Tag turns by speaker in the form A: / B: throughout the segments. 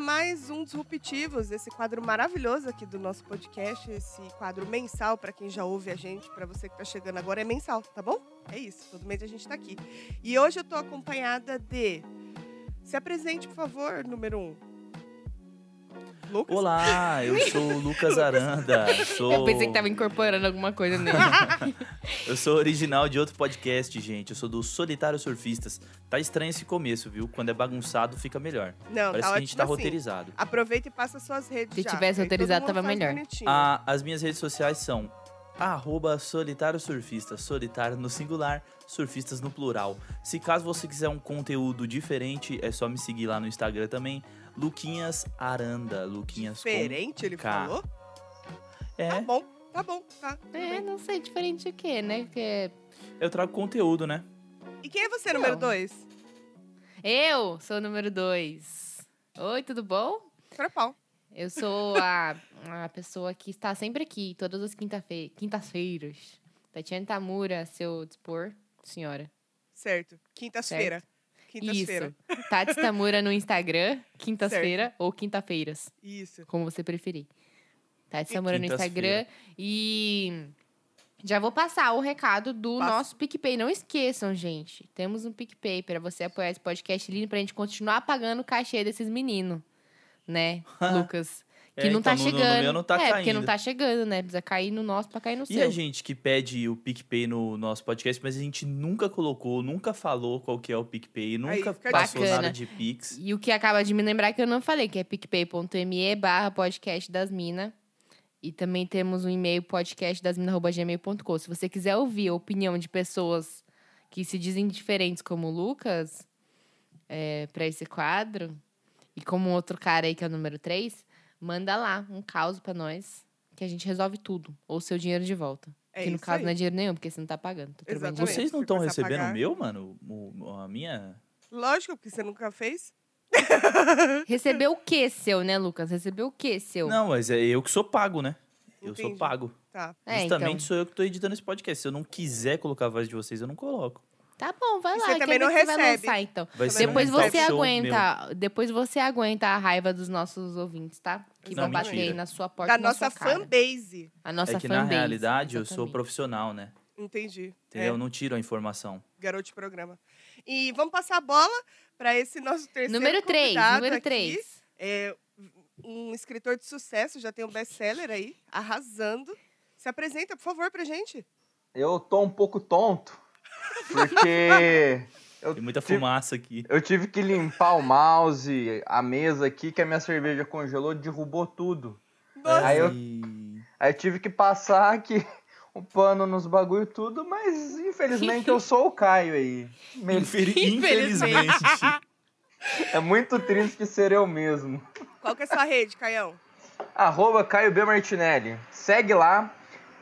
A: mais um Disruptivos, esse quadro maravilhoso aqui do nosso podcast, esse quadro mensal para quem já ouve a gente, para você que está chegando agora é mensal, tá bom? É isso, todo mês a gente está aqui. E hoje eu estou acompanhada de Se apresente, por favor, número um. Lucas?
B: Olá, eu sou o Lucas Aranda. Sou...
C: Eu pensei que tava incorporando alguma coisa nele.
B: Eu sou original de outro podcast, gente. Eu sou do Solitário Surfistas. Tá estranho esse começo, viu? Quando é bagunçado, fica melhor.
A: Não,
B: Parece
A: tá
B: que a gente
A: ótimo
B: tá
A: assim.
B: roteirizado.
A: Aproveita e passa suas redes
C: Se
A: já,
C: tivesse
A: que aí todo
C: roteirizado,
A: mundo
C: tava
A: faz
C: melhor.
A: bonitinho.
B: Ah, as minhas redes sociais são arroba solitário surfista, solitário no singular, surfistas no plural. Se caso você quiser um conteúdo diferente, é só me seguir lá no Instagram também, Luquinhas Aranda, Luquinhas com-
A: Diferente, ele
B: K.
A: falou? Tá
B: É,
A: bom, tá bom, tá. tudo
C: É,
A: bem.
C: não sei, diferente o quê, né? Porque
B: eu trago conteúdo, né?
A: E quem é você, número
C: Não.
A: dois?
C: eu sou o número dois. Oi, tudo bom?
A: Pra pau.
C: Eu sou a, a pessoa que está sempre aqui, todas as quinta-fe- quintas-feiras. Tatiana Tamura, a seu dispor, senhora.
A: Certo. Quintas-feira. Quintas-feira.
C: Isso. Tati Tamura no Instagram, quintas-feira ou quinta-feiras,
A: Isso.
C: como você preferir. Tati
A: E
C: Tamura no Instagram.
B: quintas-feira.
C: E já vou passar o recado do
A: Passa.
C: nosso PicPay. Não esqueçam, gente. Temos um PicPay para você apoiar esse podcast lindo, para a gente continuar pagando o cachê desses meninos, né, Lucas? Que
B: É,
C: não
B: então
C: tá
B: no- no
C: chegando.
B: meu não tá
C: é, porque
B: caindo.
C: não tá chegando, né? Precisa cair no nosso pra cair no
B: E
C: seu.
B: a gente que pede o PicPay no nosso podcast, mas a gente nunca colocou, nunca falou qual que é o PicPay, nunca
A: fica né?
B: passou
C: bacana.
B: nada de Pix.
C: E o que acaba de me lembrar que eu não falei, que é picpay.me barra podcast das mina. E também temos um e-mail podcastdasmina.gmail.com. Se você quiser ouvir a opinião de pessoas que se dizem diferentes como o Lucas, é, pra esse quadro, e como outro cara aí que é o número 3, manda lá um caos pra nós, que a gente resolve tudo. Ou seu dinheiro de volta.
A: É
C: que no
A: isso
C: caso
A: aí.
C: não é dinheiro nenhum, porque você não tá pagando. Tá tudo bem,
A: Exatamente.
B: Vocês não
A: Se
B: estão
A: começar a
B: recebendo
A: pagar-
B: o meu, mano? O- a minha?
A: Lógico, porque você nunca fez.
C: Recebeu o que seu, né, Lucas? Recebeu o que seu?
B: Não, mas é eu que sou pago, né? Eu sou
A: Entendi.
B: pago.
A: Tá.
C: É,
B: Justamente
C: então.
B: sou eu que tô editando esse podcast. Se eu não quiser colocar a voz de vocês, eu não coloco.
C: Tá bom, vai
A: E
C: lá.
A: você
C: que
A: também
C: é
A: não
C: que você vai
A: recebe.
C: lançar, então.
B: Vai
A: Também
B: ser
C: Depois
B: um
A: recebe.
C: você
B: talk show meu.
C: aguenta, depois você aguenta a raiva dos nossos ouvintes, tá? Que
B: Não,
C: vão bater
B: mentira.
C: aí na sua porta,
A: Da
C: e na
A: nossa
C: sua cara.
A: fanbase.
C: A nossa
B: É que na
C: fanbase,
B: realidade eu sou
C: exatamente.
B: profissional, né?
A: Entendi.
B: Entendeu? Eu não tiro a informação.
A: É, garoto de programa. E vamos passar a bola para esse nosso terceiro
C: número 3,
A: convidado
C: número
A: aqui.
C: 3.
A: É um escritor de sucesso, já tem um best-seller aí, arrasando. Se apresenta, por favor, pra gente.
D: Eu tô um pouco tonto, porque
B: Tem muita
D: Tipo-
B: fumaça aqui.
D: eu tive que limpar o mouse, a mesa aqui, que a minha cerveja congelou, derrubou tudo.
B: É,
A: Nossa,
D: Aí eu-
B: Ai.
D: Aí eu tive que passar aqui o pano nos bagulho tudo, mas infelizmente eu sou o Caio aí. Me-
B: Infeli-
C: Infelizmente.
B: Infelizmente.
D: É muito triste de ser eu mesmo.
A: qual que é a sua rede, Caião?
D: Arroba Caio B. Martinelli. Segue lá,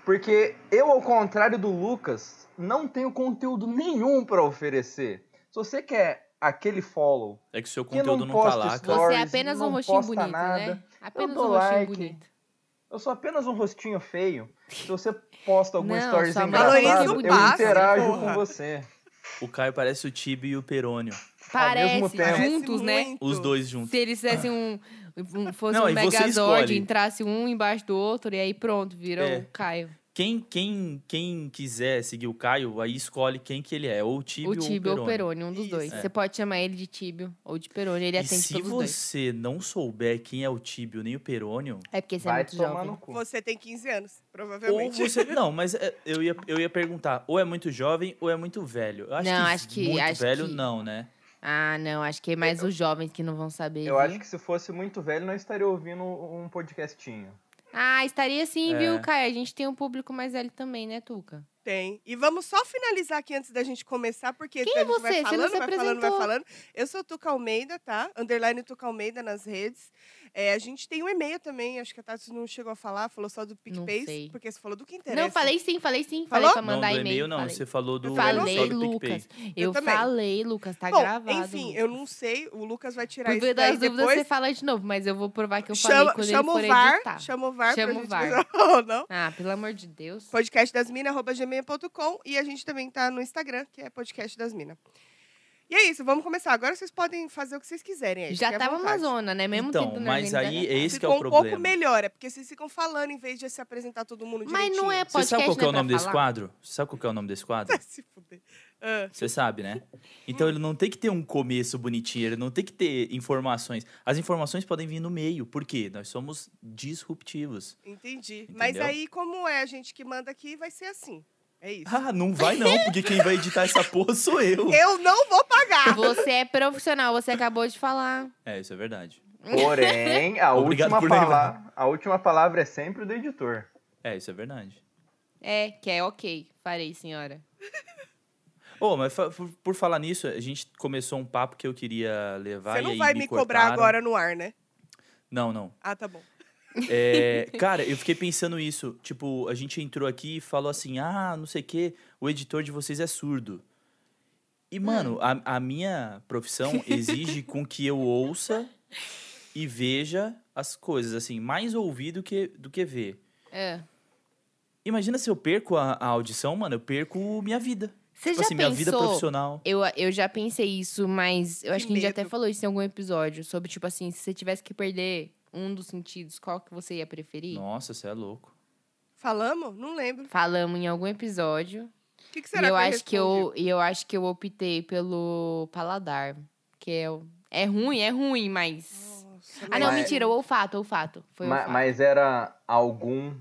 D: porque eu, ao contrário do Lucas, não tenho conteúdo nenhum pra oferecer. Se você quer aquele follow
B: É que o seu
D: Que não
B: conteúdo não tá
D: posta
B: lá,
D: stories.
B: cara.
C: Você é apenas
D: não
C: um rostinho
D: posta
C: bonito,
D: nada.
C: né? Apenas um
D: dou
C: rostinho
D: like.
C: bonito.
D: Eu sou apenas um rostinho feio. Se você posta algum
C: Não,
D: stories
C: só
A: valoriza
D: engraçado,
A: o
D: eu
A: passo,
D: interajo
A: porra.
D: com você.
B: O Caio parece o Tibi e o Perônio.
D: mesmo
C: Parece,
D: tempo.
C: juntos,
A: Parece
C: né?
A: muito.
B: Os dois juntos.
C: Se eles fizessem um, um- fosse
B: Ah. Não,
C: um
B: e você
C: Megazord,
B: escolhe.
C: entrasse um embaixo do outro e aí pronto, virou
B: É.
C: o Caio.
B: Quem, quem, quem quiser seguir o Caio, aí escolhe quem que ele é. Ou o Tibi
C: o Tibio ou
B: Perônio.
C: o Perônio, um dos
A: Isso.
C: dois.
B: É.
C: Você pode chamar ele de Tibio ou de Perônio, ele
B: E
C: atende
B: se
C: todos os dois.
B: você não souber quem é o Tíbio nem o Perônio,
C: É porque você é
D: Vai
C: muito
D: tomar
C: jovem.
D: no cu.
A: Você tem 15 anos,
B: ou
A: provavelmente.
B: você. Não, mas é, eu ia, eu ia perguntar, ou é muito jovem ou é muito velho. Eu acho
C: Não,
B: que
C: acho que-
B: muito
C: acho
B: velho,
C: que-
B: não, né?
C: Ah, não, acho que é mais os jovens que não vão saber.
D: Eu
C: viu?
D: acho que se fosse muito velho, não estaria ouvindo um podcastinho.
C: Ah, estaria sim,
B: É.
C: viu, Caio? A gente tem um público mais velho também, né, Tuca?
A: Tem. E vamos só finalizar aqui antes da gente começar, porque
C: Quem
A: a
C: é
A: gente vai
C: você? Você não
A: falando,
C: se
A: vai falando, vai
C: apresentou.
A: falando. Eu sou Tuca Almeida, tá? Underline Tuca Almeida nas redes. É, a gente tem um e-mail também, acho que a Tati não chegou a falar, falou só do PicPay,
C: sei.
A: porque você falou do que interessa.
C: Não, falei sim, falei sim.
A: Falou?
C: Falei pra mandar
B: não, do
C: e-mail.
B: não.
C: falei.
B: Você falou do,
A: Eu
C: falei,
B: só do
C: Lucas.
B: PicPay.
A: Eu
C: Eu,
A: também.
C: falei, Lucas, tá
A: Bom,
C: gravado.
A: enfim,
C: Lucas.
A: eu não sei, o Lucas vai tirar
C: Por
A: isso
C: via
A: daí
C: das dúvidas,
A: depois.
C: você fala de novo, mas eu vou provar que eu falei
A: chama
C: quando
A: chama
C: ele
A: o
C: for
A: VAR,
C: editar.
A: chama o VAR
C: Chama
A: pra
C: o
A: gente
C: VAR.
A: ver- ou não.
C: Ah, pelo amor de Deus.
A: Podcastdasmina.gmail.com e a gente também tá no Instagram, que é Podcast das Minas. E é isso, vamos começar. Agora vocês podem fazer o que vocês quiserem. aí,
C: Já
A: fiquem à
C: tava na
A: vontade.
C: zona, né? Mesmo
B: então,
C: tentando
B: mas
C: organizar,
B: aí
C: já
B: é esse que é
A: Ficou
B: o
A: um
B: problema.
A: pouco melhor, é porque vocês ficam falando em vez de se apresentar todo mundo
C: Mas não é
A: direitinho.
B: Você sabe
C: podcast,
B: qual que é o
C: né, pra
B: nome desse
C: falar?
B: quadro? Você sabe qual que é o nome desse quadro?
A: Se fuder. Ah,
B: Você sabe, né? Então ele não tem que ter um começo bonitinho, ele não tem que ter informações. As informações podem vir no meio, por quê? Nós somos disruptivos.
A: entendi. Mas
B: Entendeu?
A: aí, como é a gente que manda aqui, vai ser assim. É isso.
B: Ah, não vai não, porque quem vai editar essa porra sou eu.
A: Eu não vou pagar!
C: Você é profissional, você acabou de falar.
B: É, isso é verdade.
D: Porém, a
B: Obrigado
D: última,
B: por
D: pala- a última palavra é sempre do editor.
B: É, isso é verdade.
C: É, que é ok. Farei, senhora.
B: Ô, mas fa- por, por falar nisso, a gente começou um papo que eu queria levar
A: Você
B: e
A: não
B: aí
A: vai
B: me
A: me cobrar
B: cortaram.
A: agora no ar, né?
B: Não, não.
A: Ah, tá bom.
B: É, cara, eu fiquei pensando isso. Tipo, a gente entrou aqui e falou assim: ah, não sei o quê, o editor de vocês é surdo.
C: Ah.
B: E, mano, a, a minha profissão exige com que eu ouça e veja as coisas, assim, mais ouvir do que, do que ver.
C: É.
B: Tipo Imagina se eu perco a, a audição, mano, eu perco minha vida.
C: Você
B: tipo
C: já
B: assim, minha vida
C: pensou?
B: profissional.
C: Eu, eu já pensei isso, mas eu acho que a gente
A: medo.
C: até falou isso em algum episódio. Sobre, tipo assim, se você tivesse que perder um dos sentidos, qual que você ia preferir?
B: Nossa, você é louco.
A: Falamos? Não lembro.
C: Falamos em algum episódio.
A: O que, que
C: e
A: será
C: eu
A: que eu
C: acho que
A: respondi?
C: eu, e eu acho que eu optei pelo paladar. Que é, o- é ruim, é ruim, mas.
A: Nossa, é.
C: Ah, não,
A: Hum.
D: Mas-
A: mas-
C: mentira, o olfato, o olfato. Foi o
D: Ma-
C: olfato.
D: mas era algum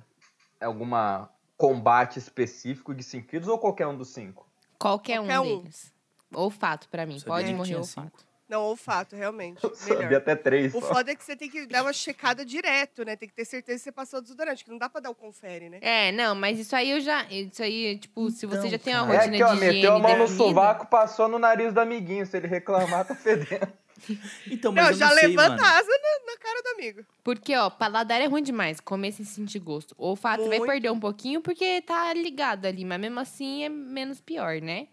D: alguma combate específico de sentidos ou qualquer um dos cinco?
C: Qualquer,
A: Qualquer
C: um,
A: um.
C: deles. Olfato pra mim.
B: Sabia
C: Pode
B: que
C: morrer
B: tinha
C: o
B: cinco?
C: olfato.
A: Não, olfato, realmente.
D: Eu sabia
A: Melhor.
D: até três.
A: O
D: só.
A: foda é que você tem que dar uma checada direto, né? Tem que ter certeza que você passou o desodorante, que não dá pra dar o confere, né?
C: É, não, mas isso aí eu já. Isso aí, tipo, se você
B: Então,
C: já tem uma
B: cara.
D: É
C: rotina
D: aqui, ó,
C: de higiene
D: meteu a mão no
C: definida-
D: sovaco, passou no nariz do amiguinho. Se ele reclamar, tá fedendo.
B: Então, mas
A: Não,
B: eu
A: já
B: não sei,
A: levanta
B: mano.
A: a asa na, na cara do amigo.
C: Porque, ó, paladar é ruim demais. Comer sem sentir gosto. O olfato vai
A: Muito.
C: perder um pouquinho porque tá ligado ali, mas mesmo assim é menos pior, né?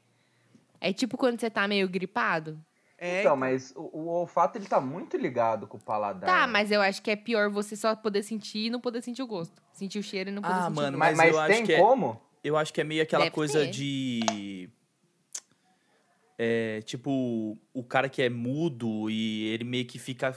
C: É tipo quando você tá meio gripado.
A: É,
D: Então, mas o, o olfato, ele tá muito ligado com o paladar.
C: Tá, mas eu acho que é pior você só poder sentir e não poder sentir o gosto. Sentir o cheiro e não poder
B: Ah,
C: sentir
B: mano,
C: o gosto.
D: Mas,
B: mas eu
D: mas
B: acho
D: tem
B: que é-
D: como?
B: Eu acho que é meio aquela
C: Deve
B: coisa
C: ter.
B: de. É, tipo, o cara que é mudo e ele meio que fica.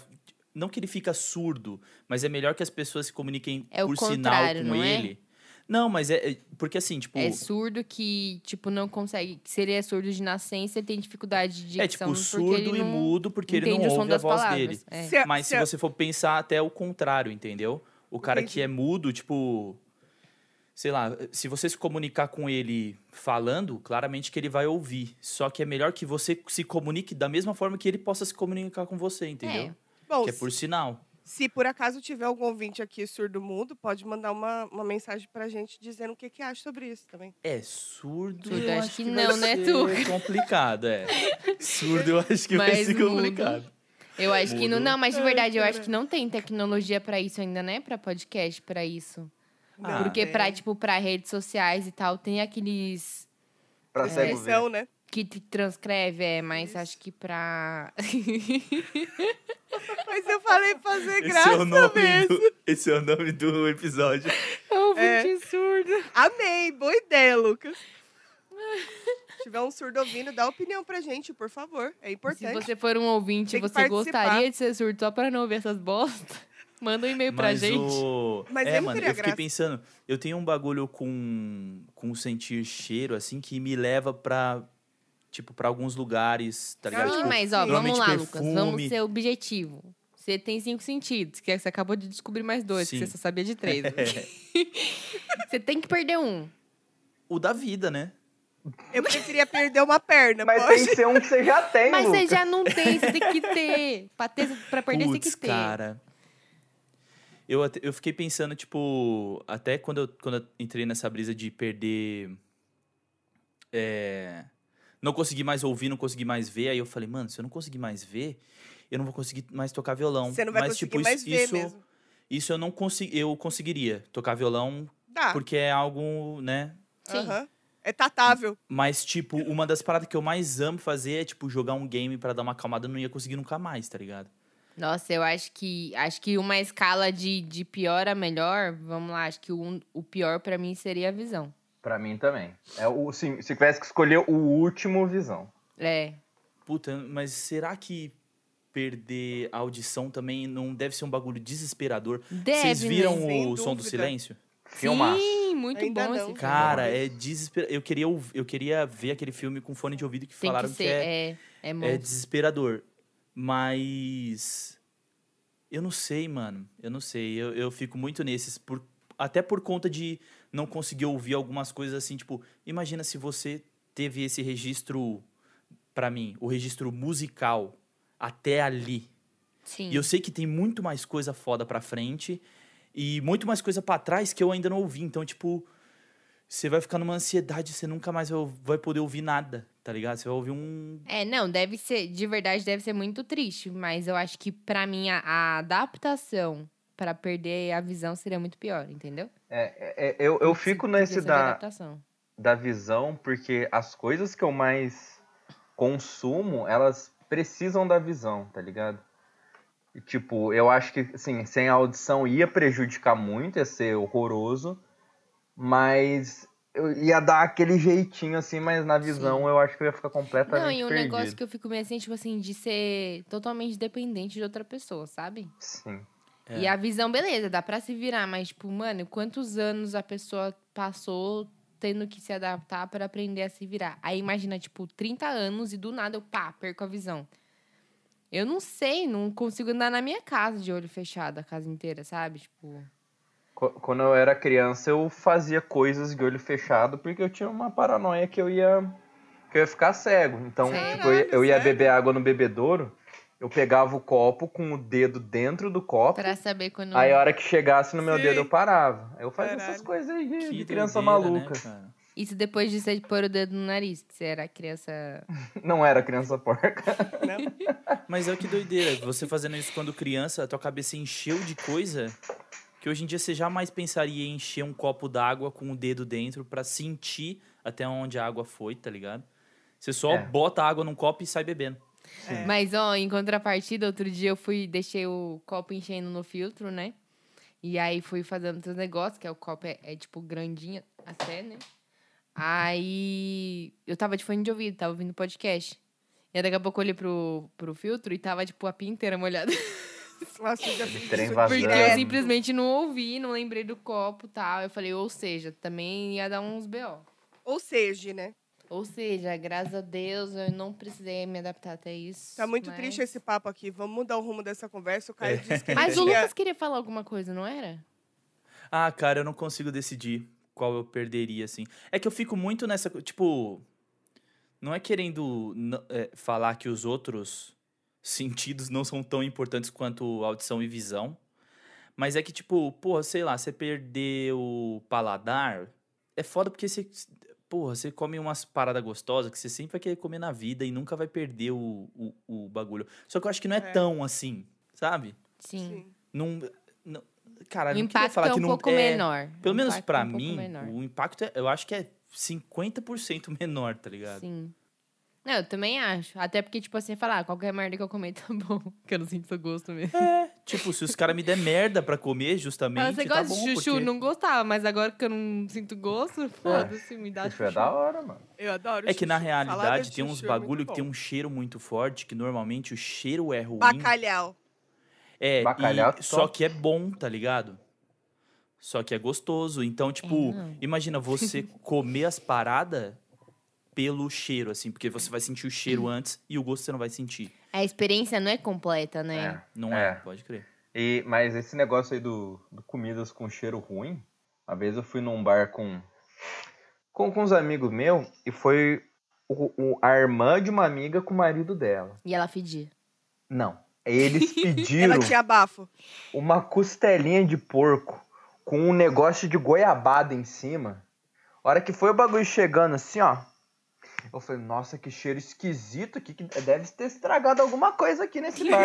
B: Não que ele fica surdo, mas é melhor que as pessoas se comuniquem
C: É o
B: por sinal
C: contrário,
B: com
C: não é?
B: ele. Não, mas é. é- Porque assim, tipo.
C: É surdo que, tipo, não consegue... Que se ele é surdo de nascença, ele tem dificuldade de
B: É
C: dicção.
B: tipo
C: porque
B: surdo e
C: ele não
B: mudo porque ele
C: entende
B: não
C: o som
B: ouve a
C: das
B: voz
C: palavras.
B: dele.
C: É.
A: se a-
B: Mas
A: se
B: se
A: a-
B: você for pensar até o contrário, entendeu? O cara que
A: Entendi.
B: é mudo, tipo. Sei lá, se você se comunicar com ele falando, claramente que ele vai ouvir. Só que é melhor que você se comunique da mesma forma que ele possa se comunicar com você, entendeu?
A: Bom,
B: Que é por sinal.
A: se por acaso tiver algum ouvinte aqui surdo mudo, pode mandar uma, uma mensagem pra gente dizendo o que, que acha sobre isso também.
B: É, surdo.
C: Surdo,
B: eu
C: acho
B: acho
C: que
B: que, vai
C: não, né,
B: ser
C: Tuca?
B: complicado, é. Surdo, eu acho que vai
C: Mas
B: ser
C: mudo.
B: complicado.
C: Eu acho que não,
B: Mudou.
C: não, mas de
A: Ai,
C: verdade, eu
B: É,
A: cara.
B: né?
C: acho que não tem tecnologia pra isso ainda, né? Pra podcast, pra isso.
B: Ah.
C: Porque
A: pra
C: pra, tipo, pra redes sociais e tal, tem aqueles É.
D: Pra cego ver.
B: é
A: Expressão, né?
C: que te transcreve, é, mas acho que pra
A: Mas eu falei fazer
B: Esse é, o
A: graça
B: nome
A: mesmo.
B: do, esse é o nome do episódio.
A: É.
C: ouvinte É um surdo.
A: Amei, boa ideia, Lucas. se tiver um surdo ouvindo, dá opinião pra gente, por favor. É
C: Se
A: importante.
C: você for um ouvinte e
A: Tem que
C: você
A: participar.
C: gostaria de ser surdo só pra não ouvir essas bostas, manda um e-mail pra
B: Mas
C: gente.
B: O...
A: Mas
B: é,
A: ele
B: mano, eu
A: teria
B: fiquei
A: graça.
B: pensando, eu tenho um bagulho com com sentir cheiro assim que me leva pra tipo pra alguns lugares, tá ligado?
A: Sim,
C: Sim,
B: Tipo,
C: mas ó, vamos
B: normalmente
C: lá, Lucas.
B: perfume.
C: Vamos ser objetivo. Você tem cinco sentidos, que é, você acabou de descobrir mais dois, que
B: Sim. É.
C: você só sabia de três. você tem que perder um.
B: o da vida, né?
A: Eu preferia perder uma perna,
D: Mas
A: pode?
D: tem que ser um que você já tem,
C: Mas você
D: Lucas.
C: já não tem, você tem que ter. Pra, ter, pra perder, você tem
B: Putz,
C: que ter.
B: cara. Eu, até- eu fiquei pensando, tipo, até quando eu, quando eu entrei nessa brisa de perder. é, não consegui mais ouvir, não consegui mais ver. Aí eu falei, mano, se eu não conseguir mais ver, eu não vou conseguir mais tocar violão.
A: Você não vai
B: Mas,
A: conseguir
B: tipo, isso-
A: mais ver
B: isso,
A: mesmo.
B: Isso eu não consegui. Eu conseguiria tocar violão,
A: Dá.
B: porque é algo, né?
C: Sim.
A: Aham. É tatável.
B: Mas, tipo, uma das paradas que eu mais amo fazer é, tipo, jogar um game pra dar uma acalmada. Eu não ia conseguir nunca mais, tá ligado?
C: Nossa, eu acho que acho que uma escala de, de pior a melhor, vamos lá, acho que um, o pior pra mim seria a visão.
D: Pra mim também. É o, se, se tivesse que escolher o último visão.
C: É.
B: Puta, mas será que perder a audição também não deve ser um bagulho desesperador?
C: Deve,
B: Vocês viram
C: né?
A: Sem
B: o som do
A: dúvida.
B: silêncio?
D: Filmar.
C: Sim, muito
A: Ainda
C: bom
A: não.
C: esse filme.
B: Cara, é desesperador. Eu queria, ouv- eu queria ver aquele filme com fone de ouvido que
C: Tem que
B: falaram
C: ser,
B: que é
C: é, é,
B: É
C: monstro.
B: desesperador. Mas. Eu não sei, mano. Eu não sei. Eu, eu fico muito nesses. Por, até por conta de não conseguir ouvir algumas coisas assim. Tipo, imagina se você teve esse registro, pra mim, o registro musical até ali.
C: Sim.
B: E eu sei que tem muito mais coisa foda pra frente e muito mais coisa pra trás que eu ainda não ouvi. Então, tipo, você vai ficar numa ansiedade, você nunca mais vai, ou- vai poder ouvir nada, tá ligado? Você vai ouvir um
C: É, não, deve ser, de verdade, deve ser muito triste, mas eu acho que pra mim a, a adaptação pra perder a visão seria muito pior, entendeu?
D: É, é, eu, eu fico
C: Porque
D: nesse
C: essa é a
D: da,
C: adaptação.
D: da visão, porque as coisas que eu mais consumo, elas precisam da visão, tá ligado? E, Tipo, eu acho que, assim, sem a audição ia prejudicar muito, ia ser horroroso, mas eu ia dar aquele jeitinho, assim, mas na visão eu acho que eu ia ficar completamente
C: Não, e um
D: perdido.
C: negócio que eu fico meio assim, tipo assim, de ser totalmente dependente de outra pessoa, sabe?
D: Sim.
B: É.
C: E a visão, beleza, dá pra se virar, mas, tipo, mano, quantos anos a pessoa passou tendo que se adaptar pra aprender a se virar? Aí imagina, tipo, 30 anos e do nada eu, pá, perco a visão. Eu não sei, não consigo andar na minha casa de olho fechado, a casa inteira, sabe? Tipo.
D: Qu- Quando eu era criança, eu fazia coisas de olho fechado porque eu tinha uma paranoia que eu ia que eu ia ficar cego. Então,
C: Sério?
D: tipo, eu ia, eu ia
A: Sério?
D: beber água no bebedouro, eu pegava o copo com o dedo dentro do copo.
C: Pra saber quando.
D: Aí a hora que chegasse no meu
A: Sim.
D: dedo eu parava. Eu fazia
A: Caralho.
D: essas coisas aí de,
B: Que
D: de criança
B: doideira, né,
D: maluca.
B: cara?
C: Isso depois de você pôr o dedo no nariz, que você era criança.
D: Não era criança porca.
A: Não?
B: Mas é o que doideira. Você fazendo isso quando criança, a tua cabeça encheu de coisa que hoje em dia você jamais pensaria em encher um copo d'água com o dedo dentro pra sentir até onde a água foi, tá ligado? Você só
D: É.
B: bota a água num copo e sai bebendo.
A: É.
C: Mas, ó, em contrapartida, outro dia eu fui, deixei o copo enchendo no filtro, né? E aí fui fazendo outros negócios, que é o copo é, é, tipo grandinho até, né? Aí eu tava de fone de ouvido, tava ouvindo podcast. E daqui a pouco eu olhei pro, pro filtro e tava, tipo, a pia inteira molhada.
A: Nossa, eu já fiz
D: Trem
A: isso.
D: vazando.
C: Porque eu
D: Vazando.
C: simplesmente não ouvi, não lembrei do copo e tal. Eu falei, ou seja, também ia dar uns B.O.
A: Ou seja, né?
C: Ou seja, graças a Deus, eu não precisei me adaptar até isso.
A: Tá muito
C: mas-
A: triste assim, esse papo aqui. Vamos mudar o rumo dessa conversa. O
B: É.
A: Caio disse que ele
C: Mas o
A: tinha-
C: Lucas queria falar alguma coisa, não era?
B: Ah, cara, eu não consigo decidir qual eu perderia, assim. É que eu fico muito nessa. co- Tipo. Não é querendo n- é, falar que os outros sentidos não são tão importantes quanto audição e visão. Mas é que, tipo, porra, sei lá, você perdeu o paladar. É foda porque você. Porra, você come umas paradas gostosas que você sempre vai querer comer na vida e nunca vai perder o, o, o bagulho. Só que eu acho que não é,
A: É.
B: tão assim, sabe?
C: Sim.
B: Não. não cara,
C: O
B: eu não queria
C: impacto
B: falar
C: é
B: que
C: um
B: não
C: pouco
B: é-
C: menor.
B: pelo
C: O
B: menos
C: impacto
B: pra
C: é um pouco
B: mim,
C: menor.
B: o impacto, é- eu acho que é 50% menor, tá ligado?
C: Sim. Não, eu também acho. Até porque, tipo assim, falar, ah, qualquer merda que eu comer tá bom. Que eu não sinto gosto mesmo.
B: Tipo, se os caras me der merda pra comer, justamente,
C: Ah, você
B: tá
C: gosta
B: bom,
C: de chuchu?
B: porque...
C: Não gostava, mas agora que eu não sinto gosto, foda-se, me dá
D: Isso
C: chuchu.
D: é da hora, mano.
A: Eu adoro
B: É que na
A: chuchu. Salada
B: realidade
A: de
B: tem uns
A: chuchu é muito
B: bagulho que tem
A: bom.
B: um cheiro muito forte, que normalmente o cheiro é ruim.
A: Bacalhau.
B: É,
D: Bacalhau
B: e, só
D: top.
B: que é bom, tá ligado? Só que é gostoso. Então, tipo,
C: É, não.
B: imagina você comer as paradas pelo cheiro, assim, porque você vai sentir o cheiro antes e o gosto você não vai sentir.
C: A experiência não é completa, né?
D: É.
B: Não
D: É.
B: é, pode crer.
D: E, mas esse negócio aí do, do comidas com cheiro ruim, uma vez eu fui num bar com, com, com uns amigos meus e foi o, o- a irmã de uma amiga com o marido dela.
C: E ela fedia.
D: Não, eles pediram
A: Ela tinha bafo.
D: uma costelinha de porco com um negócio de goiabada em cima. A hora que foi o bagulho chegando assim, ó. Eu falei, nossa, que cheiro esquisito aqui, que deve ter estragado alguma coisa aqui nesse bar.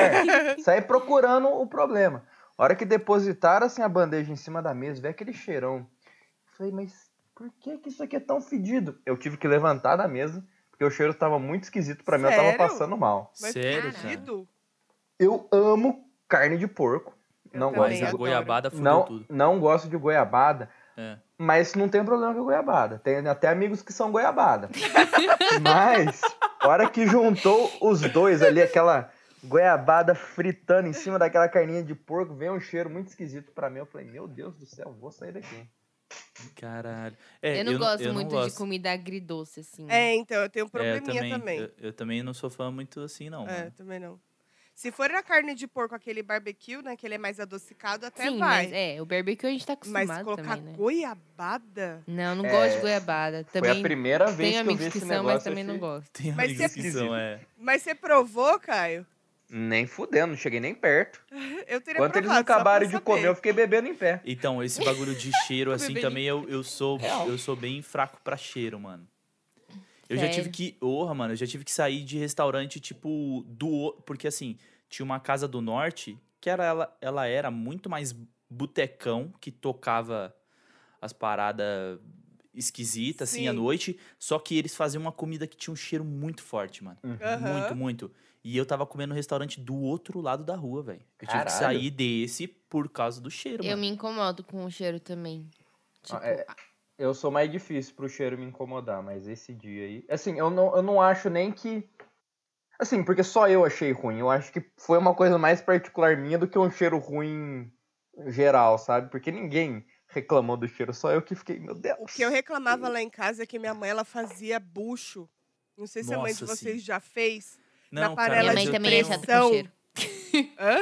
D: Saí procurando o problema. A hora que depositaram assim a bandeja em cima da mesa, veio aquele cheirão. Eu falei, mas por que que isso aqui é tão fedido? Eu tive que levantar da mesa, porque o cheiro tava muito esquisito pra mim, eu tava
A: Sério?
D: passando mal.
A: Mas é
B: Sério,
C: cara.
B: cara.
A: Fedido.
D: Eu amo carne de porco.
A: Eu
D: não
A: também
D: gosto
B: Mas
D: de
B: a
A: adoro.
B: goiabada fudeu
D: não,
B: tudo.
D: não gosto de goiabada,
B: É.
D: mas não tem problema com goiabada. Tem até amigos que são goiabada. mas A hora que juntou os dois ali, aquela goiabada fritando em cima daquela carninha de porco, veio um cheiro muito esquisito pra mim. Eu falei, meu Deus do céu, vou sair daqui.
B: Caralho. É,
C: eu não gosto
B: eu não
C: muito de
B: gosto.
C: comida agridoce, assim.
A: É, então, eu tenho um
B: É, eu
A: probleminha também.
B: Eu, eu também não sou fã muito assim, não.
A: É,
B: mano.
A: também não. Se for na carne de porco, aquele barbecue, né? Que ele é mais adocicado, até
C: Sim,
A: vai.
C: mas é, o barbecue a gente tá
A: Mas
C: acostumado
A: colocar
C: também, né?
A: goiabada?
C: Não, eu não
D: É,
C: gosto de goiabada.
D: Foi a
C: Também
D: primeira vez
C: tenho
D: que eu vi
C: amigos que
D: esse
C: são,
D: negócio.
C: mas também
D: eu
B: assim.
C: não
D: achei-
C: gosto.
B: Tem
A: Mas
B: amigos
A: você-
B: que são, é.
A: Mas você provou, Caio?
D: Nem fudendo, não cheguei nem perto.
A: Eu teria
D: Enquanto eles não
A: provado, só pra
D: acabaram de
A: saber.
D: comer, eu fiquei bebendo em pé.
B: Então, esse bagulho de cheiro, assim,
C: Bebê
B: também eu, eu sou eu sou bem fraco pra cheiro, mano. Eu já tive
C: Sério?
B: que. Porra, mano, eu já tive que sair de restaurante, tipo, do. o- Porque assim, tinha uma casa do norte que era, ela, ela era muito mais botecão, que tocava as paradas esquisitas, assim, à
A: Sim.
B: noite. Só que eles faziam uma comida que tinha um cheiro muito forte, mano.
A: Aham.
B: Muito, muito. E eu tava comendo no restaurante do outro lado da rua, velho. Eu tive que
D: Caralho.
B: sair desse por causa do cheiro,
C: Eu
B: mano.
C: me incomodo com o cheiro também. Tipo,
D: Ah, é. Eu sou mais difícil pro cheiro me incomodar, mas esse dia aí. Assim, eu não, eu não acho nem que. Assim, porque só eu achei ruim. Eu acho que foi uma coisa mais particular minha do que um cheiro ruim geral, sabe? Porque ninguém reclamou do cheiro, só eu que fiquei, meu Deus.
A: O que eu reclamava lá em casa é que minha mãe, ela fazia bucho. Não sei se a mãe de
B: Nossa, sim.
A: vocês já fez. na
B: cara,
A: panela
B: mas
C: minha mãe
B: eu
C: também é
B: tenho-
C: chata com
A: pressão.
C: cheiro.
A: Hã?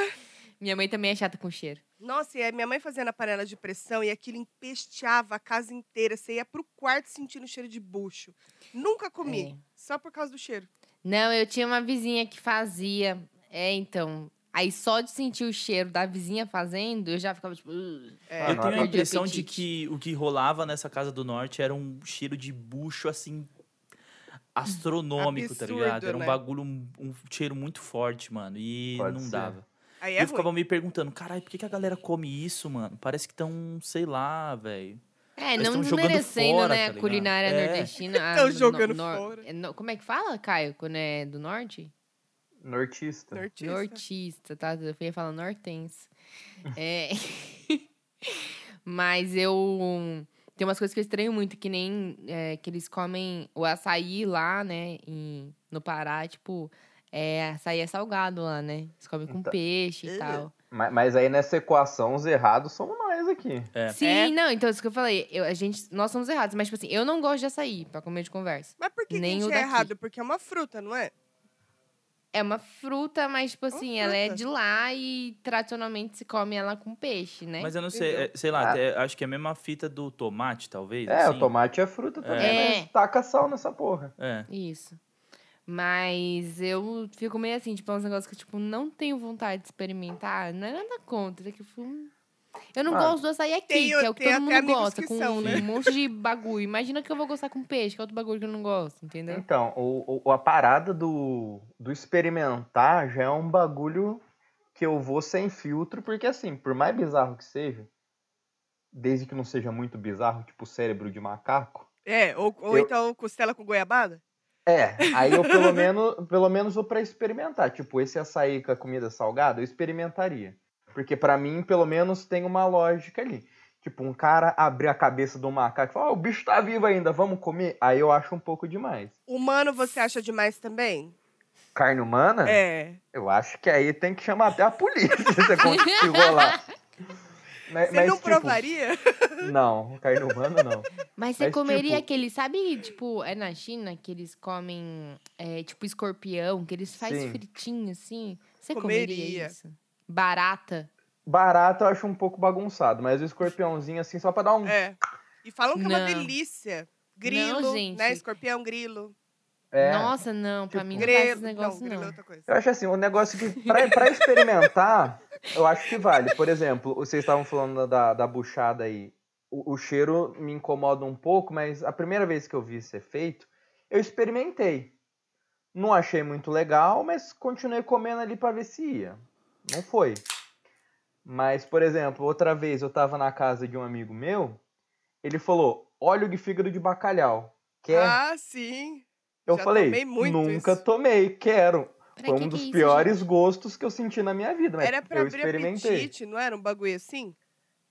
C: Minha mãe também é chata com cheiro.
A: Nossa, e a minha mãe fazia na panela de pressão e aquilo empesteava a casa inteira. Você ia pro quarto sentindo cheiro de bucho. Nunca comi,
C: É.
A: só por causa do cheiro.
C: Não, eu tinha uma vizinha que fazia. É, então. Aí só de sentir o cheiro da vizinha fazendo, eu já ficava tipo. "Ugh".
A: É.
D: Ah, não,
B: Eu tenho a
D: acabou.
B: impressão de
C: Apetite.
B: que o que rolava nessa casa do norte era um cheiro de bucho assim astronômico, tá
A: Absurdo,
B: ligado? Era um
A: né?
B: bagulho, um, um cheiro muito forte, mano, e
D: Pode
B: não
D: ser.
B: dava.
A: Aí é
B: E eu
A: ruim.
B: ficava me perguntando, caralho, por que, que a galera come isso, mano? Parece que tão, sei lá, velho.
C: É,
B: Eles
C: não
B: tão jogando
C: desmerecendo,
B: fora,
C: né?
B: tá
C: a
B: ligado?
C: culinária
B: É.
C: nordestina. a
A: Tão
C: no-
A: jogando
C: nor-
A: fora.
C: é no- como é que fala, Caio, quando é do norte?
D: Nortista.
A: Nortista.
C: Nortista, tá? Eu ia falar nortense. É. Mas eu. Tem umas coisas que eu estranho muito, que nem é, que eles comem o açaí lá, né? em- no Pará, tipo, é, açaí é salgado lá, né? Eles comem com
D: Então.
C: peixe
A: Ugh.
C: e tal.
D: Mas, mas aí nessa equação, os errados somos nós aqui.
B: É.
C: Sim,
A: É.
C: não, então isso que eu falei, eu- a gente, nós somos errados, mas tipo assim, eu não gosto de açaí pra comer de conversa.
A: Mas por que, que
C: Nem
A: a gente
C: o
A: é
C: daqui.
A: errado? Porque é uma fruta, não é?
C: É uma fruta, mas tipo assim, ela é
A: fruta.
C: de lá e tradicionalmente se come ela com peixe, né?
B: Mas eu não sei,
A: Entendeu?
B: é, sei lá,
D: Ah.
B: até- acho que é a mesma fita do tomate, talvez.
D: É,
B: assim.
D: o tomate é fruta também,
C: É.
D: mas taca sal nessa porra.
B: É.
C: Isso. Mas eu fico meio assim, tipo, é uns negócios que eu, tipo, não tenho vontade de experimentar. Não é nada contra. Que eu, fico- eu não
D: Ah,
C: gosto do açaí aqui,
A: tem-
C: que é o que
A: tem até
C: todo mundo
A: amigos
C: gosta,
A: que
C: com
A: são, né?
C: um monte de bagulho. Imagina que eu vou gostar com peixe, que é outro bagulho que eu não gosto, entendeu?
D: Então, o, o- a parada do, do experimentar já é um bagulho que eu vou sem filtro, porque assim, por mais bizarro que seja, desde que não seja muito bizarro, tipo cérebro de macaco,
A: É, ou, ou
D: Eu-
A: então costela com goiabada?
D: é, aí eu pelo menos, pelo menos vou pra experimentar. Tipo, esse açaí com a comida salgada, eu experimentaria. Porque pra mim, pelo menos, tem uma lógica ali. Tipo, um cara abrir a cabeça do macaco e falar, ó, o bicho tá vivo ainda, vamos comer? Aí eu acho um pouco demais.
A: Humano você acha demais também?
D: Carne humana?
A: É.
D: Eu acho que aí tem que chamar até a polícia se você conseguir rolar. Mas,
A: Você
D: mas,
A: não
D: tipo,
A: provaria?
D: Não, carne humana não.
C: Mas você
D: Mas,
C: comeria
D: tipo-
C: aquele, sabe, tipo, é na China que eles comem, é, tipo, escorpião, que eles fazem
D: Sim.
C: fritinho, assim? Você
A: Comeria.
C: comeria isso? Barata?
D: Barato eu acho um pouco bagunçado, mas o escorpiãozinho assim, só pra dar um. É,
A: É. E falam que é uma
C: Não.
A: delícia. Grilo,
C: Não, gente.
A: né? Escorpião, grilo.
D: é,
C: Nossa, não, pra
D: Tipo-
C: mim não faz
A: Grelo.
C: esse negócio,
A: não, grilo é
C: não.
A: outra coisa.
D: Eu acho assim, um negócio que pra, pra experimentar, eu acho que vale. Por exemplo, vocês estavam falando da, da buchada aí. O, o cheiro me incomoda um pouco, mas a primeira vez que eu vi ser feito, eu experimentei. Não achei muito legal, mas continuei comendo ali pra ver se ia. Não foi. Mas, por exemplo, outra vez eu tava na casa de um amigo meu, ele falou óleo de fígado de bacalhau. Quer?
A: Ah, sim.
D: eu
A: já
D: falei,
A: tomei muito
D: nunca
A: isso."
D: tomei, quero.
C: Pra
D: Foi
C: que
D: um
C: que
D: dos
C: é isso,
D: piores gostos que eu senti na minha vida, mas
A: Era pra
D: eu
A: abrir
D: experimentei.
A: apetite, não era um bagulho assim?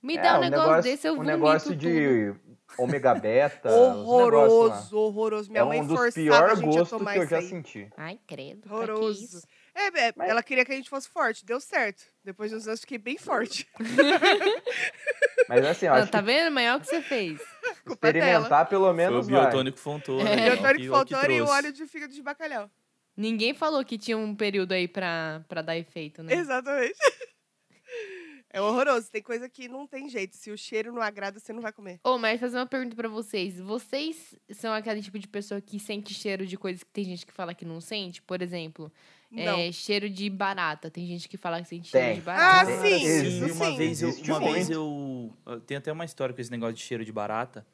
C: Me dá um negócio, desse, eu
D: Um
C: vomito
D: negócio
C: tudo.
D: de ômega beta. uns Tá, negócios
A: Horroroso,
D: lá.
A: horroroso. Minha
D: É
A: mãe
D: um dos
A: forçava a
D: piores
A: gente a
D: gostos
A: tomar
D: que eu
A: isso
D: já
A: aí.
D: senti.
C: Ai, credo. pra que
A: Horroroso.
C: isso?
A: É, é,
D: Mas-
A: ela queria que a gente fosse forte, deu certo. Depois de uns anos fiquei bem forte.
D: Mas assim, eu
C: Ah,
D: acho
C: tá vendo, maior que você fez.
D: que
A: Culpa dela.
D: experimentar pelo
B: Foi o
D: menos vai.
B: biotônico Fontoura.
C: É.
B: né?
A: Eu tônico
B: Ó, que- ó, que
A: Fontoura e o
B: trouxe.
A: óleo de fígado de bacalhau.
C: Ninguém falou que tinha um período aí pra, pra dar efeito, né?
A: Exatamente. É horroroso. Tem coisa que não tem jeito. Se o cheiro não agrada, você não vai comer.
C: Ô, mas fazer uma pergunta pra vocês. Vocês são aquele tipo de pessoa que sente cheiro de coisas que tem gente que fala que não sente? Por exemplo,
A: Não.
C: é, cheiro de barata. Tem gente que fala que sente
D: Tem.
C: cheiro de
A: Ah,
C: barata.
B: Cara,
A: sim, isso
B: uma
A: sim. Tipo,
B: vez eu,
D: Existe
B: uma vez
D: muito.
B: eu, eu tenho até uma história com esse negócio de cheiro de barata.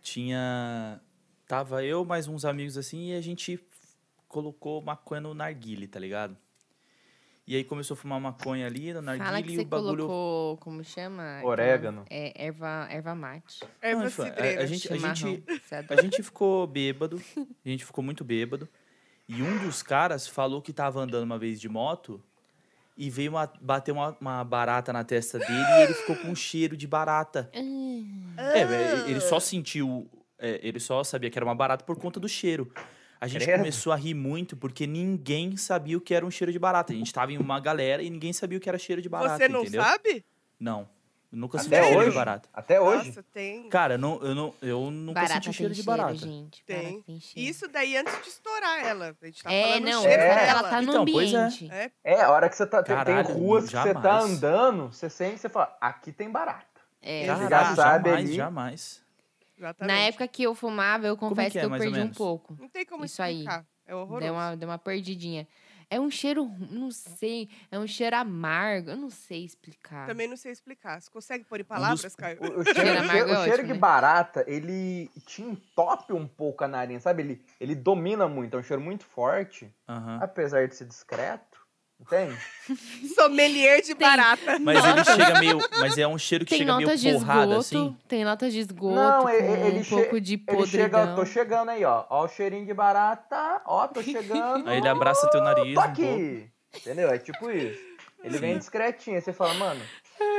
B: Tinha tava eu mais uns amigos assim e a gente colocou maconha no narguile, tá ligado? E aí começou a fumar maconha ali no
C: Fala
B: narguile
C: que
B: e
C: você
B: o bagulho
C: colocou, como chama? Aquela-
D: Orégano.
C: É, erva, erva mate.
A: É
B: Não, tipo, a-
A: cidreira.
B: a gente-
C: chimarrão. Você adora.
B: A gente ficou bêbado, a gente ficou muito bêbado. E um dos caras falou que tava andando uma vez de moto e veio uma, bater uma, uma barata na testa dele e ele ficou com um cheiro de barata.
C: Ah,
B: É,
D: Ah.
A: Ah,
B: é, ele só sentiu, é, ele só sabia que era uma barata por conta do cheiro. A gente
D: Credo.
B: começou a rir muito porque ninguém sabia o que era um cheiro de barata. A gente tava em uma galera e ninguém sabia o que era cheiro de barata,
A: Você não
B: entendeu?
A: sabe?
B: Não. Eu nunca senti
D: Até
B: cheiro
D: hoje.
B: de barata.
D: Até É hoje.
A: Nossa, tem.
B: Cara, não, eu, não, eu nunca
C: barata
B: senti
C: tem
B: cheiro
C: cheiro,
B: de barata.
C: gente.
A: Tem.
C: Barata tem cheiro.
A: Isso daí antes de estourar ela. A gente tá
C: é,
A: falando
C: não,
A: o cheiro
D: é.
A: dela.
C: ela tá no
B: Então, pois é.
C: ambiente.
A: É,
D: É, a hora que você tá. tem-
B: Caralho,
D: tem ruas que você tá
B: jamais.
D: andando, você sente, você fala, aqui tem barata.
C: É.
A: Cara,
B: Caraca,
D: já sabe
B: jamais,
D: ali.
B: jamais.
A: exatamente.
C: Na época que eu fumava, eu
B: Como
C: confesso
B: que
C: que,
B: é,
C: eu
B: mais ou
C: perdi um
B: menos?
C: pouco.
A: Não tem como
C: Isso aí.
A: explicar. É horroroso.
C: Deu uma, deu uma perdidinha. É um cheiro, ru- não sei, é um cheiro amargo, eu não sei explicar.
A: Também não sei explicar. Você consegue
B: Um
A: pôr em palavras, Caio?
D: O, o cheiro, o cheiro-
C: amargo é
D: o cheiro
C: ótimo,
D: de
C: né?
D: barata, ele te entope um pouco a narina, sabe? Ele, ele domina muito, é um cheiro muito forte,
B: Aham.
D: apesar de ser discreto, entende?
A: Sommelier de
C: Tem.
A: barata.
B: Mas ele chega meio. Mas é um cheiro que
C: tem
B: chega meio
C: notas de
B: porrada,
C: esgoto,
B: assim.
C: tem notas de esgoto,
D: Não,
C: com
D: e- e- ele
C: um
D: che-
C: pouco de
D: Ele chega,
C: podridão.
D: tô chegando aí, ó. Ó o cheirinho de barata, ó, tô chegando.
B: Aí ele abraça teu nariz.
D: Tô
B: um pouco.
D: aqui! Entendeu? É tipo isso. Ele vem
B: Sim.
D: discretinho, aí você fala, mano,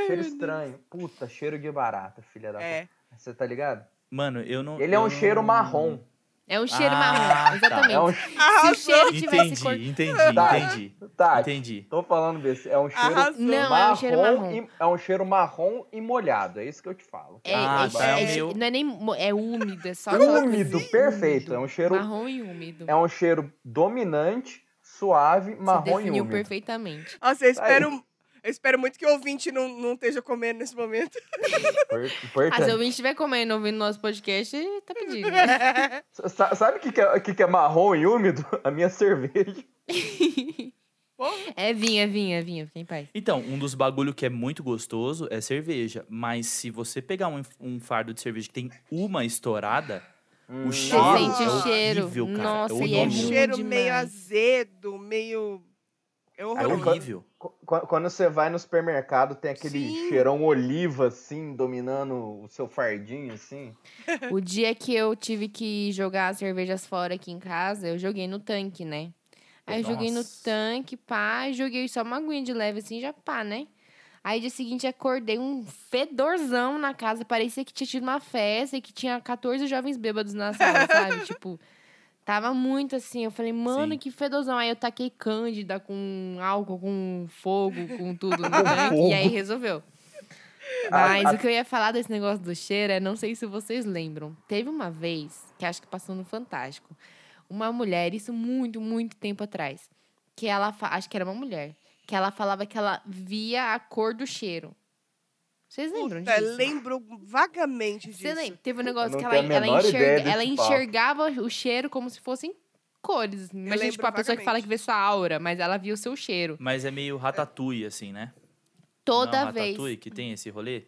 D: cheiro estranho. Puta, cheiro de barata, filha da
A: É.
D: puta. Você tá ligado?
B: Mano, eu não.
D: Ele é um
B: eu
D: cheiro
B: não-
D: marrom.
C: É um cheiro
B: Ah, tá.
C: marrom, exatamente.
D: É um...
C: Se o
A: Arrasou.
C: cheiro tivesse
B: Entendi,
C: cor-
B: entendi,
D: Tá.
B: entendi.
D: Tá,
B: Entendi.
D: tô falando desse. É um cheiro
A: Arrasou.
C: Não, é um cheiro
D: marrom.
C: marrom.
D: e- É um cheiro marrom e molhado. É isso que eu te falo. Tá?
C: É,
B: Ah,
C: é-
B: tá, é o
C: é-
B: meu.
C: Não é nem. mo- É úmido, é só. aquela
D: um úmido,
C: coisa-
D: perfeito. É
C: úmido.
D: um cheiro.
C: Marrom e úmido.
D: É um cheiro dominante, suave, marrom
C: Você
D: e
C: definiu
D: úmido.
C: perfeitamente.
A: Nossa, eu
D: Tá aí.
A: espero, eu espero muito que o ouvinte não, não esteja comendo nesse momento.
D: Per-
C: Ah, se
D: importante.
C: eu estiver comendo, ouvindo nosso podcast, tá pedindo.
D: Sa- Sabe o que, que, é, o que que é marrom e úmido? A minha cerveja.
A: Porra,
C: É vinho, é vinho, é vinho. Fica em paz.
B: Então, um dos bagulho que é muito gostoso é cerveja. Mas se você pegar um, um fardo de cerveja que tem uma estourada,
D: Hum,
B: o cheiro.
A: Nossa.
C: Você sente
B: é
C: o cheiro.
B: horrível, cara.
C: Nossa,
B: é
C: e
A: um
C: é ruim
B: horrível.
A: cheiro meio
C: demais.
A: azedo, meio. É
B: É
A: horroroso.
B: horrível.
D: Qu- qu- Quando você vai no supermercado, tem aquele
A: Sim.
D: cheirão oliva, assim, dominando o seu fardinho, assim.
C: O dia que eu tive que jogar as cervejas fora aqui em casa, eu joguei no tanque, né? Aí eu joguei no
B: Nossa.
C: tanque, pá, joguei só uma aguinha de leve assim, já pá, né? Aí dia seguinte acordei um fedorzão na casa, parecia que tinha tido uma festa e que tinha 14 jovens bêbados na sala, sabe? Tipo, tava muito assim, eu falei, mano,
B: Sim.
C: que fedorzão. Aí eu taquei cândida com álcool, com fogo, com tudo
D: Com
C: no tanque,
D: fogo.
C: e aí resolveu. Mas o que eu ia falar desse negócio do cheiro é, não sei se vocês lembram. Teve uma vez, que acho que passou no Fantástico, uma mulher, isso muito, muito tempo atrás, que ela, fa- acho que era uma mulher, que ela falava que ela via a cor do cheiro. Vocês lembram
D: é
A: Puta,
C: disso?
A: lembro vagamente disso.
C: Você lembra? Teve um negócio
D: não
C: que ela,
D: tenho a
C: ela,
D: menor
C: enxerga-
D: ideia desse
C: ela
D: papo.
C: enxergava o cheiro como se fossem cores. Imagina,
A: lembro
C: tipo, a pessoa que fala que vê sua aura, mas ela via o seu cheiro.
B: Mas é meio ratatouille, assim, né?
C: Toda
B: Não, é um
C: vez.
B: Ratatouille, que tem esse rolê?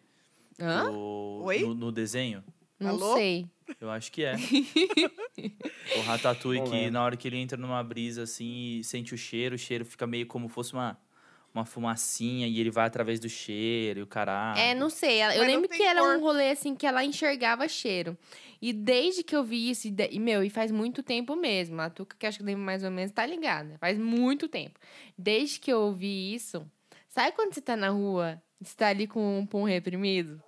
D: Tá
C: Hã?
B: O-
A: Oi?
B: No, no desenho?
C: Não
A: Alô?
C: sei.
B: Eu acho que é. o Ratatouille,
D: Não
B: que
D: lembro.
B: na hora que ele entra numa brisa assim e sente o cheiro, o cheiro fica meio como fosse uma, uma fumacinha e ele vai através do cheiro e o caralho.
C: É, não sei. ela- Eu
A: Mas não
C: lembro
A: tem
C: que era um
A: cor.
C: rolê assim que ela enxergava cheiro. E desde que eu vi isso, e, de- e, meu, e faz muito tempo mesmo. A Tuca, que acho que lembra mais ou menos, tá ligada. Faz muito tempo. Desde que eu vi isso. Sabe quando você tá na rua Você tá ali com um pum reprimido.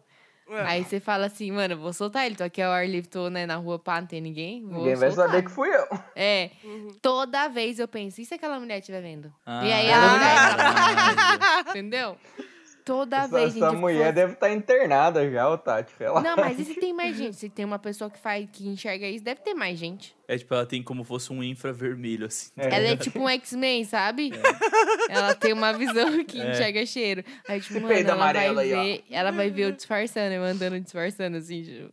C: Aí você fala assim, mano, vou soltar ele. Tô aqui ao ar livre, tô né, na rua, pá, não tem ninguém. Vou
D: Ninguém vai
C: soltar.
D: saber que fui eu.
C: É,
A: Uhum.
C: toda vez eu penso, e se aquela mulher estiver vendo? E aí ela um
A: Ah.
C: vai pra lá, entendeu? Toda
D: Essa,
C: vez, Tá gente.
D: essa
C: eu
D: mulher
C: falo-
D: deve estar internada já, o Tati. Ela...
C: Não, mas e se tem mais gente? Se tem uma pessoa que faz, que enxerga isso, deve ter mais gente.
B: É tipo, ela tem como fosse um infravermelho, assim.
D: É.
C: Ela é tipo um X-Men, sabe? Ela tem uma visão que
B: É.
C: enxerga cheiro. Aí,
D: Esse
C: tipo, mano,
D: peido
C: ela vai,
D: amarelo aí, ó.
C: ver, ela vai ver eu disfarçando, eu andando disfarçando, assim. Tipo.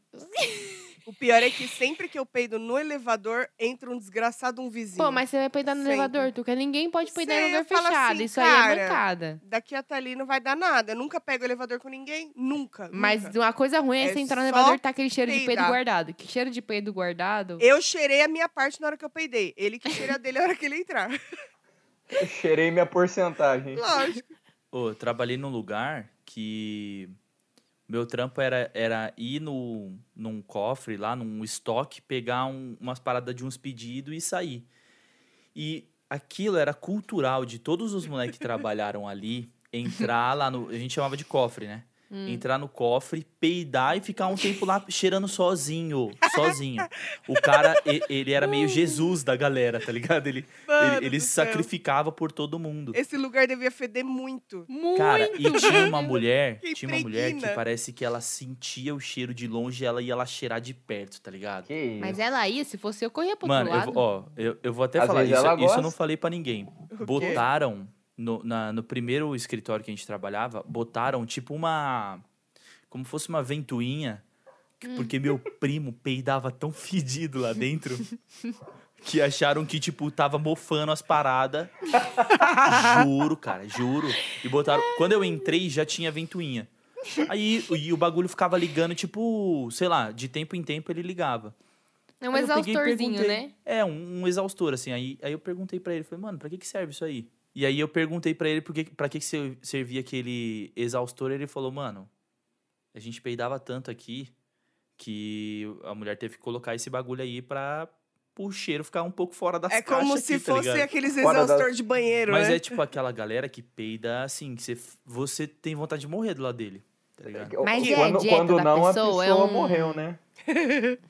A: O pior é que sempre que eu peido no elevador, entra um desgraçado, um vizinho.
C: Pô, mas você vai peidar no
A: Sempre.
C: elevador, Tuca. Ninguém pode peidar
A: Sei,
C: em lugar
A: eu falo
C: fechado.
A: assim,
C: isso aí
A: cara,
C: é mancada.
A: Daqui até ali não vai dar nada. Eu nunca pego elevador com ninguém. Nunca.
C: Mas
A: nunca.
C: uma coisa ruim é,
A: É
C: você entrar no
A: só
C: elevador e tá aquele cheiro de peido
A: peidar. É
C: guardado. Que cheiro de peido guardado?
A: Eu cheirei a minha parte na hora que eu peidei. Ele que cheira a dele na hora que ele entrar.
C: é-
D: Eu cheirei minha porcentagem.
A: Lógico.
B: Ô, eu trabalhei num lugar que meu trampo era, era ir no, num cofre lá, num estoque, pegar um- umas paradas de uns pedidos e sair. E aquilo era cultural de todos os moleques que trabalharam ali, entrar lá no. A gente chamava de cofre, né?
A: Hum.
B: Entrar no cofre, peidar e ficar um tempo lá cheirando sozinho. Sozinho. O cara, e- ele era meio Jesus da galera, tá ligado? Ele,
A: Mano
B: ele, ele
A: do
B: se
A: céu.
B: sacrificava por todo mundo.
A: Esse lugar devia feder muito.
C: Muito!
B: Cara, e tinha uma mulher,
A: Que
B: tinha uma mulher que
A: preguina.
B: parece que ela sentia o cheiro de longe e ela ia lá cheirar de perto, tá ligado?
D: Que isso.
C: Mas é- ela ia, se fosse eu, corria pro
B: Mano,
C: outro
B: eu,
C: lado.
B: vou- ó, eu, eu vou até
D: Às
B: falar
D: vezes
B: isso,
D: ela
B: isso eu não
D: gosta.
B: falei pra ninguém.
A: quê?
B: Botaram no, na- no primeiro escritório que a gente trabalhava, botaram tipo uma como fosse uma ventoinha, que-
C: Hum.
B: porque meu primo peidava tão fedido lá dentro que acharam que tipo tava mofando as paradas. juro, cara, juro. E botaram, quando eu entrei já tinha ventoinha. Aí o- e o bagulho ficava ligando tipo, sei lá, de tempo em tempo ele ligava.
C: É um
B: Aí eu peguei e
C: exaustorzinho,
B: perguntei.
C: né?
B: É, um, um exaustor, assim. Aí, aí eu perguntei pra ele, falei, mano, pra que, que serve isso aí? E aí eu perguntei pra ele por que- pra que, que ser- servia aquele exaustor. Ele falou, mano, a gente peidava tanto aqui que a mulher teve que colocar esse bagulho aí pra o cheiro ficar um pouco fora das
A: É
B: caixas
A: como
B: aqui,
A: se
B: tá
A: fosse
B: ligado?"
A: aqueles
D: Fora da-
A: exaustor de banheiro,
B: Mas
A: né?
B: é tipo aquela galera que peida assim, que você, f- você tem vontade de morrer do lado dele, tá ligado?
C: Mas é
D: quando,
C: a dieta
D: quando
C: da
D: não,
C: pessoa,
D: a
C: é
D: pessoa
C: um-
D: morreu, né?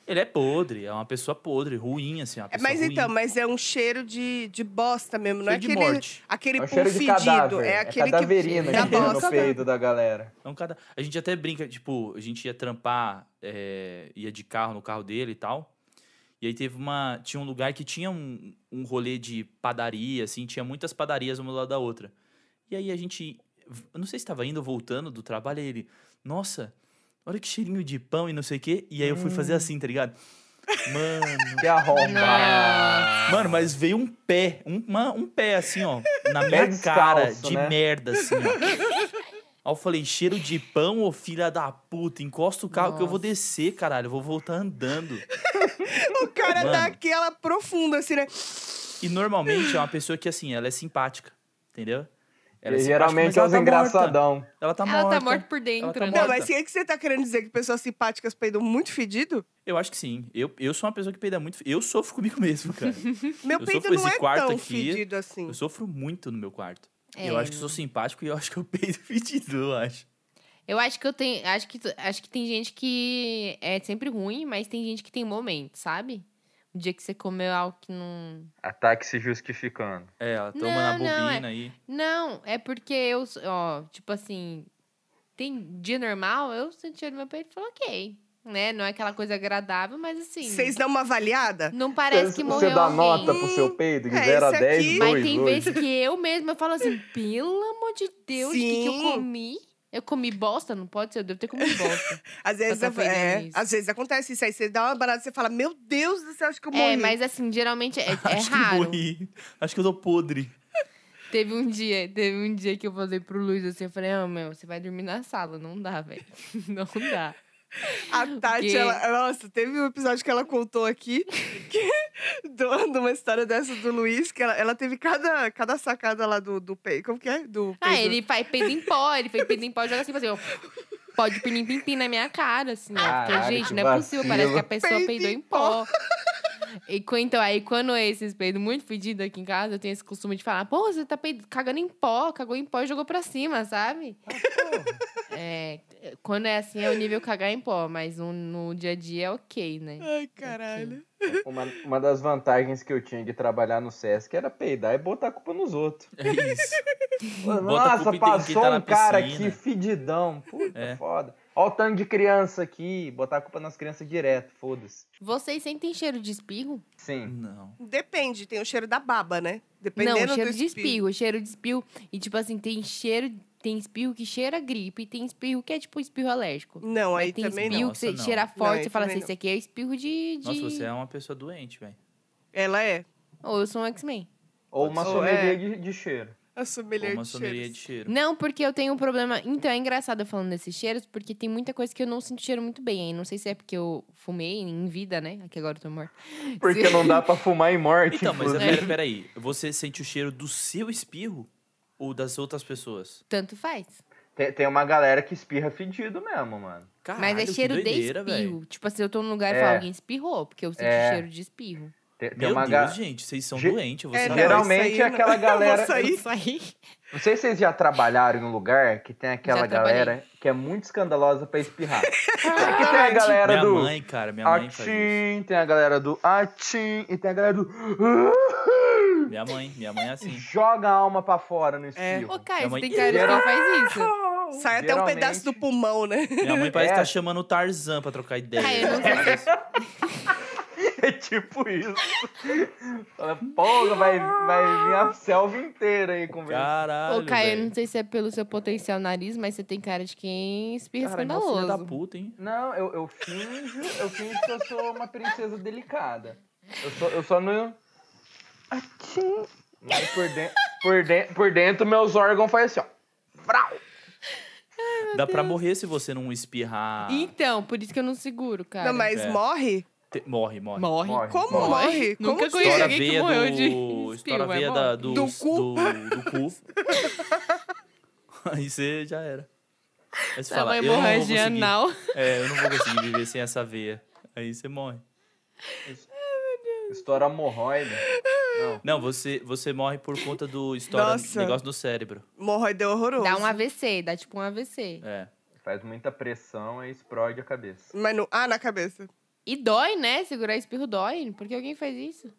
B: Ele é podre, é uma pessoa podre, ruim, assim, uma
A: É,
B: pessoa
A: mas
B: ruim.
A: então, mas é um cheiro de, de bosta mesmo, não é
B: Cheiro de
A: aquele.
B: morte.
A: Aquele
D: É o
A: pum
D: cheiro de
A: fedido.
D: cadáver.
A: é
D: É
A: aquele
D: cadaverina que,
A: que. Da
D: tem no
A: bosta.
D: peito da galera.
B: Então, cada... A gente até brinca, tipo, a gente ia trampar, é, ia de carro no carro dele e tal. E aí teve uma. Tinha um lugar que tinha um, um rolê de padaria, assim, tinha muitas padarias uma do lado da outra. E aí a gente. Eu não sei se tava indo ou voltando do trabalho, aí ele. Nossa, olha que cheirinho de pão e não sei o quê. E aí eu fui fazer assim, tá ligado? Mano.
D: Que arromba.
C: Nossa.
B: Mano, mas veio um pé, um, uma- um pé assim, ó, na minha
D: descalço,
B: cara, de
D: né?
B: merda, assim, ó. Aí eu falei, cheiro de pão, ô filha da puta, encosta o carro que eu vou
C: Nossa.
B: descer, caralho, eu vou voltar andando.
A: O cara
B: Mano.
A: dá aquela profunda, assim, né?
B: E normalmente é uma pessoa que, assim, ela é simpática, entendeu? Ela
D: E
B: simpática, mas
D: geralmente é
B: ela
D: os
B: tá morta.
D: engraçadão.
B: Ela tá
C: ela
B: morta.
C: tá morta por dentro,
B: Ela tá
C: né?
A: Não,
B: morta.
A: mas o que, que você tá querendo dizer? Que pessoas simpáticas peidam muito fedido?
B: Eu acho que sim. Eu, eu sou uma pessoa que peida muito. Eu sofro comigo mesmo, cara.
A: Meu
B: Eu
A: peito
B: sofro
A: não
B: esse
A: é
B: quarto
A: tão
B: aqui,
A: fedido assim.
B: Eu sofro muito no meu quarto.
C: É.
B: Eu acho que sou simpático e eu acho que eu peido fedido, eu acho.
C: Eu acho que eu tenho. Acho que, acho que tem gente que é sempre ruim, mas tem gente que tem momento, sabe? O dia que você comeu algo que não.
D: Ataque se justificando.
B: É, ela toma
C: Não,
B: na
C: não, é-
B: bobina aí.
C: Não, é porque eu. s- Ó, tipo assim. Tem dia normal, eu senti no meu peito e falei, ok. Né? Não é aquela coisa agradável, mas assim.
A: Vocês dão uma avaliada?
C: Não parece que morreu.
D: Você dá
C: alguém.
D: nota pro seu peito de
A: é,
D: 0 a
A: esse
D: 10, 2
A: aqui-
C: Mas tem
D: hoje.
C: vezes que eu mesma falo assim, pelo amor de Deus, o que, que eu
A: Sim.
C: comi? Eu comi bosta? Não pode ser, eu devo ter comido bosta.
A: Às vezes,
C: tá peidando
A: é,
C: isso.
A: às vezes acontece isso aí. Você dá uma barata e você fala, meu Deus do céu, acho que eu morri.
C: é, mas assim, geralmente é, é
B: Acho que eu
C: raro.
B: morri. Acho que eu tô podre.
C: Teve um dia, teve um dia que eu falei pro Luiz assim, eu falei, ah, meu, você vai dormir na sala, não dá, velho. Não dá.
A: A
C: quê?
A: Tati, ela, nossa, teve um episódio que ela contou aqui, que, do- de uma história dessa do Luiz, que ela, ela teve cada, cada sacada lá do, do peido. Como que é? Do
C: Ah,
A: peido.
C: ele faz peido em pó, ele fez peido em pó e joga assim, assim, ó. Pode pinim pim, pim na minha cara, assim, ó. Porque,
D: Caraca,
C: gente,
D: que
C: não é possível, parece que a
D: vacilo.
C: pessoa
A: Peido
C: peidou
A: em
C: em pó. E, co- então, aí quando esses peidos muito fedidos aqui em casa, eu tenho esse costume de falar, pô, você tá peido, cagando em pó, cagou em pó e jogou pra cima, sabe?
D: Ah,
C: É, quando é assim, é o nível cagar em pó, mas no, no dia a dia é ok, né?
A: Ai, caralho.
D: Uma, uma das vantagens que eu tinha de trabalhar no Sesc era peidar e botar a culpa nos outros.
B: É isso. Bota a culpa
D: Nossa,
B: em quem
D: passou
B: tá na
D: um cara
B: piscina.
D: aqui fedidão. Puta
B: É.
D: foda. Olha o tanto de criança aqui. Botar a culpa nas crianças direto, foda-se.
C: Vocês sentem cheiro de espigo?
D: Sim.
B: Não.
A: Depende, tem o cheiro da baba, né? Dependendo
C: Não, cheiro
A: do
C: de espigo, cheiro de espirro. E tipo assim, tem cheiro, tem espirro que cheira gripe e tem espirro que é tipo espirro alérgico.
A: Não, aí
C: tem
A: também
C: espirro
A: não.
B: espinho.
C: que você
B: Nossa, não.
C: cheira
A: Não,
C: forte,
A: aí
C: você fala
A: também
C: assim,
A: não.
C: esse aqui é espirro de... de...
B: Nossa, você é uma pessoa doente, velho.
A: Ela é
C: Ou eu sou um X-Men.
D: Ou uma
A: Ou
D: sommelier
A: é.
D: de, de cheiro.
A: a
B: Ou
A: sommelier
B: uma
A: de
B: soneria de
A: cheiros.
B: cheiro.
C: é Não, porque eu tenho um problema... Então, é engraçado eu falando desses cheiros, porque tem muita coisa que eu não sinto cheiro muito bem. Aí não sei se é porque eu fumei em vida, né? Aqui agora eu tô morta.
D: Porque não dá pra fumar em morte.
B: Então, mas
D: inclusive.
B: pera, peraí. Você sente o cheiro do seu espirro ou das outras pessoas?
C: Tanto faz.
D: Tem, tem uma galera que espirra fedido mesmo, mano.
B: Caralho,
C: Mas é
B: que
C: cheiro
B: doideira,
C: de
B: velho.
C: espirro. Tipo assim, eu tô num lugar e
D: É.
C: falo, alguém espirrou, porque eu senti
D: É.
C: cheiro de espirro.
D: Tem, tem
B: Meu
D: uma
B: Deus,
D: ga-
B: gente, vocês são
D: Ge-
B: doentes. Eu vou
A: É,
B: sair
A: não,
B: daqui.
D: Geralmente
A: isso aí
D: é aquela
A: não- eu vou
D: galera-
A: sair.
C: aí.
D: Não sei se vocês já trabalharam em um lugar que tem aquela
C: Já trabalhei.
D: galera que é muito escandalosa pra espirrar. que tem a galera
B: Minha
D: do
B: mãe, cara, minha mãe faz isso.
D: Atim, tem a galera do Atim e tem a galera do Ah,
B: Minha mãe, minha mãe é assim.
D: joga a alma pra fora no
A: É.
D: espirro.
C: Ô,
B: Minha
C: Caio,
B: mãe-
C: você tem cara de quem faz isso.
A: Sai até um
D: Geralmente-
A: pedaço do pulmão, né?
B: Minha mãe parece
D: É.
B: que tá chamando o Tarzan pra trocar ideia.
C: Caio, eu não
B: Ela faz isso.
D: É tipo isso. Fala, porra, vai, vai vir a selva inteira aí conversando.
B: Caralho,
C: Ô, Caio, eu
B: velho.
C: não sei se é pelo seu potencial nariz, mas você tem cara de quem espirra
B: Caralho, é mó filha da
C: é escandaloso.
B: puta, hein?
D: Não, eu, eu finjo, eu finjo que eu sou uma princesa delicada. Eu só, eu só não. Atim. Mas por, den- por, den- por dentro, meus órgãos fazem assim, ó. Vrau!
B: Dá pra morrer se você não espirrar.
C: Então, por isso que eu não seguro, cara.
A: não, mas
B: é.
A: morre?
B: Te- Morre, morre.
C: Morre.
D: Morre.
A: Como morre? Como
C: Nunca
A: que-
C: conheci
B: Estoura a
C: é, alguém que
B: veia
C: morreu de
B: do... Estoura a
C: espirro, é
B: veia
C: morre.
B: da, do...
A: Do cu.
B: Do, do cu. Aí você já era. Aí você
C: Ela
B: fala,
C: vai
B: eu não vou
C: hemorragia
B: conseguir.
C: anal.
B: É, eu não vou conseguir viver sem essa veia. Aí você morre.
D: Estoura hemorroida. Não.
B: Não, você, você morre por conta do estoura
A: Nossa.
B: negócio do cérebro.
A: Morre deu horroroso.
C: Dá um AVC, dá tipo um AVC.
B: É.
D: Faz muita pressão e explode a cabeça.
A: Mas não... Ah, na cabeça.
C: E dói, né? Segurar espirro dói. Por que alguém faz isso?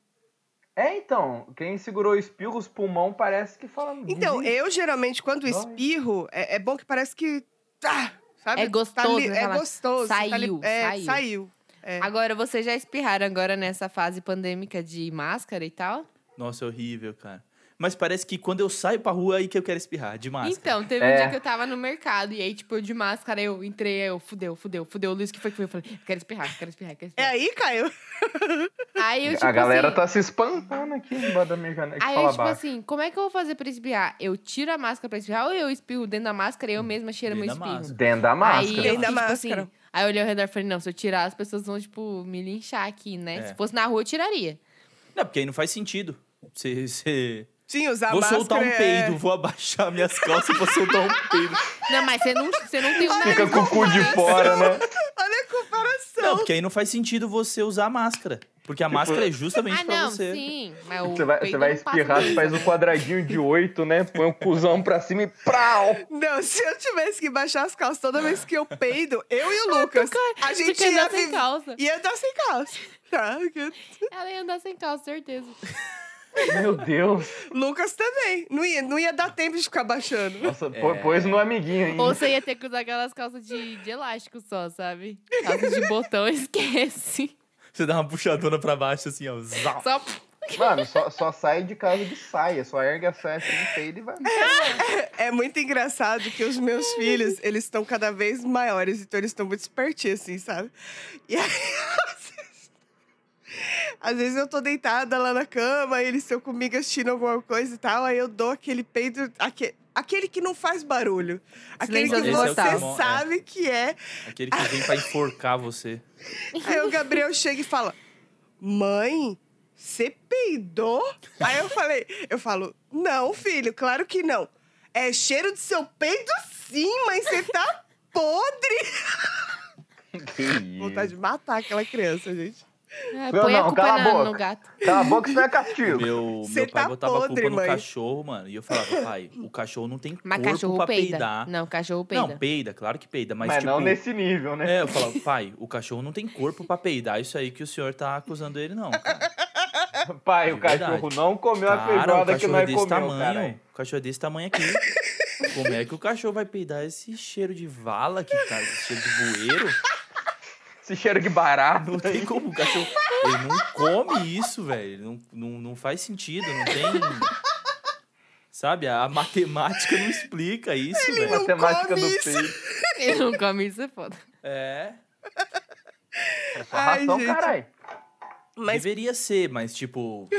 D: É, então, quem segurou o espirro, os pulmão parece que fala...
B: Tipo,
A: Então, eu geralmente, quando
D: Dói.
A: espirro, é, é bom que parece que. Ah, sabe?
C: É gostoso,
A: Tá li-
C: né?
A: É
C: Fala,
A: gostoso. tá li-
C: "Saiu,
A: é,
C: saiu."
A: saiu. É.
C: Agora, vocês já espirraram agora nessa fase pandêmica de máscara e tal?
B: Nossa, é horrível, cara. Mas parece que quando eu saio pra rua, é aí que eu quero espirrar, de máscara.
C: Então, teve um
D: É.
C: dia que eu tava no mercado e aí, tipo, eu de máscara, eu entrei, eu fudeu, fudeu, fudeu. O Luiz que foi que foi? Eu falei, "Eu quero espirrar, eu quero espirrar, eu quero
A: É
C: espirrar.
A: aí, Caio?
C: Aí eu, tipo,
D: É. a galera
C: assim,
D: tá se espantando aqui embaixo da minha janela.
C: Aí eu,
D: fala
C: tipo
D: baixo.
C: assim, como é que eu vou fazer pra espirrar? Eu tiro a máscara pra espirrar ou eu espirro dentro da máscara e eu mesma cheiro meu
B: dentro da
C: espirro?
B: máscara.
D: Hum, Dentro da máscara.
C: assim, Aí eu,
A: Dentro da
C: fiquei, tipo
A: máscara.
C: assim, aí eu olhei ao redor e falei, não, se eu tirar, as pessoas vão, tipo, me linchar aqui, né?
B: É.
C: Se fosse na rua, eu tiraria.
B: Não, porque aí não faz sentido. Você. você-
A: Sim, usar
B: Vou
A: máscara.
B: soltar um
A: é-
B: peido, vou abaixar minhas calças e vou soltar um peido.
C: Não, mas você não, você não tem o nariz.
D: Fica com o cu de fora,
C: assim,
D: né?
A: Olha a comparação.
C: Então.
B: Não, porque aí não faz sentido você usar a máscara. Porque
D: Tipo,
B: a máscara é justamente
C: Ah,
B: pra
C: não,
B: você.
C: sim. Mas o
D: Você vai,
C: peido
D: você vai
C: não passa
D: espirrar, você
C: mesmo,
D: faz um
C: né?
D: quadradinho de oito, né? Põe o cuzão pra cima e prau!
A: Não, se eu tivesse que baixar as calças toda vez que eu peido, eu e o Lucas, a
C: Você
A: gente
C: quer
A: ia,
C: andar sem
A: vi-
C: calça.
A: ia andar sem calça. Tá? porque-
C: Ela ia andar sem calça, certeza.
D: Meu Deus!
A: Lucas também. Não ia, não ia dar tempo de ficar baixando.
D: Nossa,
B: É.
D: pô- pôs no amiguinho ainda.
C: Ou você ia ter que usar aquelas calças de, de elástico só, sabe? Calças de botão, esquece.
B: Você dá uma puxadona pra baixo, assim, ó. zau.
C: Só
D: Mano, só, só sai de casa de saia. Só ergue a saia assim, peida e vai.
A: É muito engraçado que os meus filhos, eles estão cada vez maiores, então eles estão muito espertinhos, assim, sabe? E aí, às vezes- às vezes eu tô deitada lá na cama, e eles estão comigo assistindo alguma coisa e tal, aí eu dou aquele peido, aque- aquele que não faz barulho. Aquele que
C: Silencioso
A: você
C: total.
B: Esse é o que é bom, é.
A: sabe que é.
B: Aquele que vem pra enforcar você.
A: Aí o Gabriel chega e fala: Mãe, você peidou? Aí eu falei, eu falo, não, filho, claro que não. É cheiro de seu peito sim, mas você tá podre.
D: Que isso.
A: Vontade de matar aquela criança, gente.
C: É,
D: Meu,
C: põe
D: não,
C: a culpa
D: cala a
C: na-
D: boca.
C: no gato.
D: Cala a boca, isso não é castigo.
B: Meu,
A: Você
B: meu pai
A: tá
B: botava a
A: podre,
B: culpa no
A: mãe.
B: cachorro, mano. E eu falava, pai, o cachorro não tem
C: Mas
B: corpo
C: cachorro
B: pra
C: peida.
B: peidar.
C: Não, cachorro peida.
B: Não, peida, claro que peida, mas,
D: Mas
B: tipo...
D: não nesse nível, né?
B: É, eu falava, pai, o cachorro não tem corpo pra peidar isso aí que o senhor tá acusando ele, não, cara.
D: Pai,
B: de
D: o cachorro
B: é verdade.
D: não comeu a
B: Cara, o
D: feijoada que
B: cachorro é
D: nós comemos,
B: desse tamanho.
D: caralho.
B: O cachorro é desse tamanho aqui. Como é que o cachorro vai peidar esse cheiro de vala que tá, esse cheiro de bueiro?
D: Esse cheiro de barato.
B: Não tem como, o cachorro... Ele não come isso, velho. Ele Não, não, não faz sentido, não tem... Sabe, a matemática não explica isso, velho.
A: não
D: Matemática do
A: come isso.
D: peito.
C: Ele não come isso, é foda.
B: É...
D: É só
A: Ai,
D: ração,
A: gente.
D: caralho.
A: Mas
B: Deveria ser, mas tipo.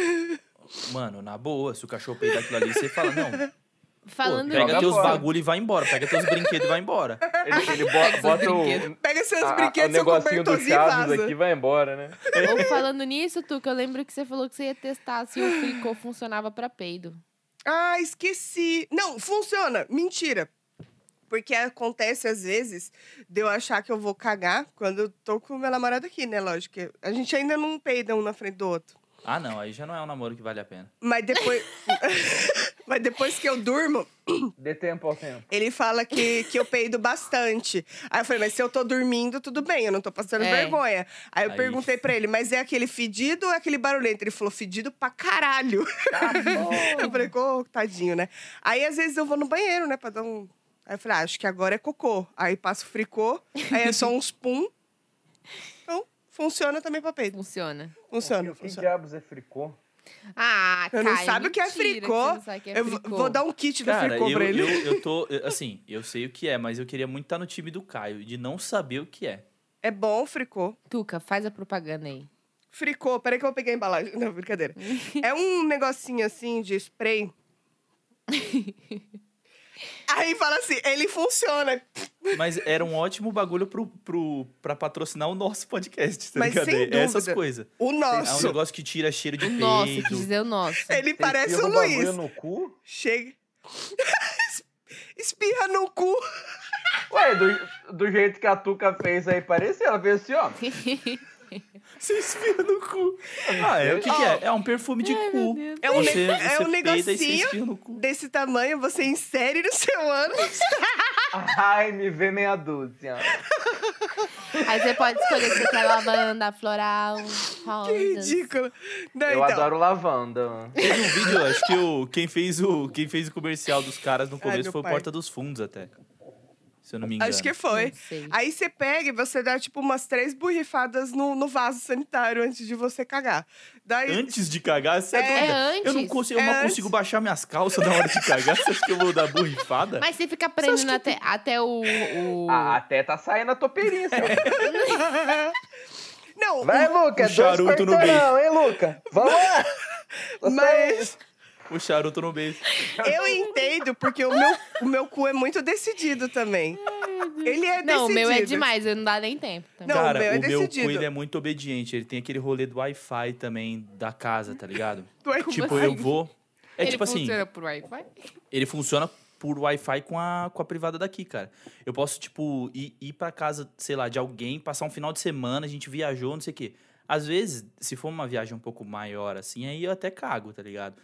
B: Mano, na boa, se o cachorro peidar aquilo ali, você fala, não, pô,
C: Falando
B: pega
D: joga
B: teus
D: fora.
B: bagulho e vai embora, pega teus brinquedos e vai embora.
D: Ele, ele bo-
C: Pega seus
D: bota
C: brinquedos.
D: o,
A: pega seus
D: a- a- o
A: brinquedos, seu
D: negocinho do
A: cobertorzinho e vaza.
D: Chaves aqui e vai embora, né?
C: Ou falando nisso, Tuca, eu lembro que você falou que você ia testar se o fricô funcionava pra peido.
A: Ah, esqueci. Não, funciona. Mentira. Porque acontece, às vezes, de eu achar que eu vou cagar quando eu tô com o meu namorado aqui, né? Lógico. que A gente ainda não peida um na frente do outro.
B: Ah, não, aí já não é um namoro que vale a pena.
A: Mas depois. Mas depois que eu durmo,
D: Dê tempo ao tempo.
A: ele fala que, que eu peido bastante. Aí eu falei, mas se eu tô dormindo, tudo bem, eu não tô passando
C: É.
A: vergonha. Aí eu
B: Aí-
A: perguntei pra ele, mas é aquele fedido ou é aquele barulhento? Ele falou, fedido pra caralho. eu falei, ô, tadinho, né? Aí às vezes eu vou no banheiro, né, pra dar um. Aí eu falei, ah, acho que agora é cocô. Aí passo fricô, aí é só uns pum. Então, funciona também pra peido.
C: Funciona.
A: Funciona,
D: O que
A: funciona.
D: diabos é fricô?
C: Ah,
A: Eu
C: cara.
A: não sabe o que é
C: mentira
A: fricô.
C: você não sabe o que é
A: Eu vou-
C: fricô.
A: vou dar um kit do
B: Cara,
A: fricô
B: eu,
A: pra ele.
B: eu, eu tô. eu- assim, eu sei o que é, mas eu queria muito estar no time do Caio, de não saber o que é.
A: É bom o fricô.
C: Tuca, faz a propaganda aí.
A: Fricô, peraí que eu peguei a embalagem. Não, brincadeira. É um negocinho assim de spray. Aí fala assim, ele funciona.
B: Mas era um ótimo bagulho pro, pro, pra patrocinar o nosso podcast, tá
A: Mas sem
B: ligado? É Essas
A: dúvida.
B: coisas.
A: O
B: É um
A: nosso.
B: negócio que tira cheiro de
C: O nosso,
B: peido.
C: quis dizer o nosso.
A: Ele
D: Você
A: parece
D: enfia
A: o
D: um
A: Luiz.
D: bagulho no cu?
A: Chega. Espirra no cu.
D: Ué, do, do jeito que a Tuca fez aí, parecia. Ela fez assim, ó.
B: Você espirra no cu. Ah, é o que, que é? É um perfume de cu.
C: Deus.
A: É um
B: você,
A: ne- é
B: você
A: um
B: peida e você
A: negocinho
B: espirra no cu.
A: Desse tamanho, você insere no seu ânus.
D: Ai, me vê meia dúzia.
C: Aí você pode escolher se você quer lavanda, floral, rosa.
A: Que ridículo. Não,
D: Eu
A: então.
D: adoro lavanda.
B: Teve um vídeo, acho que o, quem, fez o, quem fez o comercial dos caras no começo
A: meu
B: foi o
A: pai.
B: Porta dos Fundos, até. Se eu não me engano.
A: Acho que foi.
C: Não sei.
A: Aí você pega e você dá, tipo, umas três borrifadas no, no vaso sanitário antes de você cagar. Daí,
D: Hum?
B: Antes de cagar, você é,
A: É
B: doida?
C: antes.
B: Eu não consigo, eu
A: É
B: não
A: antes.
B: consigo baixar minhas calças na hora de cagar. Você acha que eu vou dar borrifada?
C: Mas você fica prendendo até, até o. o...
D: Ah, até tá saindo a
A: É.
D: topeirinha. assim, ó.
A: Não,
D: Vai, Luca,
B: Um
D: dois
B: charuto no
D: quarteirão, hein, Luca? Vamos lá!
A: Mas-
B: O charuto no beijo.
A: Eu entendo, porque o meu, o meu cu é muito decidido também. Ele é decidido.
C: não, o meu é demais, eu não dá nem tempo. também.
A: Não, o
B: Cara,
A: meu é
B: o meu cu,
A: decidido.
B: ele é muito obediente. Ele tem aquele rolê do Wi-Fi também da casa, tá ligado?
A: Tu é-
B: tipo,
C: assim?
B: eu vou... É
C: Ele
B: tipo assim...
C: funciona por Wi-Fi?
B: Ele funciona por Wi-Fi com a, com a privada daqui, cara. Eu posso, tipo, ir, ir pra casa, sei lá, de alguém, passar um final de semana, a gente viajou, não sei o quê. Às vezes, se for uma viagem um pouco maior, assim, aí eu até cago, tá ligado?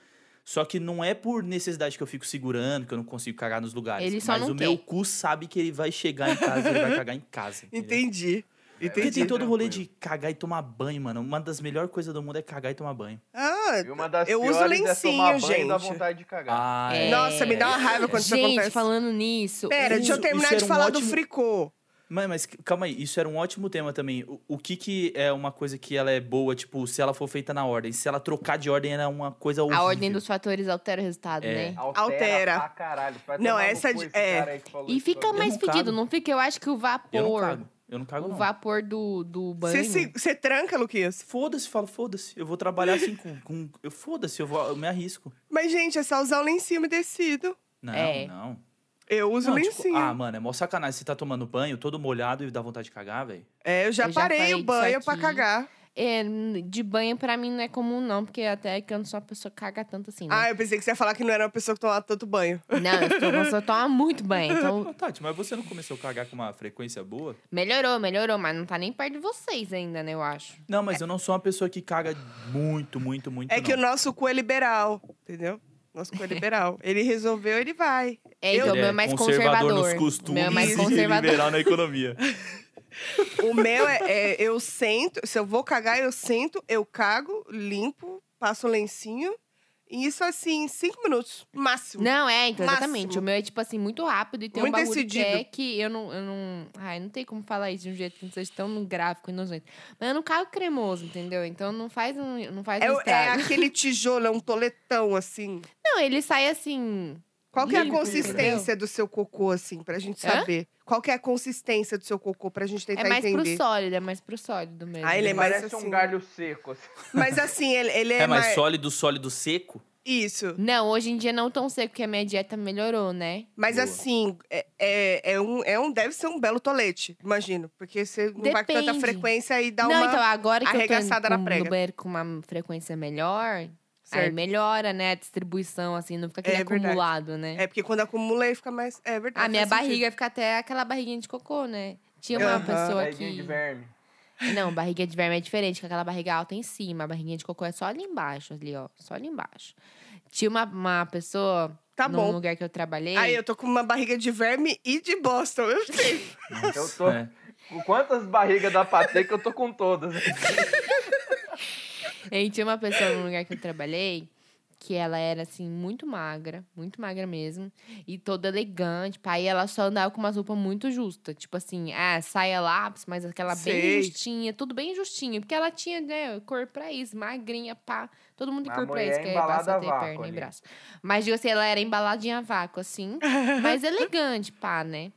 B: Só que não é por necessidade que eu fico segurando, que eu não consigo cagar nos lugares.
C: Ele só
B: mas
C: não
B: o
C: quer.
B: meu cu sabe que ele vai chegar em casa, ele vai cagar em casa. entendeu?
A: Entendi.
B: Porque tem
A: Entendi.
B: todo o rolê de cagar e tomar banho, mano. Uma das melhores coisas do mundo é cagar e tomar banho.
A: Ah,
D: E uma das
A: Eu uso
D: piores é tomar banho
A: lencinho,
D: e dar
A: gente.
D: vontade de cagar.
B: Ah,
C: É.
A: nossa, me dá uma raiva quando isso
C: Gente,
A: acontece.
C: falando nisso.
A: Pera,
C: o-
A: deixa eu
B: isso-
A: terminar
B: isso era
A: de
B: um
A: falar do
B: ótimo-
A: fricô.
B: Mas, mas calma aí, isso era um ótimo tema também. O, o que que é uma coisa que ela é boa, tipo, se ela for feita na ordem? Se ela trocar de ordem, ela é uma coisa horrível.
C: A ordem dos fatores altera o resultado,
B: É.
C: né?
A: Altera.
D: pra caralho. Vai
A: Não,
D: tomar no
A: essa
D: cu
A: de-
D: esse
A: é.
D: cara aí que falou
C: E
D: isso
C: fica
D: pra mim.
B: não
C: mais
B: cago.
C: fedido, não fica? Eu acho que
B: Eu
C: o
B: não
C: vapor.
B: cago, eu não cago
C: O
B: não.
C: vapor do, do
A: Você
C: banho.
A: se- você tranca, Luquias?
B: Foda-se, falo, foda-se. Eu vou trabalhar assim com... com eu, foda-se, eu, vou- eu me arrisco.
A: Mas, gente, é só usar o lencinho umedecido.
B: Não,
C: É.
B: não.
A: Eu uso
B: Não, tipo,
A: lencinho.
B: ah, mano, é mó sacanagem. Você tá tomando banho, todo molhado e dá vontade de cagar, velho.
A: é, eu já
C: eu já
A: parei
C: falei
A: o
C: disso
A: banho pra
C: aqui.
A: cagar.
C: É, de banho pra mim não é comum, não, porque até que eu não sou uma pessoa que caga tanto assim, né?
A: Ah, eu pensei que você ia falar que não era uma pessoa que tomava tanto banho.
C: Não, eu sou uma pessoa que toma muito banho. Então,
B: Ô, Tati, mas você não começou a cagar com uma frequência boa?
C: melhorou, melhorou, mas não tá nem perto de vocês ainda, né, eu acho.
B: Não, mas eu não sou uma pessoa que caga muito, muito, muito.
A: É que o
B: não.
A: nosso cu é liberal, entendeu? Nosso cu é liberal. ele resolveu, ele vai.
C: É,
A: Eu-
C: então,
B: Ele
C: meu
B: é
C: é mais
B: conservador,
C: conservador.
B: nos costumes
C: Meu é mais
B: e
C: conservador.
B: liberal na economia.
A: O meu é, é, eu sento, se eu vou cagar, eu sento, eu cago, limpo, passo um lencinho. E isso assim, cinco minutos, máximo.
C: Não, é, então,
A: Máximo.
C: exatamente. O meu é, tipo assim, muito rápido e tem
A: Muito
C: um bagulho
A: decidido.
C: que é que eu não, eu não... Ai, não tem como falar isso de um jeito que não seja tão gráfico e nojento. Mas eu não cago cremoso, entendeu? Então não faz um, não faz
A: É,
C: um
A: o- é
C: estrago.
A: aquele tijolo, é um toletão, assim.
C: Não, ele sai assim...
A: Qual que é a
C: Limpo,
A: consistência
C: entendeu?
A: do seu cocô, assim, pra gente
C: Hã?
A: saber? Qual que é a consistência do seu cocô, pra gente tentar
C: É mais
A: entender?
C: pro sólido, é mais pro sólido mesmo.
A: Ah, ele é mais
D: Parece
A: assim.
D: um galho seco. assim.
A: Mas assim, ele, ele é,
B: É mais sólido, sólido seco?
A: Isso.
C: Não, hoje em dia não tão seco, porque a minha dieta melhorou, né?
A: Mas
B: Boa.
A: assim, é, é- é um, é um, deve ser um belo tolete, imagino. Porque você não vai com tanta
C: Depende.
A: frequência e dá
C: não,
A: uma...
C: então agora que eu tô
A: arregaçada na
C: com-
A: prega.
C: no banheiro com uma frequência melhor, aí
A: Certo.
C: melhora, né? A distribuição, assim, não fica aquele
A: É verdade.
C: acumulado, né?
A: É porque quando acumula aí fica mais... É verdade.
C: A minha
A: faz sentido.
C: barriga fica até aquela barriguinha de cocô, né? Tinha uma
A: Aham,
C: pessoa
D: Barriguinha de
C: que.
D: verme.
C: Não, barriga de verme é diferente, que aquela barriga alta é em cima. A barriguinha de cocô é só ali embaixo, ali, ó. Só ali embaixo. Tinha uma, uma pessoa
A: Tá
C: num
A: bom.
C: lugar que eu trabalhei.
A: Aí eu tô com uma barriga de verme e de bosta, eu sei.
D: Eu tô-
B: É.
D: Com quantas barrigas da Patê que eu tô com todas.
C: E tinha uma pessoa no lugar que eu trabalhei que ela era assim muito magra, muito magra mesmo, e toda elegante, pá, e ela só andava com umas roupas muito justas, tipo assim, ah, saia lápis, mas aquela
A: Sei.
C: bem justinha, tudo bem justinho, porque ela tinha, né, cor pra isso, magrinha, pá, todo mundo tem
D: A
C: cor pra
D: mulher
C: isso, que é
D: embalada a
C: basta ter
D: vácuo
C: perna e
D: ali.
C: braço. Mas digo assim, ela era embaladinha a vácuo assim, mas elegante, pá, né?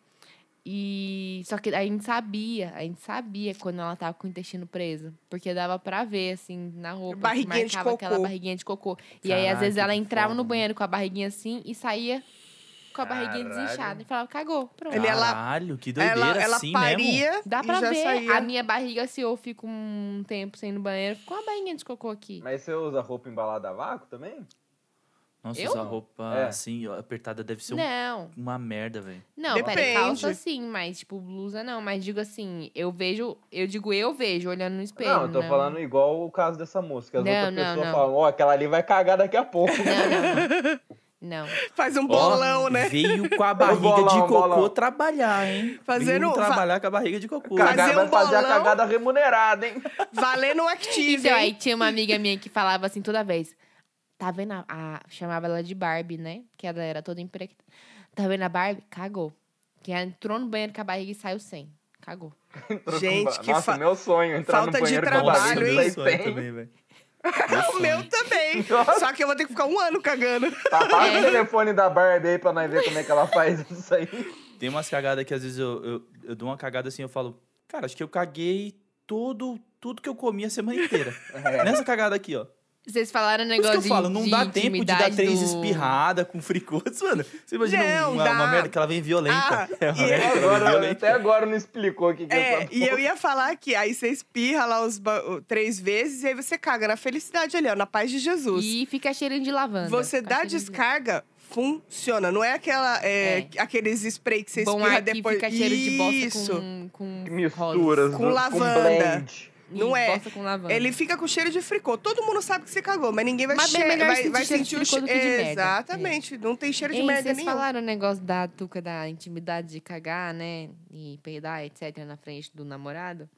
C: E só que a gente sabia, a gente sabia quando ela tava com o intestino preso, porque dava pra ver assim na roupa, que
A: Barriguinha de
C: marcava aquela
A: cocô.
C: barriguinha de cocô. E aí às
B: Caraca,
C: vezes ela
B: que
C: entrava no
B: foda.
C: banheiro com a barriguinha assim e saía com a barriguinha
D: Caralho.
C: desinchada e falava: "Cagou, pronto".
A: Ele é lá-
B: Caralho, que doideira,
A: Ela, ela
B: assim mesmo?
A: paria
C: Dá
A: e
C: pra
A: já
C: ver.
A: saía.
C: A minha barriga, se eu fico um tempo sem ir no banheiro, ficou uma barriguinha de cocô aqui.
D: Mas você usa roupa embalada a vácuo também?
B: Nossa,
C: Eu?
B: essa roupa
D: É.
B: assim, ó, apertada deve ser um-
A: Né?
C: Não.
B: uma merda, velho.
C: Não, pera,
A: Depende.
C: calça sim, mas tipo, blusa não. Mas digo assim, eu vejo, eu digo eu vejo, olhando no espelho. né?
D: não, eu tô falando igual o caso dessa moça. Que as
C: Não,
D: outras
C: não,
D: pessoas
C: não.
D: falam, ó, aquela ali vai cagar daqui a pouco.
C: Não, não. não.
A: Faz um
B: Ó,
A: bolão, né?
B: Veio com a barriga de
D: Um bolão,
B: cocô
D: bolão.
B: trabalhar, hein?
A: Fazendo-
B: Veio trabalhar com a barriga de cocô.
A: um Fazer
D: Cagar,
A: um
D: vai fazer
A: bolão.
D: a cagada remunerada, hein?
A: Valendo um Active,
C: Então, aí
A: hein?
C: tinha uma amiga minha que falava assim toda vez. Tá vendo a, a- Chamava ela de Barbie, né? Que ela era toda empregada. Tá vendo a Barbie? Cagou. Que ela entrou no banheiro com a barriga e saiu sem. Cagou.
A: Gente, que
D: Nossa,
A: fa-
D: meu sonho, entrar
A: falta de
D: no banheiro com a
A: trabalho,
D: barriga
A: hein?
D: sem
B: Meu sonho
D: pé.
B: também, velho.
A: O meu também. Só que eu vou ter que ficar um ano cagando.
D: Tá, passa
C: É.
D: o telefone da Barbie aí pra nós ver como é que ela faz isso aí.
B: Tem umas cagadas que às vezes eu, eu, eu dou uma cagada assim, eu falo, cara, acho que eu caguei todo, tudo que eu comi a semana inteira. Nessa cagada aqui, ó.
C: Vocês falaram um
B: Por isso que
C: negócio
B: eu falo,
C: de,
B: não
C: de
B: dá tempo de dar
C: intimidade
B: três
C: do-
B: espirradas com fricotes, mano. Você imagina um,
A: Não,
B: uma,
A: dá.
B: uma merda que ela vem
A: Ah,
B: violenta. é uma
A: e-
B: merda que ela vem
D: Agora,
B: violenta.
D: até agora não explicou o que, que é
A: É,
D: essa
A: e eu ia falar que aí você espirra lá os ba- o- três vezes e aí você caga na felicidade ali, ó, na paz de Jesus.
C: E fica cheirinho de lavanda.
A: Você
C: Fica
A: dá
C: cheirinho de-
A: descarga, funciona. Não é aquela é, aqueles spray que você
C: Bom
A: espirra
C: ar que
A: depois.
C: fica cheiro de bosta
A: Isso.
C: com, com
D: misturas
A: Com
D: do-
A: lavanda.
D: blend.
C: rosa.
A: não
C: Isso,
A: é.
C: Bosta com lavanda.
A: Ele fica com cheiro de fricô. Todo mundo sabe que você cagou, mas ninguém vai,
C: Mas bem
A: che-
C: melhor
A: vai,
C: sentir
A: vai
C: cheiro de
A: sentir o
C: fricô do que de merda.
A: Exatamente. Não tem cheiro de
C: Ei,
A: merda
C: vocês
A: nenhum.
C: falaram o negócio da tuca da intimidade de cagar, né? E peidar, etc, na frente do namorado.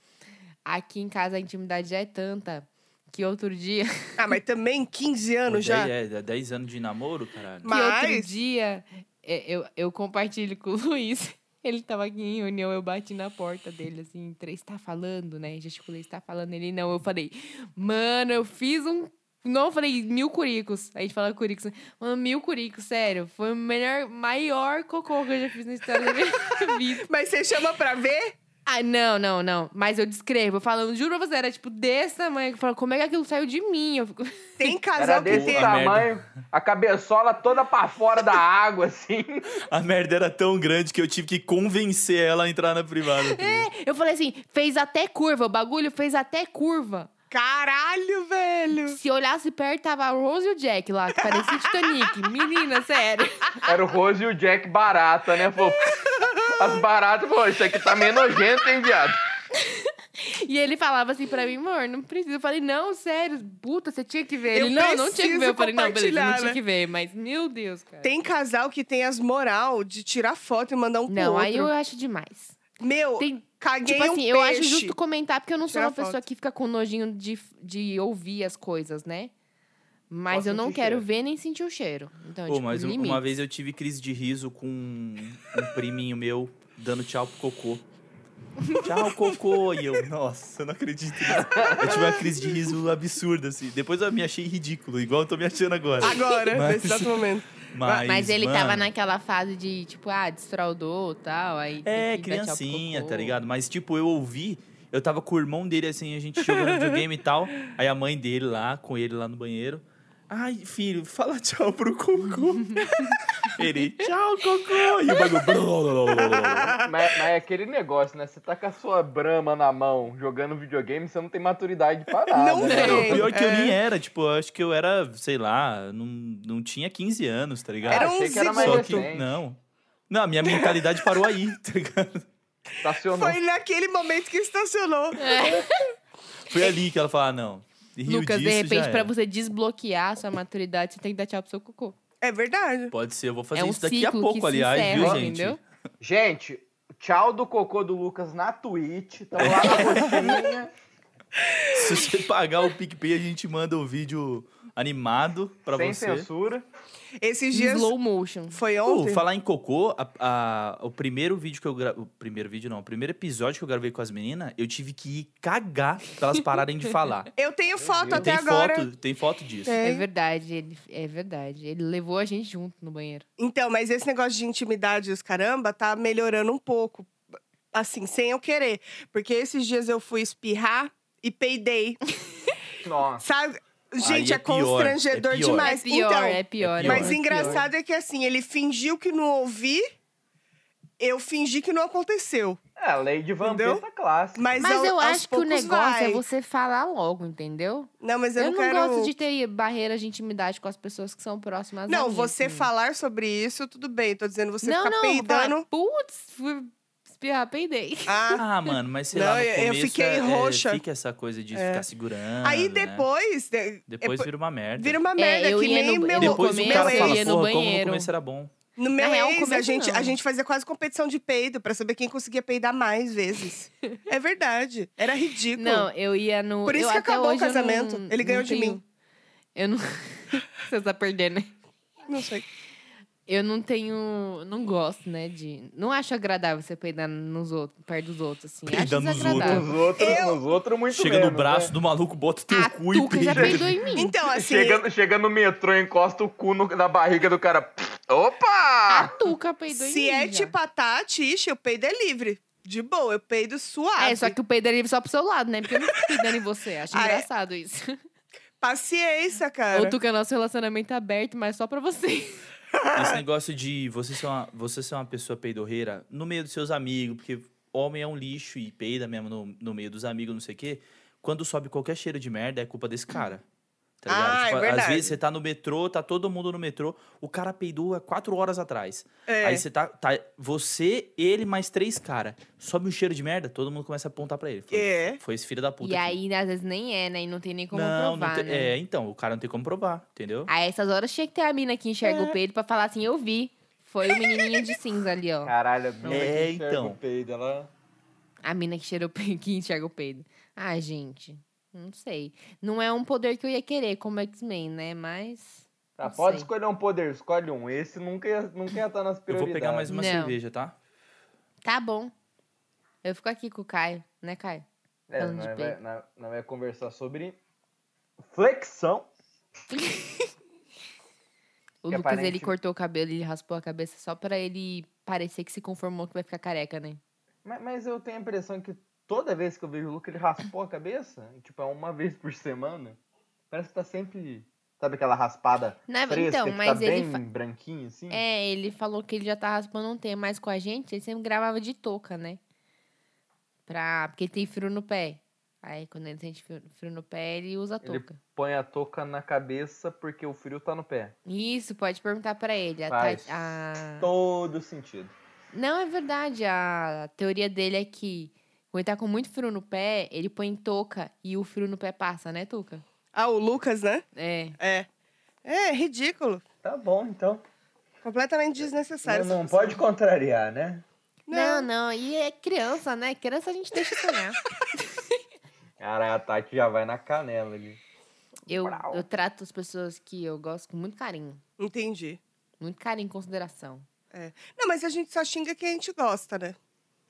C: Aqui em casa a intimidade já é tanta que outro dia,
A: Ah, mas também 15 anos
B: Pô,
A: já.
B: dez- É, 10 anos de namoro, caralho.
A: Mas-
C: que outro dia é, eu, eu compartilho com o Luiz. Ele tava aqui em reunião, eu bati na porta dele, assim, três, tá falando, né? Gesticulei, está falando. Ele não, eu falei, mano, eu fiz um. Não, eu falei mil curicos. A gente fala curicos. né? Mano, mil curicos, sério. Foi o melhor, maior cocô que eu já fiz na história da minha vida.
A: Mas você chama pra ver?
C: Ah, não, não, não. Mas eu descrevo. Eu falo, juro pra você, era tipo desse tamanho. Eu falo, como é que aquilo saiu de mim? Eu fico...
A: Tem
D: Era
A: casal é que
D: desse
A: tem.
B: a merda.
D: tamanho, a cabeçola toda pra fora da água, assim.
B: A merda era tão grande que eu tive que
C: É,
B: convencer ela a entrar na privada. tá
C: Eu falei assim, fez até curva. O bagulho fez até curva.
A: Caralho, velho!
C: Se olhasse perto, tava a Rose e o Jack lá, que parecia o Titanic. Menina, sério.
D: Era o Rose e o Jack barata, né? Pô, as baratas, pô, isso aqui tá meio nojento, hein, viado?
C: E ele falava assim pra mim, amor, não precisa. Eu falei, não, sério, puta, você tinha que ver.
A: Eu
C: Ele, não, não tinha que ver.
A: preciso
C: Eu falei, não, beleza, não
A: compartilhar,
C: tinha
A: né?
C: que ver. Mas, meu Deus, cara.
A: Tem casal que tem as moral de tirar foto e mandar um
C: não,
A: pro
C: aí eu
A: outro.
C: acho demais.
A: Meu,
C: Tem,
A: caguei
C: tipo
A: um
C: assim,
A: peixe.
C: eu acho justo comentar, porque eu não sou
A: Tirar
C: uma pessoa
A: foto.
C: que fica com nojinho de, de ouvir as coisas, né? Mas
D: Posso
C: eu não
D: sentir o
C: quero
D: cheiro.
C: ver nem sentir o cheiro. Então,
B: Pô,
C: tipo,
B: mas um-
C: limite.
B: uma vez eu tive crise de riso com um um priminho meu dando tchau pro cocô. Tchau, cocô! E eu, nossa, eu não acredito nisso. Eu tive uma crise de riso absurda, assim. Depois eu me achei ridículo, igual eu tô me achando agora.
A: Agora,
B: Mas-
A: nesse exato momento.
B: Mas,
C: Ah, Mas ele
B: mano,
C: tava naquela fase de, tipo, ah, destraudou e tal. Aí
B: É,
C: tem que dar tchau pro
B: criancinha,
C: cocô.
B: tá ligado? Mas, tipo, eu ouvi, eu tava com o irmão dele, assim, a gente jogando videogame e tal. Aí a mãe dele lá, com ele lá no banheiro. Ai, filho, fala tchau pro cocô. ele, tchau, cocô. E o bagulho.
D: Mas, mas é aquele negócio, né? Você tá com a sua brama na mão jogando videogame, você não tem maturidade pra nada.
A: Não
D: né?
A: tem.
B: Não, pior que eu
A: É.
B: nem era, tipo, eu acho que eu era, sei lá, não, não tinha 15 anos, tá ligado?
A: Era
D: Achei
A: um
D: que era mais
B: Só que,
D: recente.
B: não. Não, a minha mentalidade parou aí, tá ligado?
D: Estacionou.
A: Foi naquele momento que estacionou.
B: Foi ali que ela falou, ah, não. Rio disso,
C: Lucas, de
B: já
C: repente, pra
B: era.
C: você desbloquear a sua maturidade, você tem que dar tchau pro seu cocô.
A: É verdade.
B: Pode ser, eu vou fazer
C: é um
B: isso daqui a
C: ciclo
B: pouco,
C: que
B: aliás,
C: se encerra,
B: viu, gente?
C: entendeu?
D: Gente, tchau do cocô do Lucas na Twitch. Tamo lá na coxinha.
B: Se você pagar o PicPay, a gente manda o vídeo animado pra
D: sem
B: você.
D: censura.
A: Esses
C: Em
A: dias.
C: Um slow motion.
A: Foi
B: Pô,
A: ontem?
B: falar em cocô, a- a- o primeiro vídeo que eu gravei. O primeiro vídeo não, o primeiro episódio que eu gravei com as meninas, eu tive que ir cagar pra elas pararem de falar.
A: Eu tenho foto
D: Deus.
A: até
B: tem
A: agora.
B: foto, tem foto disso.
A: Tem.
C: É verdade, ele, é verdade. Ele levou a gente junto no banheiro.
A: Então, mas esse negócio de intimidade e os caramba tá melhorando um pouco. Assim, sem eu querer. Porque esses dias eu fui espirrar e peidei.
D: Nossa.
A: Sabe? Gente,
B: é
A: é,
B: pior,
A: constrangedor
B: é pior.
A: demais.
C: é pior,
A: então,
C: é pior.
B: é pior.
A: mas engraçado é que assim, ele fingiu que não ouvi, eu fingi que não aconteceu.
D: É, a lei de vampeta
A: Entendeu?
D: clássica.
A: Mas,
C: Mas
A: ao-
C: eu
A: aos
C: acho que o
A: poucos
C: negócio
A: vai.
C: é você falar logo, entendeu?
A: Não, mas eu,
C: Eu, não,
A: quero.
C: gosto de ter barreiras de intimidade com as pessoas que são próximas a
A: Não,
C: mim,
A: você
C: assim.
A: falar sobre isso, tudo bem. Tô dizendo você
C: não,
A: ficar
C: não,
A: peidando.
C: falar, putz, fui espirrar, peidei.
A: Ah,
B: Ah, mano, mas sei
A: Não,
B: lá, no
A: eu- eu
B: começo
A: fiquei
B: é- é-
A: roxa. É.
B: fica essa coisa de ficar segurando.
A: Aí
B: né?
A: depois. de-
B: Depois
A: é,
B: vira uma merda.
A: vira um uma
C: É,
A: merda,
C: eu
A: que
C: ia
A: nem
C: no-
A: meu,
C: eu
B: Depois
A: meu
B: o
C: começo,
B: cara
A: ex.
B: fala,
C: ia no
B: porra, como no
C: banheiro."
B: começo era bom.
A: No meu
C: real,
A: ex, a
C: começo
A: gente, a
C: não.
A: gente fazia quase competição de peido pra saber quem conseguia peidar mais vezes. é verdade. Era ridículo.
C: Não, eu ia no.
A: Tipo, Por isso
C: eu
A: que
C: até
A: acabou o
C: hoje eu não-
A: casamento. Ele
C: não
A: ganhou de
C: tenho-
A: mim.
C: Eu não. Você tá perdendo.
A: Não sei.
C: Eu não tenho. Não gosto, né? De. Não acho agradável você peidar nos outros, perto dos outros, assim.
B: Peidar
C: acho
B: nos
C: desagradável.
D: Nos outros,
A: Eu-
D: nos outros, muito
B: Chega
D: menos,
B: no braço
D: né?
B: do maluco, bota o teu
A: Ah,
C: A
B: cu e
C: Tuca já
B: peida.
C: peidou em mim.
A: Então, assim.
D: Chega, chega no metrô, encosta o cu no- na barriga do cara. Opa!
C: A Tuca peidou em mim.
A: Se é
C: já.
A: tipo a ixi, o peido é livre. De boa, eu peido suave.
C: É, só que o peido é livre só pro seu lado, né? Porque eu não tô peidando em você. Acho
A: Ah, é?
C: engraçado isso.
A: Paciência, cara.
C: Ou Tuca, nosso relacionamento é aberto, mas só pra você.
B: Esse negócio de você ser, uma, você ser uma pessoa peidorreira no meio dos seus amigos, porque homem é um lixo e peida mesmo no, no meio dos amigos, não sei o quê. Quando sobe qualquer cheiro de merda, é culpa desse cara. Tá ligado?
A: Ah, é
B: Às
A: verdade.
B: vezes você tá no metrô, tá todo mundo no metrô, o cara peidou há quatro horas atrás.
A: É.
B: Aí você tá, tá. Você, ele, mais três cara. Sobe um cheiro de merda, todo mundo começa a apontar pra ele. Fala,
A: É.
B: Foi esse filho da puta.
C: e
B: aqui."
C: aí, às vezes, nem é, né? E não tem nem como
B: não,
C: provar,
B: não tem,
C: né?
B: É, então, o cara não tem como provar, entendeu?
C: A essas horas tinha que ter a mina que enxerga
B: É.
C: o peido pra falar assim, eu vi. Foi o menininho de cinza ali, ó.
D: Caralho, a mina
B: É,
D: que enxerga
B: então.
D: o peido, ela...
C: A mina que cheira o peido, que enxerga o peido. Ah, gente, não sei. Não é um poder que eu ia querer como X-Men, né? Mas.
D: Tá,
C: Não
D: pode
C: sei.
D: escolher um poder, escolhe um. Esse nunca ia, nunca ia estar nas
B: Eu vou
D: prioridades.
B: pegar mais uma
C: Não.
B: cerveja, tá?
C: tá né,
D: É, tipo, é tá assim?
C: É, Né, então, tá um né? Aí quando ele sente frio frio no pé, ele usa a
D: Ele-
C: touca.
D: Põe a touca na cabeça porque o frio tá no pé.
C: Isso, pode perguntar pra ele. A
D: Faz.
C: Tati- a-
D: Todo sentido.
C: Não, é verdade. A teoria dele é que quando ele tá com muito frio no pé, ele põe touca e o frio no pé passa, né, Tuca?
A: Ah, o Lucas, né?
C: É.
A: É. É, ridículo.
D: Tá bom, então.
A: Completamente desnecessário.
D: É, não
A: essa
D: não
A: pessoa.
D: pode contrariar, né?
C: Não, não. E é criança, né? Criança a gente deixa sonhar.
D: Cara, a Tati já vai na canela ali.
C: Eu,
D: Brau.
C: eu trato as pessoas que eu gosto com muito carinho.
A: Entendi.
C: Muito carinho e consideração.
A: Não, mas a gente só xinga quem a gente gosta, né?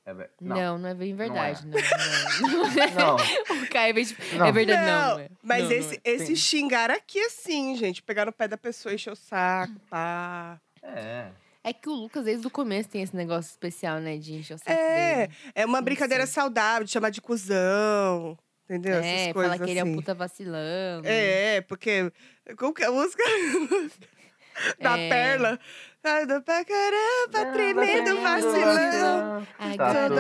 D: É ver-
C: Não,
D: não.
C: não, é bem verdade. Não,
D: Não.
C: não. O Caio, é bem-
D: Não.
C: é verdade, não. é.
A: Mas
C: Não, não
A: esse,
C: é.
A: esse
D: Sim.
A: xingar aqui, assim, gente. Pegar no pé da pessoa, encher o
C: Hum.
A: saco, pá.
D: É.
C: É que o Lucas, desde o começo, tem esse negócio especial, né? De encher o saco
A: É,
C: dele.
A: é uma
C: Não
A: brincadeira
C: sei.
A: saudável, de chamar de cuzão. Entendeu?
C: É,
A: Essas
C: fala
A: coisas
C: que ele é um
A: assim.
C: puta vacilão.
A: É, porque qualquer música da
C: É. Ah,
A: perla. Ai, do pé, caramba, tremendo,
C: tá tremendo,
A: vacilão.
C: vacilão. Ai,
D: Tá
A: toda
D: tudo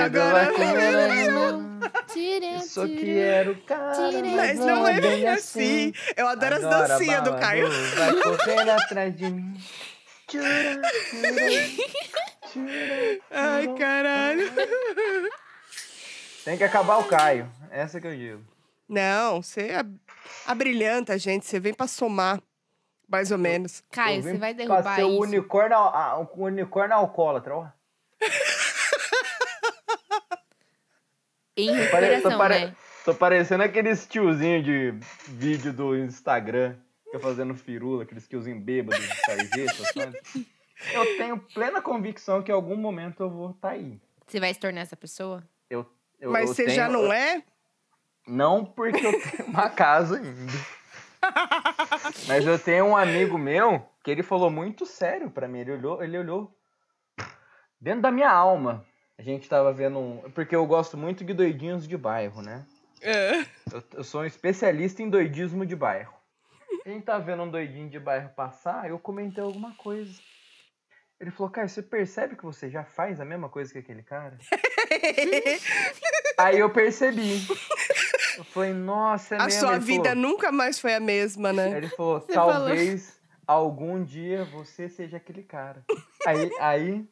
D: arrependido
A: agora.
C: agora.
D: um Isso que era o cara. né?
C: Tira,
A: Mas não é bem assim. Eu adoro as dancinhas do Caio.
D: Vai correndo atrás de mim. Tira, tira, tira.
A: Ai, caralho.
D: Tem que acabar o Caio. Essa que eu digo.
A: Não, você ab- abrilhanta a gente, você vem pra somar, mais ou menos.
C: Caio,
D: Eu vim
C: você vai
D: pra
C: derrubar
D: ser
C: isso.
D: o unicórnio, al- ah, o unicórnio alcoólatra, ó.
C: Em
D: Pare-
C: recuperação,
D: tô, pare-
C: né?
D: tô parecendo aqueles tiozinho de vídeo do Instagram, fica fazendo firula, aqueles tiozinho bêbados de sarjeta, sabe? Eu tenho plena convicção que em algum momento eu vou tá aí.
C: Você vai se tornar essa pessoa?
D: Eu-
A: Mas
D: eu
A: você
D: tenho-
A: já não é?
D: Não porque eu tenho uma casa ainda. Mas eu tenho um amigo meu que ele falou muito sério pra mim. Ele olhou, ele olhou dentro da minha alma. A gente tava vendo um. Porque eu gosto muito de doidinhos de bairro, né?
A: É.
D: Eu, eu sou um especialista em doidismo de bairro. A gente tá vendo um doidinho de bairro passar, eu comentei alguma coisa. Ele falou, cara, você percebe que você já faz a mesma coisa que aquele cara? Aí eu percebi. Eu falei, nossa, é
A: A
D: mesmo.
A: sua
D: Ele
A: vida
D: falou-
A: nunca mais foi a mesma,
D: Aí
A: né?
D: Ele falou,
C: Você
D: talvez algum dia você seja aquele cara. Aí, aí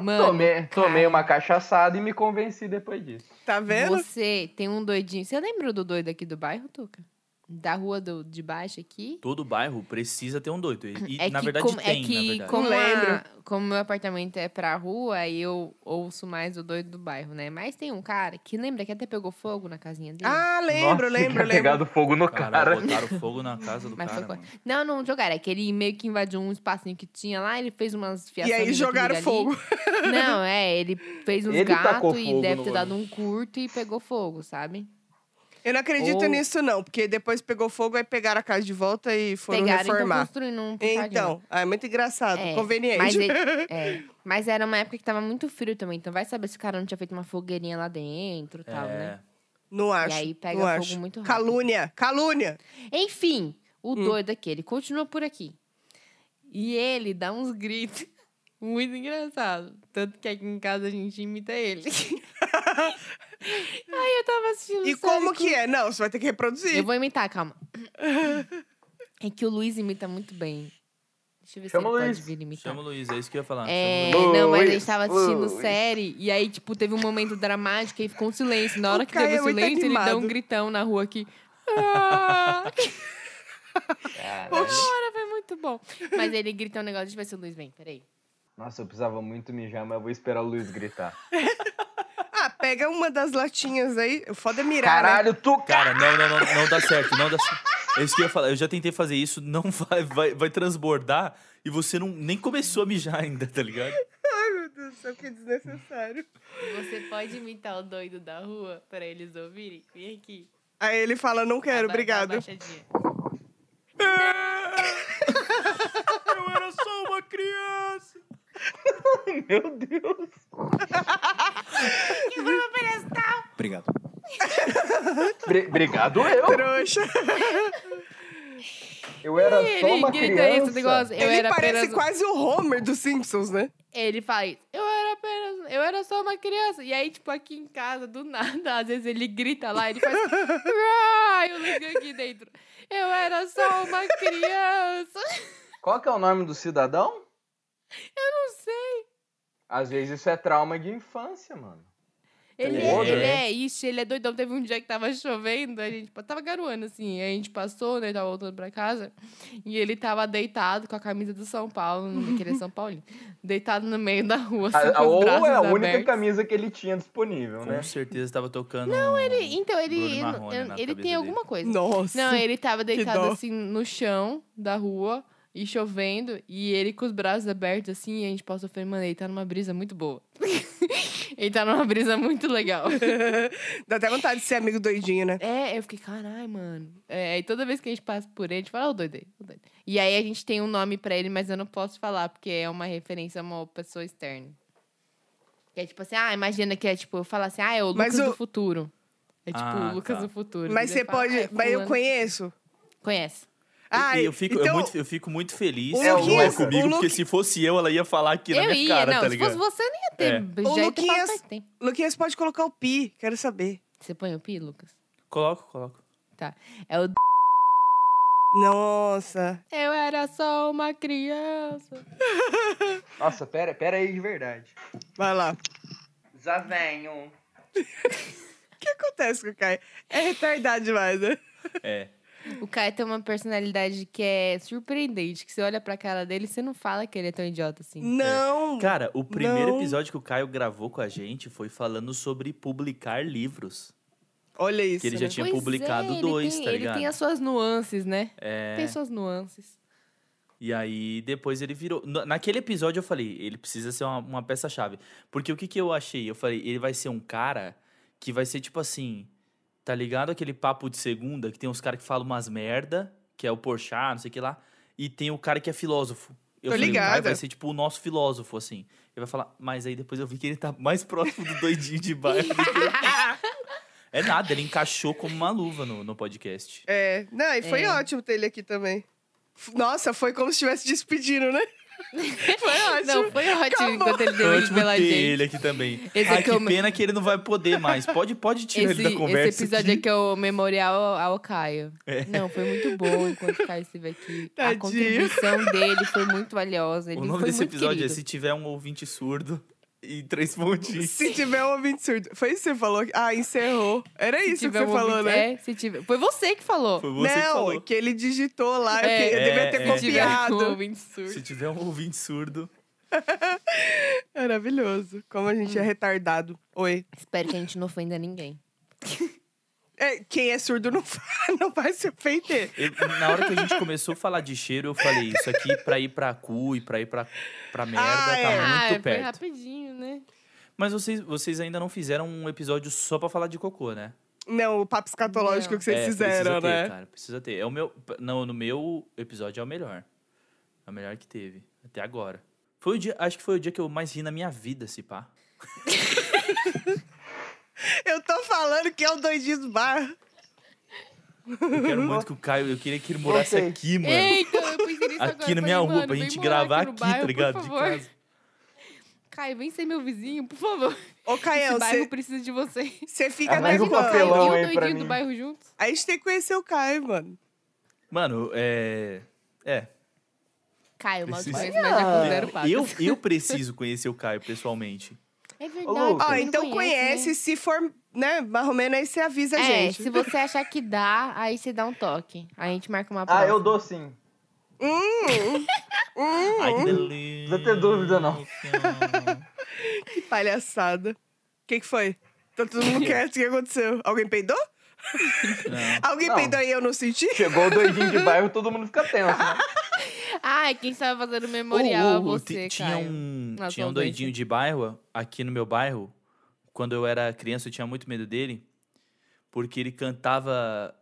C: Mano,
D: tomei, tomei
C: cara.
D: uma cachaçada e me convenci depois disso.
A: Tá vendo?
C: você tem um doidinho. Você lembra do doido aqui do bairro, Tuca? Da rua do, de baixo aqui?
B: Todo bairro precisa ter um doido. E, na
C: que
B: verdade,
C: como-
B: tem,
C: é
B: na
C: que
B: verdade.
C: Como,
A: Não
C: a-
A: lembro.
C: como meu apartamento é pra rua, aí eu ouço mais o doido do bairro, né? Mas tem um cara que lembra que até pegou fogo na casinha dele.
A: Ah,
D: Nossa,
A: lembro, lembro,
D: tinha
A: lembro.
D: pegado fogo no
B: Caralho,
D: cara.
B: botaram fogo na casa do
C: Mas
B: cara,
C: foi-
B: mano.
C: Não, não jogaram. É que ele meio que invadiu um espacinho que tinha lá, ele fez umas
A: E
C: fiações.
A: aí
C: daqui,
A: jogaram
C: dali.
A: fogo.
C: Não, é, ele fez uns
D: Ele tacou
C: gatos
D: fogo
C: e
D: no
C: deve ter dado
D: bagulho.
C: um curto e pegou fogo, sabe?
A: Eu não acredito
C: Ou-
A: nisso, não, porque depois pegou fogo, aí pegaram a casa de volta e foram
C: Pegaram então
A: reformar.
C: construindo um puxadinho.
A: Então, ah, é muito engraçado,
C: É,
A: conveniente.
C: Mas, ele- é, mas era uma época que tava muito frio também, então vai saber se o cara não tinha feito uma fogueirinha lá dentro e
B: É,
C: tal, né?
A: Não acho.
C: aí pega
A: não
C: fogo
A: acho.
C: muito rápido.
A: Calúnia, calúnia.
C: Enfim, o
A: É. Hum.
C: doido aqui, ele continua por aqui. E ele dá uns gritos muito engraçados. Tanto que aqui em casa a gente imita ele. Aí eu tava assistindo.
A: E
C: série
A: como
C: com-
A: que é? Não, você vai ter que reproduzir.
C: Eu vou imitar, calma. É que o Luiz imita muito bem. Deixa eu ver
D: Chama
C: se
D: o
C: ele
D: Luiz.
C: pode vir imitar.
B: Chama o Luiz, é isso que eu ia falar.
C: É,
B: Chama o Luiz.
C: não, mas a
D: Luiz,
C: gente tava assistindo
D: Luiz.
C: série e aí, tipo, teve um momento dramático e ficou um silêncio. Na hora que
A: Caio
C: teve
A: é
C: o
A: muito
C: silêncio, ele dá
A: animado.
C: um gritão na rua aqui. Ah!
D: Caralho.
C: Cara, foi muito bom. Mas ele grita um negócio, deixa eu ver se o Luiz vem, peraí.
D: Nossa, eu precisava muito mijar, mas eu vou esperar o Luiz gritar.
A: Ah, pega uma das latinhas aí. O foda é mirar, né?
D: Caralho, tu,
B: Cara, não, não, não, não dá certo, não dá certo. É isso que eu ia falar. Eu já tentei fazer isso, não vai, vai, vai transbordar e você não, nem começou a mijar ainda, tá ligado?
A: Ai, meu Deus do céu, que desnecessário.
C: Você pode imitar o doido da rua pra eles ouvirem? Vem aqui.
A: Aí ele fala, não quero,
C: Aba-
A: obrigado.
C: abaixadinha.
B: Eu era só uma criança.
D: Meu Deus.
C: tá,
E: Obrigado.
D: Bri- Obrigado eu.
A: Trouxa.
D: Eu era só
C: Ele
D: uma
C: grita
D: criança.
C: esse negócio. Eu
A: ele
C: era
A: parece
C: apenas...
A: quase o Homer dos Simpsons, né?
C: Ele faz. Eu era apenas. Eu Eu era só uma criança. E aí, tipo, aqui em casa, do nada, às vezes ele grita lá, ele faz. assim, "Uá", e o Luiz aqui dentro. Eu era só uma criança.
D: Qual que é o nome do cidadão?
C: Não sei.
D: Às vezes isso é trauma de infância, mano.
C: Ele,
B: Tem
C: é,
B: outro,
C: ele
B: né?
C: é isso, ele é doidão. Teve um dia que tava chovendo, a gente tipo, tava garoando assim, aí a gente passou, né? Tava voltando pra casa. E ele tava deitado com a camisa do São Paulo, que ele é São Paulino, deitado no meio da rua. Assim,
D: A-
C: com os
D: ou
C: braços
D: é a única
C: abertos.
D: camisa que ele tinha disponível, né?
B: Com certeza tava tocando. um Não,
C: Ele- Então,
B: Bruno
C: ele,
B: Marrone
C: ele,
B: na
C: ele tem
B: cabeça
C: alguma coisa.
A: Nossa.
C: Não, ele tava deitado
A: dó.
C: assim no chão da rua e chovendo, e ele com os braços abertos assim, e a gente passou e falei, mano, ele tá numa brisa muito boa. ele tá numa brisa muito legal.
A: Dá até vontade de ser amigo doidinho, né?
C: É, eu fiquei, caralho, mano. É, e toda vez que a gente passa por ele, a gente fala, ô, doido aí, ô, doido. E aí a gente tem um nome pra ele, mas eu não posso falar, porque é uma referência a uma pessoa externa. Que é tipo assim, ah, imagina que é tipo, eu falar assim, ah, é o
A: Mas
C: Lucas
A: o-
C: do futuro. É tipo,
B: Ah,
C: o Lucas
B: tá.
C: do futuro.
A: Mas
C: Daí
A: você
C: fala,
A: pode.
C: "Ah, é
A: mas eu
C: fulano."
A: conheço.
C: Conhece.
A: Ah,
B: eu, fico, eu,
A: então,
B: muito, eu fico muito feliz
A: O
B: que ela não é
D: Luquinhas-
B: comigo,
A: o
B: porque
A: Luqui-
B: se fosse eu, ela ia falar aqui na
C: eu
B: minha
C: ia,
B: cara,
C: não.
B: tá
C: se
B: ligado?
C: fosse você, nem ia ter.
B: É.
C: Já ia ter falado
A: Luquinhas-
C: faz tempo.
A: Luquinhas pode colocar o pi, quero saber.
C: Você põe o pi, Lucas?
B: Coloco, coloco.
C: É o...
A: Nossa.
C: Eu era só uma criança.
D: Nossa, pera, pera aí de verdade.
A: Vai lá. O
D: Já venho.
A: que acontece com o Caio? É retardado demais, né?
B: É.
C: O Caio tem uma personalidade que é surpreendente, que você olha pra cara dele e você não fala que ele é tão idiota
B: Hum,
C: assim.
A: Não.
B: Cara, o primeiro
A: Não.
B: episódio que o Caio gravou com a gente foi falando sobre publicar livros.
A: Olha isso.
B: Que ele já
A: né?
B: tinha
C: Pois é,
B: publicado
C: ele
B: dois,
C: tem-
B: tá
C: Ele
B: ligado?
C: tem as suas nuances, né?
B: É.
C: Tem suas nuances.
B: E aí depois ele virou. na- Naquele episódio eu falei, ele precisa ser uma, uma peça-chave. Porque o que, que eu achei? Eu falei, ele vai ser um cara que vai ser tipo assim. Tá ligado aquele papo de segunda que tem uns caras que falam umas merda, que é o Porchat, não sei o que lá, e tem o cara que é filósofo. Eu
A: Tô
B: falei, o cara
A: ligada.
B: vai ser tipo o nosso filósofo, assim. Ele vai falar, mas aí depois eu vi que ele tá mais próximo do doidinho de bairro. do que- é nada, ele encaixou como uma luva no, no podcast.
A: É. Não, e foi
C: É.
A: ótimo ter ele aqui também. F- Nossa, foi como se estivesse despedindo, né? foi
C: Não,
A: ótimo.
C: foi ótimo
A: Acabou.
C: enquanto ele deu
B: Foi
C: ele
B: ótimo
C: pela
B: ter
C: um gente.
B: ele aqui também.
C: Esse
B: Ai,
C: aqui
B: que
C: é o me-
B: pena que ele não vai poder mais. Pode, pode tirar
C: Esse,
B: ele da conversa.
C: esse episódio
B: aqui. É.
C: aqui é o memorial ao ao Caio. Não, foi muito bom enquanto o Caio esteve aqui. A
A: Tadinho.
C: contribuição dele foi muito valiosa. Ele
B: O nome
C: foi
B: desse
C: muito
B: episódio é
C: querido.
B: Se Tiver um Ouvinte Surdo e Três Pontinhos.
A: Se tiver um ouvinte surdo. Foi isso que você falou? Ah, encerrou. Era
C: Se
A: isso que
C: tiver
A: você
C: um
A: falou,
C: ouvinte-
A: né?
C: É, se tiver... Foi você que falou.
B: Foi você que
A: não,
B: falou.
A: que ele digitou lá. eu
C: É,
A: que- eu
B: é,
A: devia ter
B: é.
C: Se tiver um
A: copiado.
C: ouvinte surdo.
B: Se tiver um ouvinte surdo.
A: Maravilhoso. Como a
C: Hum.
A: gente é retardado. Oi.
C: Espero que a gente não ofenda ninguém.
A: É, quem é surdo não, fa- não vai se ofender.
B: Eu- na hora que a gente começou a falar de cheiro, eu falei: Isso aqui pra ir pra cu e pra ir pra, pra merda
A: Ah,
B: tá
A: é.
B: muito
C: ah, foi
B: perto.
C: rapidinho, né?
B: Mas vocês, vocês ainda não fizeram um episódio só pra falar de cocô, né?
A: Não, o papo escatológico
C: Não.
A: que vocês
B: É,
A: fizeram,
B: precisa ter,
A: né?
B: Cara, precisa ter. É o meu, não, no meu episódio é o melhor. É o melhor que teve até agora. Foi o dia, acho que foi o dia que eu mais ri na minha vida, se pá.
A: Eu tô falando que é o doidinho do bar.
B: Eu quero muito que o Caio, eu queria que ele morasse
D: Voltei.
B: aqui, mano.
C: Eita, eu pensei nisso agora.
B: aqui na
C: Falei,
B: minha rua,
C: mano,
B: pra
C: vem
B: gente
C: morar
B: gravar
C: no
B: aqui,
C: bairro,
B: tá ligado?
C: Por
B: De
C: favor.
B: casa.
C: Caio, vem ser meu vizinho, por favor.
A: Ô,
B: É,
A: Caio,
C: Esse é bairro
A: você-
C: precisa de você.
A: você fica
D: É, Mas
A: até
D: o
A: quando?
D: papelão
B: um
C: Caio e
D: aí
C: o
D: pra
C: doidinho
D: mim.
C: do bairro juntos.
A: A gente tem que conhecer o Caio, mano.
B: Mano, é. É.
C: Caio, mal te
B: Precisa.
C: conheço, mas já considero patas.
B: Ah, Eu, eu preciso conhecer o Caio pessoalmente.
C: É verdade.
D: Ô, Lucas.
A: Ó,
D: Você
C: você não
A: então conhece,
C: né?
A: se for, né, mais ou menos aí você avisa a
C: É,
A: gente.
C: se você achar que dá, aí você dá um toque. Aí a gente marca uma prova.
D: Ah, eu dou sim.
B: Ai, que delícia.
D: Não tem dúvida, não.
A: Que palhaçada. O que, que foi? Tá todo mundo quieto, o que aconteceu? Alguém peidou?
B: Não.
A: Alguém
D: Não.
A: peidou e eu não senti?
D: Chegou o doidinho de bairro, todo mundo fica tenso, né?
C: Ai, quem estava fazendo o memorial é
B: Ô, ô, ô,
C: você,
B: ti- tinha
C: Caio.
B: um,
C: Nossa,
B: tinha um
C: ausência.
B: doidinho de bairro, aqui no meu bairro, quando eu era criança eu tinha muito medo dele, porque ele cantava,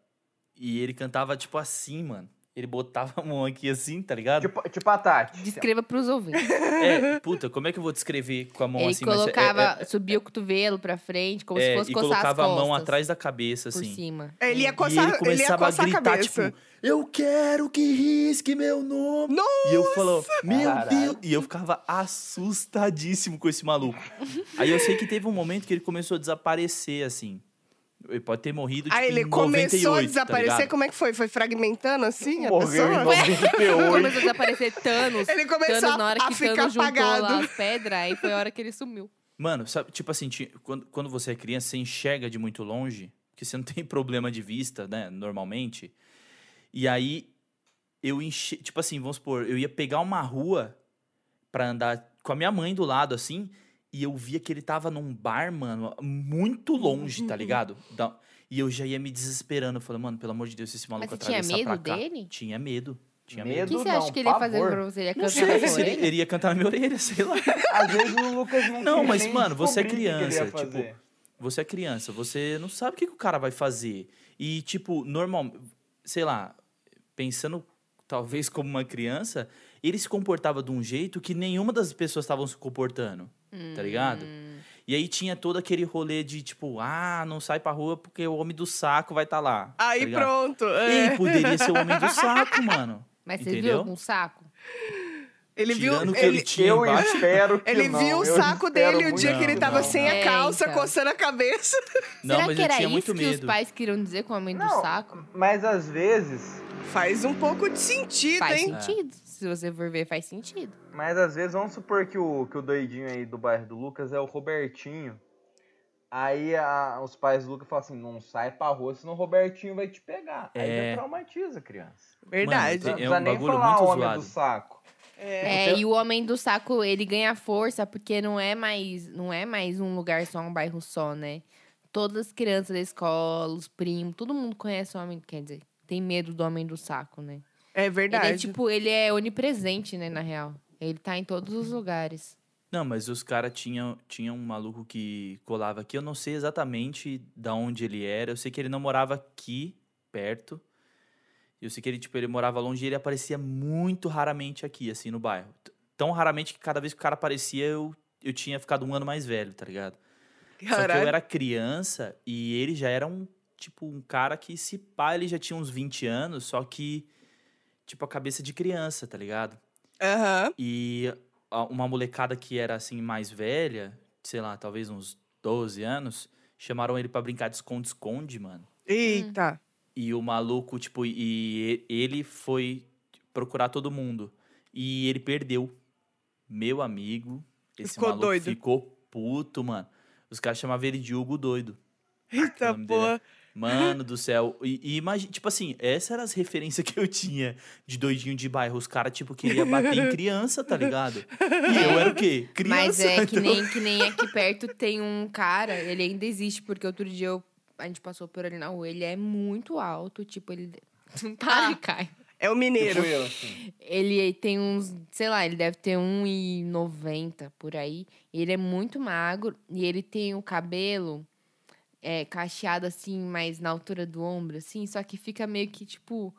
B: e ele cantava tipo assim, mano. Ele botava a mão aqui assim, tá ligado?
D: Tipo, tipo a
B: um
D: Tati.
C: Descreva pros ouvintes.
B: É, puta, como é que eu vou descrever com a mão
C: Ele
B: assim? Mas é- é-
C: colocava,
B: é-
C: subia o cotovelo pra frente, como
B: é,
C: se fosse
B: e
C: coçar as
B: colocava a mão
C: costas
B: atrás da cabeça,
C: por
B: assim.
C: cima.
A: Ele ia
B: e
A: coçar,
B: ele
A: ele ia
B: começava
A: coçar
B: a
A: a
B: gritar,
A: cabeça.
B: tipo, eu quero que risque meu nome. E eu falou, meu Deus. E eu ficava assustadíssimo com esse maluco. Aí eu sei que teve um momento que ele começou a desaparecer, assim. Ele pode ter morrido, tipo,
A: Aí ele
B: em
A: começou a
B: 98, tá
A: desaparecer,
B: ligado?
A: como é que foi? Foi fragmentando assim a
D: Morreu
C: é
D: em
A: pessoa?
D: 98.
C: Começou a desaparecer Thanos.
A: é Ele começou
C: Thanos, na hora
A: a
C: que
A: ficar
C: Thanos juntou lá
A: apagado.
C: as pedras, aí foi a hora que ele sumiu.
B: Mano, sabe, tipo assim, ti- quando, quando você é criança, você enxerga de muito longe, porque você não tem problema de vista, né, normalmente. E aí, eu enche, tipo assim, vamos supor, eu ia pegar uma rua pra andar com a minha mãe do lado, assim, e eu via que ele tava num bar, mano, muito longe,
C: Uhum.
B: tá ligado? Da- e eu já ia me desesperando, falando, mano, pelo amor de Deus, se esse maluco
C: Mas você tinha
B: atravessar pra
C: medo
B: cá.
C: dele?
B: Tinha medo, tinha
C: O
D: Medo?
B: medo.
C: que você
D: não,
C: acha que ele ia fazer
D: pavor.
C: pra você? Ele ia
B: Não
C: cantar
B: sei,
C: na
B: se
C: sua
B: ele,
C: orelha?
B: ele ia cantar na minha orelha, sei lá.
D: Às vezes o Lucas não
B: Não,
D: queria
B: mas,
D: nem
B: mano, você é
D: descobrir o que ele ia
B: criança, tipo,
D: fazer.
B: Você é criança, você não sabe o que, que o cara vai fazer. E, tipo, normal, sei lá, pensando talvez como uma criança, ele se comportava de um jeito que nenhuma das pessoas estavam se comportando, tá ligado?
C: Hum.
B: E aí tinha todo aquele rolê de, tipo, ah, não sai pra rua porque o homem do saco vai estar lá. tá
A: Aí
B: ligado?
A: pronto. é.
B: Ele poderia ser o homem do saco, mano.
C: Mas você viu
B: entendeu?
C: algum saco?
A: Ele viu.
B: Tirando o que ele
A: Ele,
B: tinha
D: Eu
B: embaixo.
D: espero que
A: ele
D: não,
A: viu o
D: eu
A: saco
D: espero
A: dele o
D: muito
A: dia que ele
D: não,
A: tava
D: não.
A: sem
C: É,
A: a calça,
C: então.
A: coçando a cabeça.
B: Não,
C: Será
B: mas
C: que
B: eu
C: era
B: tinha
C: isso
B: muito
C: que
B: medo.
C: os pais queriam dizer com o homem do
D: Não.
C: saco?
D: Mas às vezes,
A: Faz um pouco de sentido,
C: Faz um
A: hein?
C: sentido. Se você for ver, faz sentido.
D: mas às vezes, vamos supor que o, que o doidinho aí do bairro do Lucas é o Robertinho. Aí a- os pais do Lucas falam assim, não sai pra rua, senão o Robertinho vai te pegar. Aí
B: É.
D: já traumatiza a criança.
A: Verdade.
D: Não
B: É um
D: precisa nem
B: bagulho
D: falar
B: muito
D: homem
B: zoado.
D: do saco.
C: É,
B: então
C: e o homem do saco, ele ganha força porque não é mais, não é mais um lugar só, um bairro só, né? Todas as crianças da escola, os primos, todo mundo conhece o homem, quer dizer, tem medo do homem do saco, né?
A: é verdade.
C: Ele é tipo, ele é onipresente, né, na real. Ele tá em todos os lugares.
B: Não, mas os caras tinham tinha um maluco que colava aqui. Eu não sei exatamente da onde ele era. Eu sei que ele não morava aqui, perto. Eu sei que ele, tipo, ele morava longe e ele aparecia muito raramente aqui, assim, no bairro. T- Tão raramente que cada vez que o cara aparecia, eu, eu tinha ficado um ano mais velho, tá ligado? Só que eu
A: Caralho.
B: era criança e ele já era um, tipo, um cara que, se pá, ele já tinha uns 20 anos, só que, tipo, a cabeça de criança, tá ligado?
C: Hum.
A: Aham.
B: E a- uma molecada que era assim mais velha, sei lá, talvez uns 12 anos, chamaram ele pra brincar de esconde-esconde, mano.
A: Eita.
B: E o maluco, tipo, e e- ele foi procurar todo mundo. E ele perdeu. Meu amigo, esse
A: Ficou
B: maluco
A: doido.
B: ficou puto, mano. Os caras chamavam ele de Hugo doido. o
A: Eita,
B: nome dele
A: pô.
B: Mano do céu. E, e imagina, tipo assim, essas eram as referências que eu tinha de doidinho de bairro. Os caras, tipo, queriam bater em criança, tá ligado? E eu era o quê? Criança.
C: Mas é que
B: então-
C: nem, que nem aqui perto tem um cara, ele ainda existe, porque outro dia eu- a gente passou por ele na rua, ele é muito alto, tipo, ele... Para, e cai.
A: É o mineiro.
D: Tipo eu, assim.
C: Ele tem uns, sei lá, ele deve ter 1,90 por aí. Ele é muito magro e ele tem o cabelo é, cacheado assim, mas na altura do ombro, assim, só que fica meio que tipo.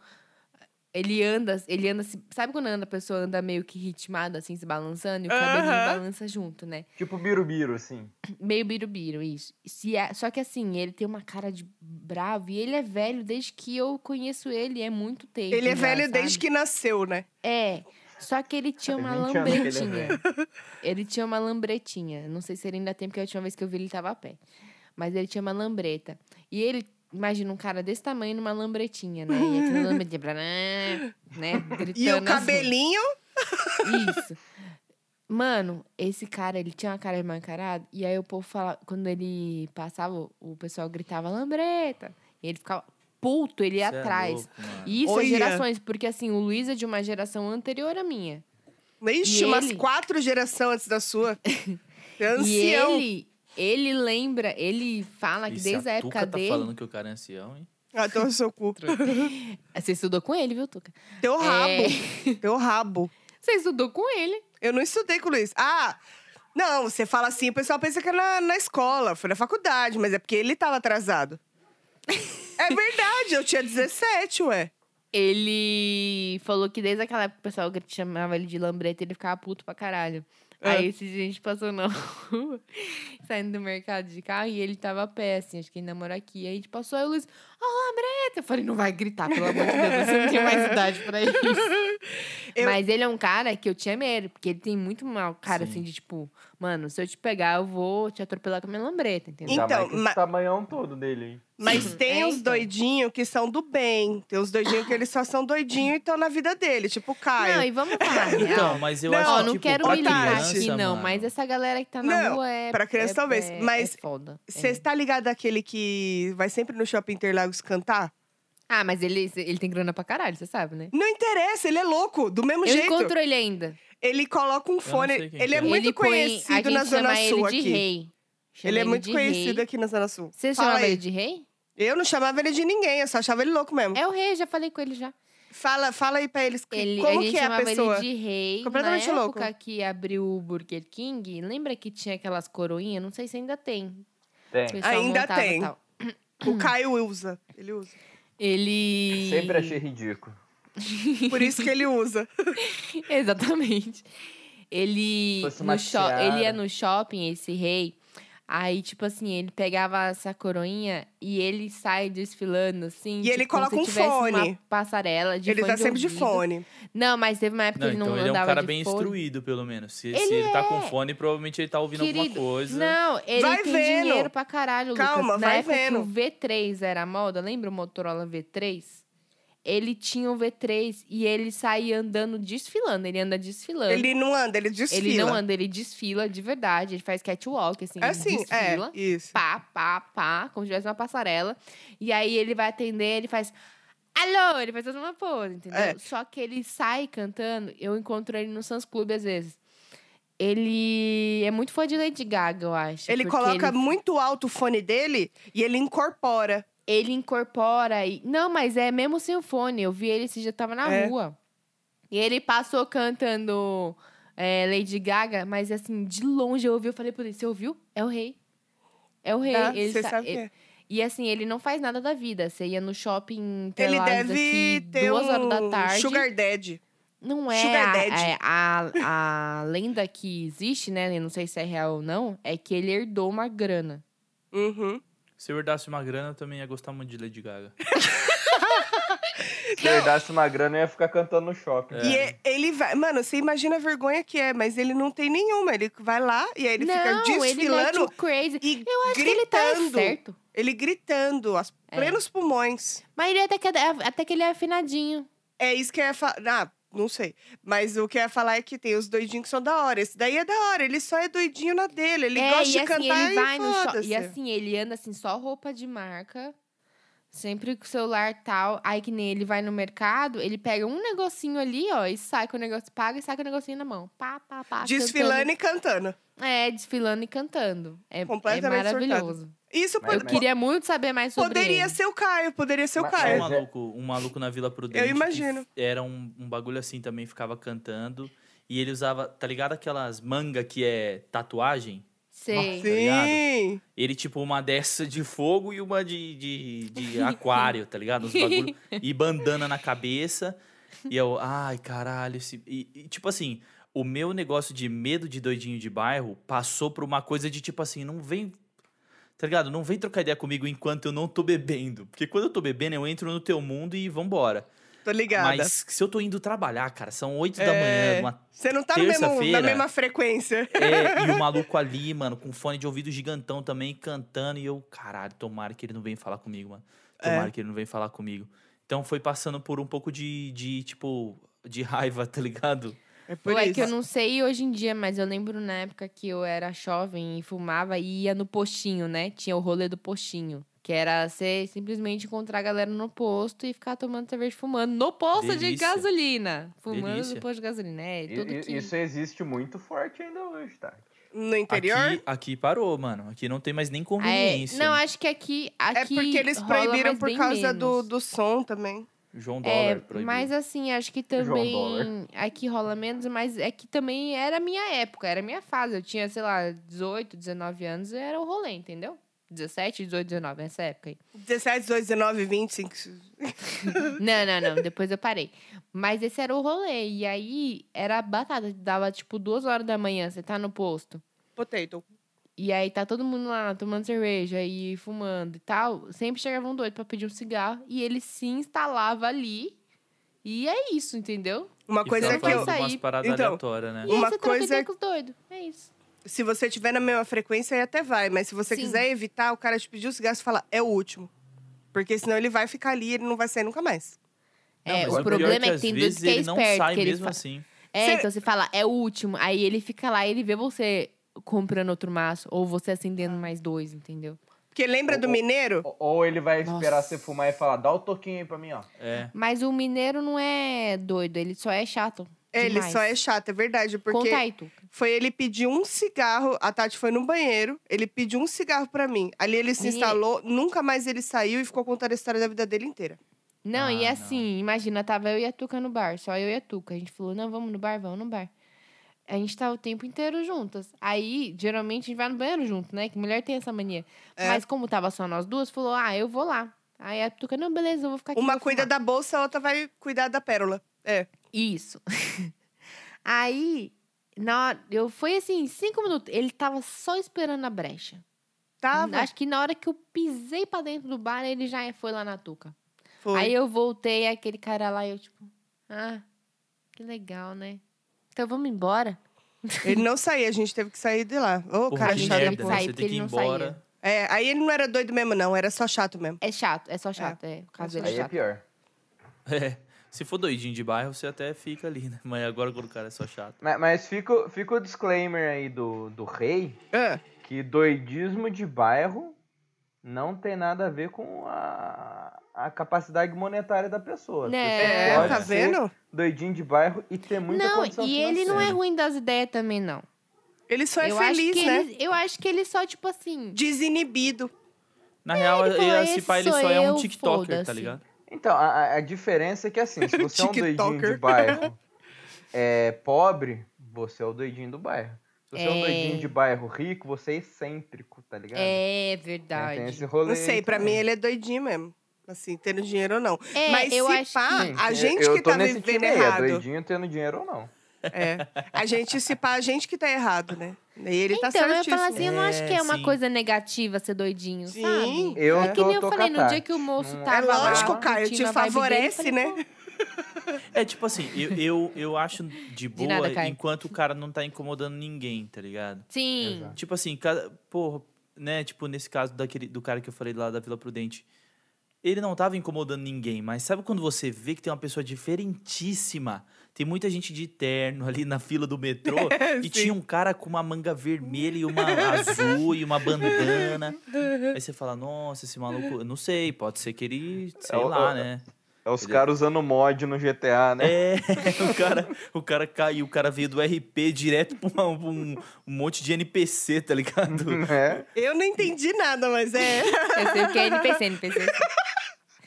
C: Ele anda, ele anda, se- sabe quando anda, a pessoa anda meio que ritmada, assim, se balançando, e o cabelinho
A: Aham.
C: balança junto, né?
D: Tipo birubiru, assim.
C: Meio birubiru, isso. Se é- só que assim, ele tem uma cara de bravo e ele é velho desde que eu conheço ele, é muito tempo.
A: Ele é
C: já,
A: velho desde
C: sabe?
A: que nasceu, né?
C: É. Só que ele tinha uma
D: 20 anos que ele é
C: lambretinha.
D: velho.
C: Ele tinha uma lambretinha. Não sei se ele ainda tem, porque a última vez que eu vi ele tava a pé. Mas ele tinha uma lambreta. E ele, imagina um cara desse tamanho numa lambretinha, né? E aquela lambretinha, blá, né? Gritando
A: E o
C: assim.
A: cabelinho.
C: Isso. Mano, esse cara, ele tinha uma cara esmancarada. E aí o povo falava, quando ele passava, o pessoal gritava lambreta. E ele ficava puto, ele ia
B: Cê é
C: atrás.
B: louco, mano.
C: E isso é
A: Olha.
C: gerações, porque assim, o Luiz é de uma geração anterior à minha.
A: Ixi,
C: E
A: umas
C: ele?
A: quatro gerações antes da sua. É
C: E
A: Ancião.
C: ele, ele lembra, ele fala que
B: E se
C: desde a época
B: Tuca
C: dele.
B: tá falando que o cara é ancião, hein?
A: Ah, teu seu cu.
C: Você estudou com ele, viu, Tuca?
A: Teu rabo.
C: É,
A: Teu rabo.
C: Você estudou com ele.
A: Eu não estudei com o Luiz. Ah, não, você fala assim, o pessoal pensa que é na, na escola, foi na faculdade, mas é porque ele tava atrasado. é verdade, eu tinha 17, ué.
C: Ele falou que desde aquela época o pessoal gri- chamava ele de lambreta e ele ficava puto pra caralho.
B: É.
A: Ah.
C: Aí esse dia a gente passou na rua, saindo do mercado de carro, e ele tava a pé, assim, acho que ele namorou aqui. Aí a gente passou, aí o Luiz, Preta. Eu falei, não vai gritar, pelo amor de Deus, você não tem mais idade pra isso.
A: Eu-
C: Mas ele é um cara que eu tinha medo, porque ele tem muito mal cara,
B: Sim.
C: assim, de tipo, mano, se eu te pegar, eu vou te atropelar com a minha lambreta, entendeu?
A: Então,
D: Ainda mais com
A: ma-
D: esse tamanhão todo dele, hein?
A: Mas tem
C: É,
A: os
C: então.
A: doidinhos que são do bem. Tem os doidinhos que eles só são doidinhos e estão na vida dele, tipo o Caio.
C: Não, e vamos falar a real.
B: Então, mas eu
A: Não,
B: acho
C: Ó,
B: que,
C: não
B: tipo,
C: quero
B: pra
C: humilhar
B: criança,
C: aqui, não,
B: mano,
C: mas essa galera que tá na
A: Não,
C: rua é.
A: pra criança
C: é,
A: talvez,
C: é-
A: mas
C: É foda. é.
A: Você está tá ligado àquele que vai sempre no shopping Interlagos cantar?
C: Ah, mas ele, ele tem grana pra caralho, você sabe, né?
A: Não interessa, ele é louco, do mesmo
C: Eu
A: jeito.
C: encontro ele ainda.
A: Ele coloca um fone.
B: sei quem
A: Ele
B: que
A: é
B: é.
A: muito
C: ele põe, a
A: conhecido
C: gente
A: na Zona
C: chama
A: Sul
C: ele de
A: aqui.
C: rei. Chama
A: Ele é muito
C: de
A: conhecido
C: rei.
A: aqui na Zona Sul.
C: Você
A: Fala
C: chamava
A: aí.
C: ele de rei?
A: Eu não chamava ele de ninguém, eu só achava ele louco mesmo.
C: É o rei, já falei com ele já.
A: Fala, fala aí pra eles que-
C: Ele,
A: como
C: a gente
A: que é a
C: chamava
A: pessoa.
C: ele de rei.
A: Completamente
C: Na
A: louco.
C: época que abriu o Burger King, lembra que tinha aquelas coroinhas? Não sei se ainda tem. O
D: Tem.
C: pessoal
A: Ainda
C: montava
A: tem.
C: tal.
A: O Caio usa. Ele usa.
C: Ele.
D: Sempre achei ridículo.
A: Por isso que ele usa.
C: Exatamente. Ele,
D: Fosse uma
C: no sho- ele ia
D: tiara.
C: no shopping, esse rei. Aí, tipo assim, ele pegava essa coroinha e ele sai desfilando, assim.
A: E
C: tipo,
A: ele
C: como
A: coloca
C: se
A: um
C: tivesse uma
A: fone.
C: passarela de
A: ele
C: fone
A: tá sempre de
C: ouvido.
A: fone.
C: Não, mas teve uma época
B: Não,
C: que ele não
B: então ele é
C: andava
B: um cara
C: de
B: bem
C: fone.
B: instruído, pelo menos. Se se
C: Ele
B: ele, tá com
C: é.
B: fone, provavelmente ele tá ouvindo
C: Querido,
B: alguma coisa.
C: Não, ele
A: Vai
C: tem
A: vendo.
C: dinheiro pra caralho, Lucas.
A: Calma,
C: Na
A: vai
C: época
A: vendo.
C: que o V3 era a moda, lembra o Motorola V3? Ele tinha o V3 e ele saía andando, desfilando. Ele anda desfilando.
A: Ele não anda, ele desfila.
C: Ele não anda, ele desfila de verdade. Ele faz catwalk, assim.
A: É assim,
C: ele desfila.
A: é. Isso.
C: Pá, pá, pá. Como se tivesse uma passarela. E aí ele vai atender, ele faz... Alô! Ele faz toda uma pose, entendeu?
A: É.
C: Só que ele sai cantando. Eu encontro ele no Sans Clube, às vezes. Ele é muito fã de Lady Gaga, eu acho.
A: Ele
C: porque
A: coloca
C: Ele,
A: muito alto o fone dele e ele incorpora.
C: ele incorpora... E... Não, mas é mesmo sem o fone. Eu vi ele esse dia, eu tava na
A: É.
C: rua. E ele passou cantando é, Lady Gaga, mas assim, de longe eu ouvi, eu falei pra ele, você ouviu? É o rei. É o rei.
A: tá?
C: ele
A: Você
C: sa-
A: sabe o
C: e-
A: que
C: E assim, ele não faz nada da vida. Você ia no shopping
A: Ele
C: Interlagos
A: deve
C: aqui,
A: ter
C: duas
A: um
C: horas da tarde.
A: Sugar Daddy.
C: Não é,
A: Sugar
C: a,
A: Daddy.
C: é a, a lenda que existe, né? eu Não sei se é real ou não, é que ele herdou uma grana.
A: Uhum.
B: Se eu herdasse uma grana, eu também ia gostar muito de Lady Gaga.
D: Se eu herdasse uma grana, eu ia ficar cantando no shopping. Né?
A: E e- ele vai. Mano, você imagina a vergonha que é, mas ele não tem nenhuma. Ele vai lá e aí ele
C: não,
A: fica
C: ele mete
A: desfilando
C: o crazy.
A: e
C: Eu acho que ele tá
A: gritando.
C: certo.
A: Ele gritando, aos
C: É.
A: plenos pulmões.
C: Mas ele é até que, até que ele é afinadinho.
A: É isso que eu ia falar. Ah, não sei. Mas o que eu ia falar é que tem os doidinhos que são da hora. Esse daí é da hora. Ele só é doidinho na dele. Ele
C: é,
A: gosta
C: e
A: de
C: assim,
A: cantar
C: ele vai
A: e
C: no shopping.
A: foda-se.
C: E assim, ele anda assim, só roupa de marca. Sempre com o celular tal. Aí que nem ele vai no mercado, ele pega um negocinho ali, ó, e sai com o negócio, paga e sai com o negocinho na mão. Pá, pá, pá.
A: Desfilando e cantando.
C: ah, cantando. É, desfilando e cantando. É, é
A: Completamente
C: maravilhoso.
A: Isso
D: Mas-
A: pod-
C: Eu queria muito saber mais sobre
A: poderia
C: ele.
A: ser o Caio, poderia ser o
D: Mas-
B: Só um
A: Caio.
D: mas-
B: maluco, um maluco na Vila Prudente.
A: Ah, é. Eu
B: que
A: imagino.
B: f- Era um, um bagulho assim também, ficava cantando. E ele usava, tá ligado aquelas manga que é tatuagem?
C: Sei.
B: Tá ligado?
A: Sim.
B: Ele, tipo, uma dessa de fogo e uma de, de, de aquário, tá ligado? Uns bagulho. E bandana na cabeça. E eu, ai, caralho. Esse... E, e, tipo assim, o meu negócio de medo de doidinho de bairro passou por uma coisa de, tipo assim, não vem... Tá ligado? Não vem trocar ideia comigo enquanto eu não tô bebendo. Porque quando eu tô bebendo, eu entro no teu mundo e vambora.
A: Tô ligada.
B: Mas se eu tô indo trabalhar, cara, são oito da
A: É.
B: manhã, uma
A: Você não tá no mesmo, na
B: Terça-feira.
A: mesma frequência.
B: é, e o maluco ali, mano, com fone de ouvido gigantão também, cantando. E eu, caralho, tomara que ele não venha falar comigo, mano.
A: É.
B: Tomara que ele não venha falar comigo. Então foi passando por um pouco de, de tipo, de raiva, tá ligado?
A: É por
C: Ou é
A: isso.
C: que eu não sei hoje em dia, mas eu lembro na época que eu era jovem e fumava e ia no postinho, né? Tinha o rolê do postinho. Que era você simplesmente encontrar a galera no posto e ficar tomando cerveja fumando no posto de
B: Delícia.
C: gasolina. Fumando
B: Delícia.
C: no posto de gasolina. É,
D: I-
C: tudo
D: i-
C: que...
D: Isso existe muito forte ainda hoje, tá?
A: No interior?
B: Aqui, aqui parou, mano. Aqui não tem mais nem
C: Ah,
B: conveniência.
C: É, não, acho que aqui.
A: É
C: aqui
A: porque eles
C: rola,
A: proibiram
C: mas
A: por
C: bem
A: causa do,
C: menos.
A: do som também.
B: João Dólar
C: É,
B: proibiu.
C: mas assim, acho que
D: João
C: também
D: Dólar.
C: aqui rola menos, mas é que também era a minha época, era a minha fase. Eu tinha, sei lá, 18, 19 anos e era o rolê, entendeu? 17, 18, 19, nessa época aí.
A: 17, 18, 19, 25.
C: Não, não, não, depois eu parei. Mas esse era o rolê, e aí era batata, dava tipo duas horas da manhã, você tá no posto.
A: Potato.
C: E aí tá todo mundo lá tomando cerveja e fumando e tal. Sempre chegava um doido pra pedir um cigarro e ele se instalava ali. E é isso, entendeu?
A: Uma coisa
C: você
A: é que
C: vai
A: eu.
C: sair.
B: umas paradas
A: Então,
B: aleatórias, né?
C: E aí
A: Uma coisa
C: você troca ideia
A: é-
C: com os doidos. É isso.
A: Se você tiver na mesma frequência, aí até vai. Mas se você
C: Sim.
A: quiser evitar, o cara te pedir o cigarro, você fala, é o último. Porque senão ele vai ficar ali e ele não vai sair nunca mais.
B: Não,
C: é,
B: mas
C: o problema é que
B: às
C: tem doido
B: vezes
C: que é
B: ele não sai
C: esperto. Que ele
B: mesmo
C: fa...
B: assim.
C: É,
A: Cê-
C: então você fala, é o último. Aí ele fica lá, ele vê você comprando outro maço ou você acendendo mais dois, entendeu?
A: Porque lembra do
D: Ou-
A: mineiro?
D: Ou- Ou ele vai esperar
C: Nossa.
D: você fumar e falar, dá o toquinho aí pra mim, ó.
B: É.
C: Mas o mineiro não é doido, ele só é chato.
A: Ele
C: demais.
A: só é chato, é verdade. Porque
C: Conta aí, tu.
A: foi ele pedir um cigarro. A Tati foi no banheiro, ele pediu um cigarro pra mim. Ali ele se
C: Menina.
A: instalou, nunca mais ele saiu e ficou contando a história da vida dele inteira.
C: Não,
B: Ah,
C: e
B: não.
C: assim, imagina, tava eu e a Tuca no bar, só eu e a Tuca. A gente falou, não, vamos no bar, vamos no bar. A gente tá o tempo inteiro juntas. Aí, geralmente, a gente vai no banheiro junto, né? Que mulher tem essa mania.
A: É.
C: Mas como tava só nós duas, falou, ah, eu vou lá. Aí a Tuca, não, beleza, eu vou ficar aqui.
A: Uma
C: vou
A: cuida
C: fumar."
A: da bolsa, a outra vai cuidar da pérola.
C: Isso. Aí, na hora, eu foi assim, cinco minutos. Ele tava só esperando a brecha.
A: Tava?
C: Acho que na hora que eu pisei pra dentro do bar, ele já foi lá na Tuca.
A: Foi.
C: Aí eu voltei, aquele cara lá, eu tipo, ah, que legal, né? Então vamos embora?
A: Ele não saía, a gente teve que sair de lá. Ô,
B: Porra,
A: cara
B: que
A: chato.
B: merda,
C: Ele sai
B: você tem
C: porque
B: que ir
C: ele não saía.
B: embora.
A: É, aí ele não era doido mesmo, não. Era só chato mesmo.
C: É chato, é só chato, é. O caso dele é
D: Aí é
C: chato.
D: pior.
B: É. Se for doidinho de bairro, você até fica ali, né? Mas agora quando o cara é só chato.
D: Mas, mas fica, o- fica o disclaimer aí do, do rei,
A: Ah,
D: que doidismo de bairro não tem nada a ver com a, a capacidade monetária da pessoa. A
C: Né.
D: pessoa
A: é,
D: pode
A: tá
D: ser
A: vendo?
D: Doidinho de bairro e ter
A: é
D: muita
C: Não,
D: condição
C: e ele não é
D: financeira.
C: ruim das ideias também, não.
A: Ele só é
C: eu acho
A: feliz,
C: que
A: né?
C: ele, eu acho que ele só, tipo assim.
A: Desinibido.
B: Na real,
C: É, ele falou,
B: esse
C: "Esse
B: pai ele
C: sou
B: só é um
C: eu,
B: TikToker, tá
C: foda-se."
B: ligado?
D: Então, a- a, a diferença é que assim, se você é um doidinho de
A: TikToker.
D: bairro é, pobre, você é o doidinho do bairro. Se você é, um
C: É.
D: doidinho de bairro rico, você é excêntrico, tá ligado?
C: É
D: Tem- Tem
C: verdade.
D: esse rolê.
A: Não sei,
D: aí
A: pra mim
D: também.
A: ele é doidinho mesmo. Assim, tendo dinheiro ou não.
C: É,
A: Mas
C: eu
A: se
C: acho
A: pá,
C: que.
A: a
D: Eu-
A: gente
D: eu
A: que
D: tô
A: tá
D: nesse
A: vivendo
D: time aí,
A: errado.
D: É doidinho tendo dinheiro ou não.
A: É. A gente se pá, a gente que tá errado, né? E ele
C: Então,
A: tá certíssimo.
C: eu falo assim, eu não acho que é uma
B: É, sim.
C: coisa negativa ser doidinho,
A: Sim.
C: sabe?
D: Eu
C: é que
D: tô-
C: nem eu
D: tô
C: falei,
D: com a
C: no dia
D: Tati.
C: que o moço
D: Não-
A: é
C: tava lá.
A: lógico, Caio, te
C: curtindo a vibe dele, eu
A: favorece,
C: falei,
A: né?
C: "Pô,
B: É tipo assim, eu, eu, eu acho de boa
C: nada, Caio.
B: enquanto o cara não tá incomodando ninguém, tá ligado?
C: Sim.
D: Exato.
B: Tipo assim, cada, porra, né? Tipo, nesse caso daquele, do cara que eu falei lá da Vila Prudente. Ele não tava incomodando ninguém, mas sabe quando você vê que tem uma pessoa diferentíssima? Tem muita gente de terno ali na fila do metrô e tinha um cara com uma manga vermelha e uma azul e uma bandana. Aí você fala, nossa, esse maluco, eu não sei, pode ser que ele, sei
D: o-
B: lá,
D: o-
B: né?
D: É os
B: Ele-
D: caras usando mod no GTA, né?
B: É, o cara, o cara caiu, o cara veio do RP direto pra uma- pra um, um monte de NPC, tá ligado?
D: É.
A: Eu não entendi nada, mas é.
C: Eu sei o que é NPC, NPC.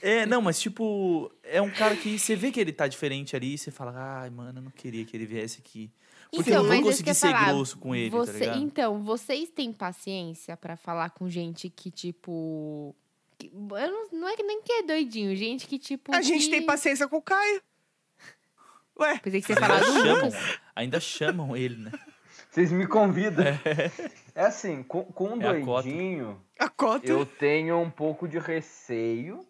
B: É, não, mas tipo, é um cara que você vê que ele tá diferente ali e você fala, ai, mano, eu não queria que ele viesse aqui. Porque eu
C: Então,
B: não
C: mas
B: vou
C: isso que eu
B: conseguir
C: ia
B: ser
C: falar,
B: grosso com ele,
C: Você-
B: tá ligado?
C: Então, vocês têm paciência pra falar com gente que, tipo. que- eu não, não é que nem que é doidinho, gente que, tipo.
A: A gente
C: que-
A: tem paciência com o Caio. Ué,
C: Pensei que você ia falar do Lucas.
B: Ainda chamam ele, né?
D: Vocês me convidam. É assim, com, com um
B: É a cota.
D: doidinho,
A: a cota.
D: eu tenho um pouco de receio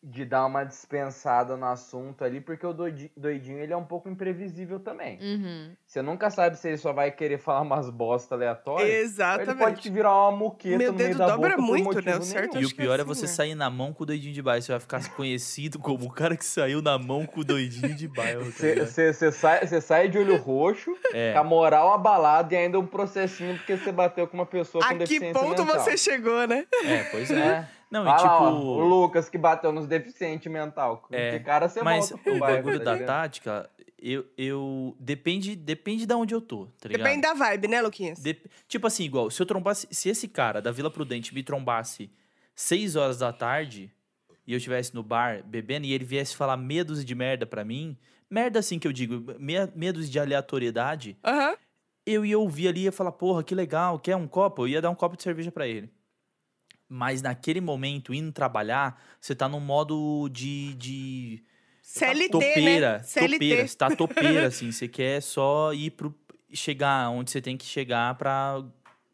D: de dar uma dispensada no assunto ali, porque o doidi- doidinho ele é um pouco imprevisível
A: Hum.
D: também.
C: Uhum.
D: Você nunca sabe se ele só vai querer falar umas bosta aleatórias. ou Ele pode te
A: Exatamente.
D: virar uma muqueta
A: Meu
D: no
A: dedo
D: meio da
A: dobra
D: boca por
A: muito,
D: motivo
A: né? O
D: nenhum.
A: certo
B: E
A: Acho
B: o
A: que é
B: pior é
A: assim,
B: você
A: né?
B: sair na mão com o doidinho de bairro. Você vai ficar conhecido como o cara que saiu na mão com o doidinho de bairro, tá ligado?
D: Você sai, cê sai de olho roxo,
B: É.
D: com a moral abalada e ainda um processinho porque você bateu com uma pessoa com
A: A que
D: deficiência
A: ponto
D: mental.
A: você chegou, né?
B: É, pois é.
D: É.
B: Não,
D: Olha
B: e
D: lá, ó, o
B: tipo.
D: Lucas que bateu nos deficientes mental.
B: É,
D: Que cara você
B: Mas
D: volta pro
B: o
D: bairro,
B: bagulho
D: tá
B: da
D: ligado?
B: tática, eu. eu depende, depende de onde eu tô, tá ligado?
A: Depende da vibe, né, Luquinhas?
B: Dep- Tipo assim, igual, se eu trombasse. Se esse cara da Vila Prudente me trombasse 6 horas da tarde e eu estivesse no bar bebendo e ele viesse falar meia dúzia de merda pra mim, merda assim que eu digo, meia, meia dúzia de aleatoriedade,
A: Aham.
B: eu ia ouvir ali e ia falar, porra, que legal, quer um copo? Eu ia dar um copo de cerveja pra ele. Mas naquele momento, indo trabalhar, você tá num modo de. de
A: CLT,
B: topeira,
A: né? CLT.
B: topeira, você tá topeira, assim, você quer só ir pro. chegar onde você tem que chegar pra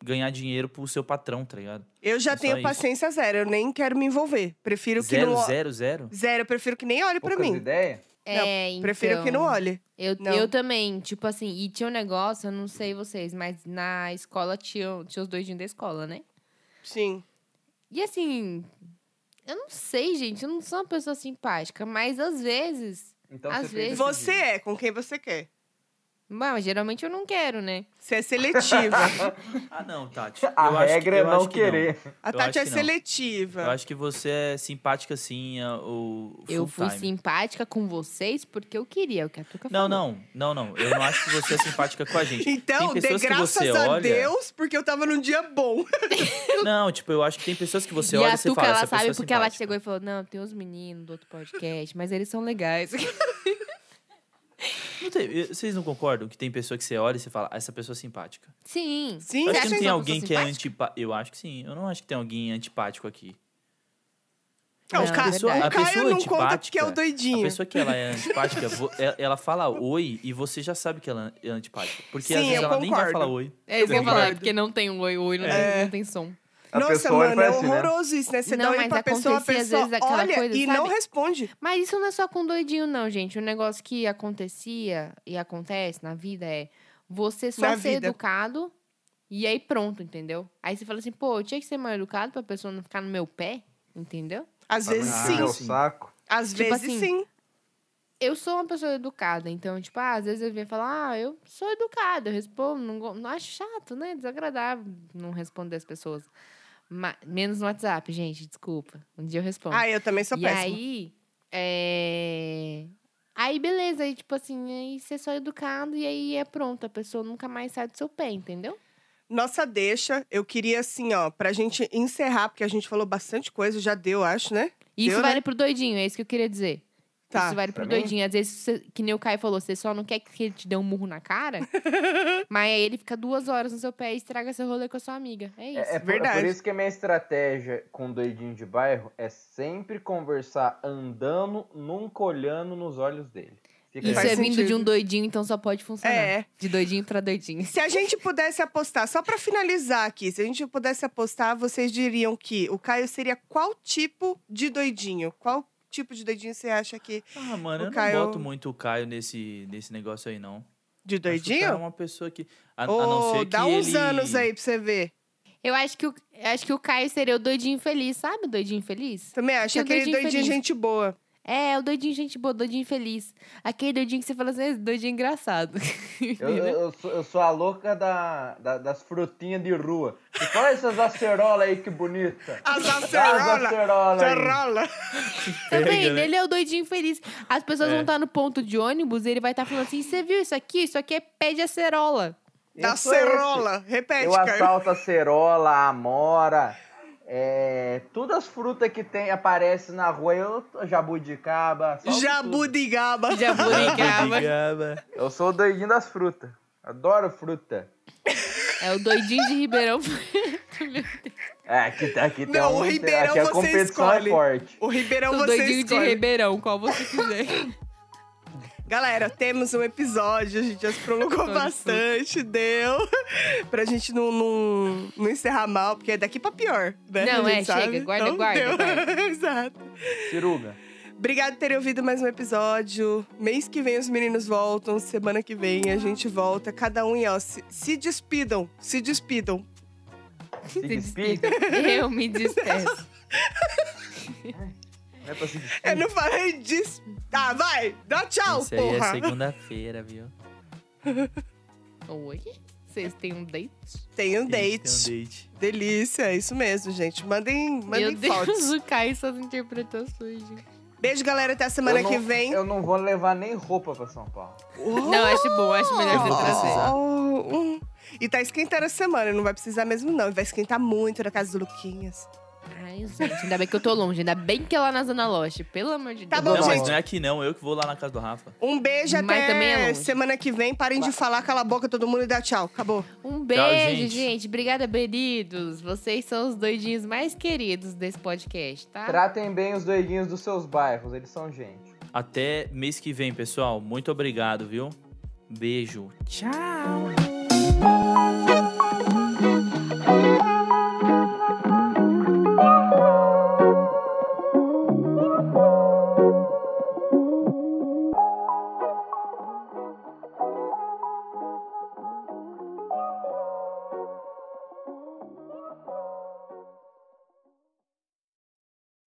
B: ganhar dinheiro pro seu patrão, tá ligado?
A: Eu já
B: É só
A: tenho
B: isso.
A: paciência zero, eu nem quero me envolver. Prefiro que
B: zero,
A: não. o-
B: zero, zero?
A: Zero, eu prefiro que nem olhe pra
D: Poucas
A: mim.
D: ideias.
C: É, então,
A: Prefiro que não olhe.
C: Eu,
A: Não.
C: eu também, tipo assim, e tinha um negócio, eu não sei vocês, mas na escola tinha, tinha os doidinhos da escola, né?
A: Sim.
C: E assim, eu não sei, gente, eu não sou uma pessoa simpática, mas às vezes.
D: Então você
C: Às
D: fez
C: vezes-
D: esse
A: Você
D: dia.
A: é com quem você quer.
C: Bom, geralmente eu não quero, né?
A: Você é seletiva.
B: Ah, não, Tati.
D: A
B: Eu acho que-
D: regra
B: eu
D: é não
B: acho que não.
D: querer.
A: A
B: Eu
A: Tati
B: acho
A: é
B: que não.
A: seletiva.
B: Eu acho que você é simpática sim, a- o full
C: eu fui
B: time.
C: simpática com vocês porque eu queria, é o que a Tuca
B: Não,
C: falou.
B: não, não, não. Eu não acho que você é simpática com a gente.
A: Então,
B: Tem
A: dê
B: pessoas que
A: graças
B: você
A: a
B: olha-
A: Deus, porque eu tava num dia bom.
B: Não, tipo, eu acho que tem pessoas que você
C: e
B: olha
C: a
B: e você
C: Tuca,
B: fala,
C: ela
B: essa pessoa
C: sabe
B: é
C: porque ela
B: simpática.
C: chegou e falou: Não, tem uns meninos do outro podcast, mas eles são legais.
B: Não tem- eu- vocês não concordam que tem pessoa que você olha e você fala, "Ah, essa pessoa é simpática?
C: Sim.
A: Sim,
B: Eu
C: Você
B: acho
C: acha
B: que
C: que
B: não tem
C: eu sou uma
B: alguém
C: pessoa
B: que é
C: simpática?
B: antipático. Eu acho que sim. Eu não acho que tem alguém antipático aqui.
A: Não,
C: Não,
A: o, Ca...
C: é verdade.
A: o
C: A
A: Caio
B: pessoa
A: não conta porque é o
B: antipática, A
A: doidinho.
B: pessoa que ela é antipática, vo- ela- ela fala oi e você já sabe que ela é antipática. Porque
A: Sim,
B: às vezes
A: eu
B: ela nem vai
A: concordo.
B: falar oi.
C: É isso que eu ia falar,
A: Concordo.
C: porque não tem um oi, oi, não,
A: É.
C: tem, não tem som.
D: A
A: Nossa,
D: pessoa olha e
A: mano, é
D: fala assim, né?
A: horroroso isso, né? Você
C: Não,
A: dá
C: mas
A: um pra pessoa, a
C: acontecia, às
A: pessoa
C: vezes, aquela
A: olha
C: coisa,
A: e
C: sabe?
A: não responde.
C: Mas isso não é só com doidinho, não, gente. O negócio que acontecia e acontece na vida é você só
A: Na
C: ser
A: vida.
C: educado e aí pronto, entendeu? Aí você fala assim, pô, eu tinha que ser mal educado pra pessoa não ficar no meu pé, entendeu?
A: Às vezes
D: Ah,
A: sim,
D: meu
B: sim.
D: saco.
A: às
C: Tipo
A: vezes
C: assim,
A: sim.
C: Eu sou uma pessoa educada, então, tipo, ah, às vezes eu venho falar, ah, eu sou educada, eu respondo, não, go- não acho chato, né? Desagradável não responder as pessoas. Ma- menos no WhatsApp, gente, desculpa. Um dia eu respondo.
A: Ah, eu também sou
C: e
A: péssima.
C: aí, é... Aí, beleza. Aí, tipo assim, aí você é só educado e aí é pronto. A pessoa nunca mais sai do seu pé, entendeu?
A: Nossa deixa, eu queria assim, ó, pra gente encerrar, porque a gente falou bastante coisa, já deu, acho, né?
C: E isso
A: Deu, né?
C: vale pro doidinho, é isso que eu queria dizer.
A: Tá.
C: Isso vale pro
D: Pra mim?
C: doidinho. Às vezes, você- que nem o Caio falou, você só não quer que ele te dê um murro na cara, mas aí ele fica duas horas no seu pé e estraga seu rolê com a sua amiga. É isso.
D: É, é por, é
A: verdade.
D: por isso que a minha estratégia com doidinho de bairro é sempre conversar andando, nunca olhando nos olhos dele. Fica assim.
C: Isso
D: aí.
A: Faz
C: é vindo de
A: sentido.
C: um doidinho, então só pode funcionar.
A: É.
C: De doidinho pra doidinho.
A: Se a gente pudesse apostar, só pra finalizar aqui, se a gente pudesse apostar, vocês diriam que o Caio seria qual tipo de doidinho? Qual tipo de doidinho você acha que.
B: Ah,
A: O
B: mano, eu
A: Caio-
B: não boto muito o Caio nesse, nesse negócio aí, não.
A: De
B: Acho que o Caio é
A: doidinho?
B: uma pessoa que. A, a não
A: Ou
B: ser
A: dá
B: que
A: uns
B: ele...
A: anos aí pra você ver.
C: Eu acho que o, acho que o Caio seria o doidinho feliz, sabe? O doidinho feliz?
A: Também acho
C: Tem um
A: aquele
C: doidinho
A: doidinho,
C: feliz.
A: gente boa.
C: É, o doidinho gente boa, doidinho feliz. Aquele doidinho que você fala assim, "Esse doidinho engraçado.
D: Eu,
C: né?
D: eu, eu sou, eu sou a louca da, da- das frutinhas de rua. E olha essas acerolas aí que bonita.
A: As
D: As
A: acerola,
D: acerolas aí.
A: acerola.
C: Tá vendo?
B: né?
C: Ele é o doidinho feliz. As pessoas
B: É.
C: vão estar no ponto de ônibus e ele vai estar falando assim, você viu isso aqui? Isso aqui é pé de acerola.
A: Da
D: Eu sou esse.
A: acerola. Repete,
D: Eu
A: Caio.
D: assalto acerola, amora, é, todas as frutas que tem aparecem na rua, eu jabuticaba. assalto tudo.
A: Jabudigaba.
C: Jabuticaba.
B: Obrigada.
D: Eu sou o doidinho das frutas. Adoro fruta.
C: é o doidinho de Ribeirão.
D: É, aqui, aqui tem
A: Não,
D: um,
A: o Ribeirão
D: aqui a
A: você
D: competição
A: escolhe.
D: é forte.
A: O Ribeirão
C: o
A: Então você
C: doidinho de
A: escolhe.
C: Ribeirão, qual você quiser.
A: Galera, temos um episódio, a gente já se prolongou
C: Todo
A: bastante, deu. pra gente não, não, não encerrar mal, porque é daqui pra pior, né?
C: Não,
A: A
C: é,
A: gente Então,
C: chega, guarda, guarda, guarda.
A: Exato.
D: Ciruga.
A: Obrigada por terem ouvido mais um episódio. Mês que vem os meninos voltam, semana que vem a gente volta. Cada um, e ó, se, se despidam, se despidam.
D: Se despida.
C: Eu me despeço.
D: Não é pra se despida.
A: Eu não falei des... Ah, vai, dá tchau,
B: Isso aí é
A: porra.
B: segunda-feira, viu?
C: Oi? Vocês têm um date?
A: Tem um
B: Tem-
A: date.
B: Tem um date.
A: Delícia, é isso mesmo, gente. Mandem, mandem
C: Meu Deus,
A: fotos.
C: o Caio e suas interpretações, gente.
A: Beijo, galera. Até a semana
D: Eu não-
A: que vem. Uh!
D: Eu não vou levar nem roupa pra São Paulo.
C: Não, acho bom, acho melhor você
B: Oh.
C: trazer.
A: Oh, hum. E tá esquentando a semana, não vai precisar mesmo, não. Vai esquentar muito na casa do Luquinhas.
C: Ai, gente, ainda bem que eu tô longe, ainda bem que é lá na Zona Leste, pelo amor de
A: Tá
C: Deus.
A: bom,
B: não, mas
A: gente.
B: não é aqui não. Eu que vou lá na casa do Rafa.
A: Um beijo
C: Mas também é
A: até
C: longe.
A: semana que vem. Parem de falar, cala a boca todo mundo e dá tchau. Acabou.
C: Um beijo,
B: gente.
C: gente. Obrigada, queridos. Vocês são os doidinhos mais queridos desse podcast,
A: Ah.
C: tá?
D: Tratem bem os doidinhos dos seus bairros, eles são gente.
B: Até mês que vem, pessoal. Muito obrigado, viu? Beijo. Tchau.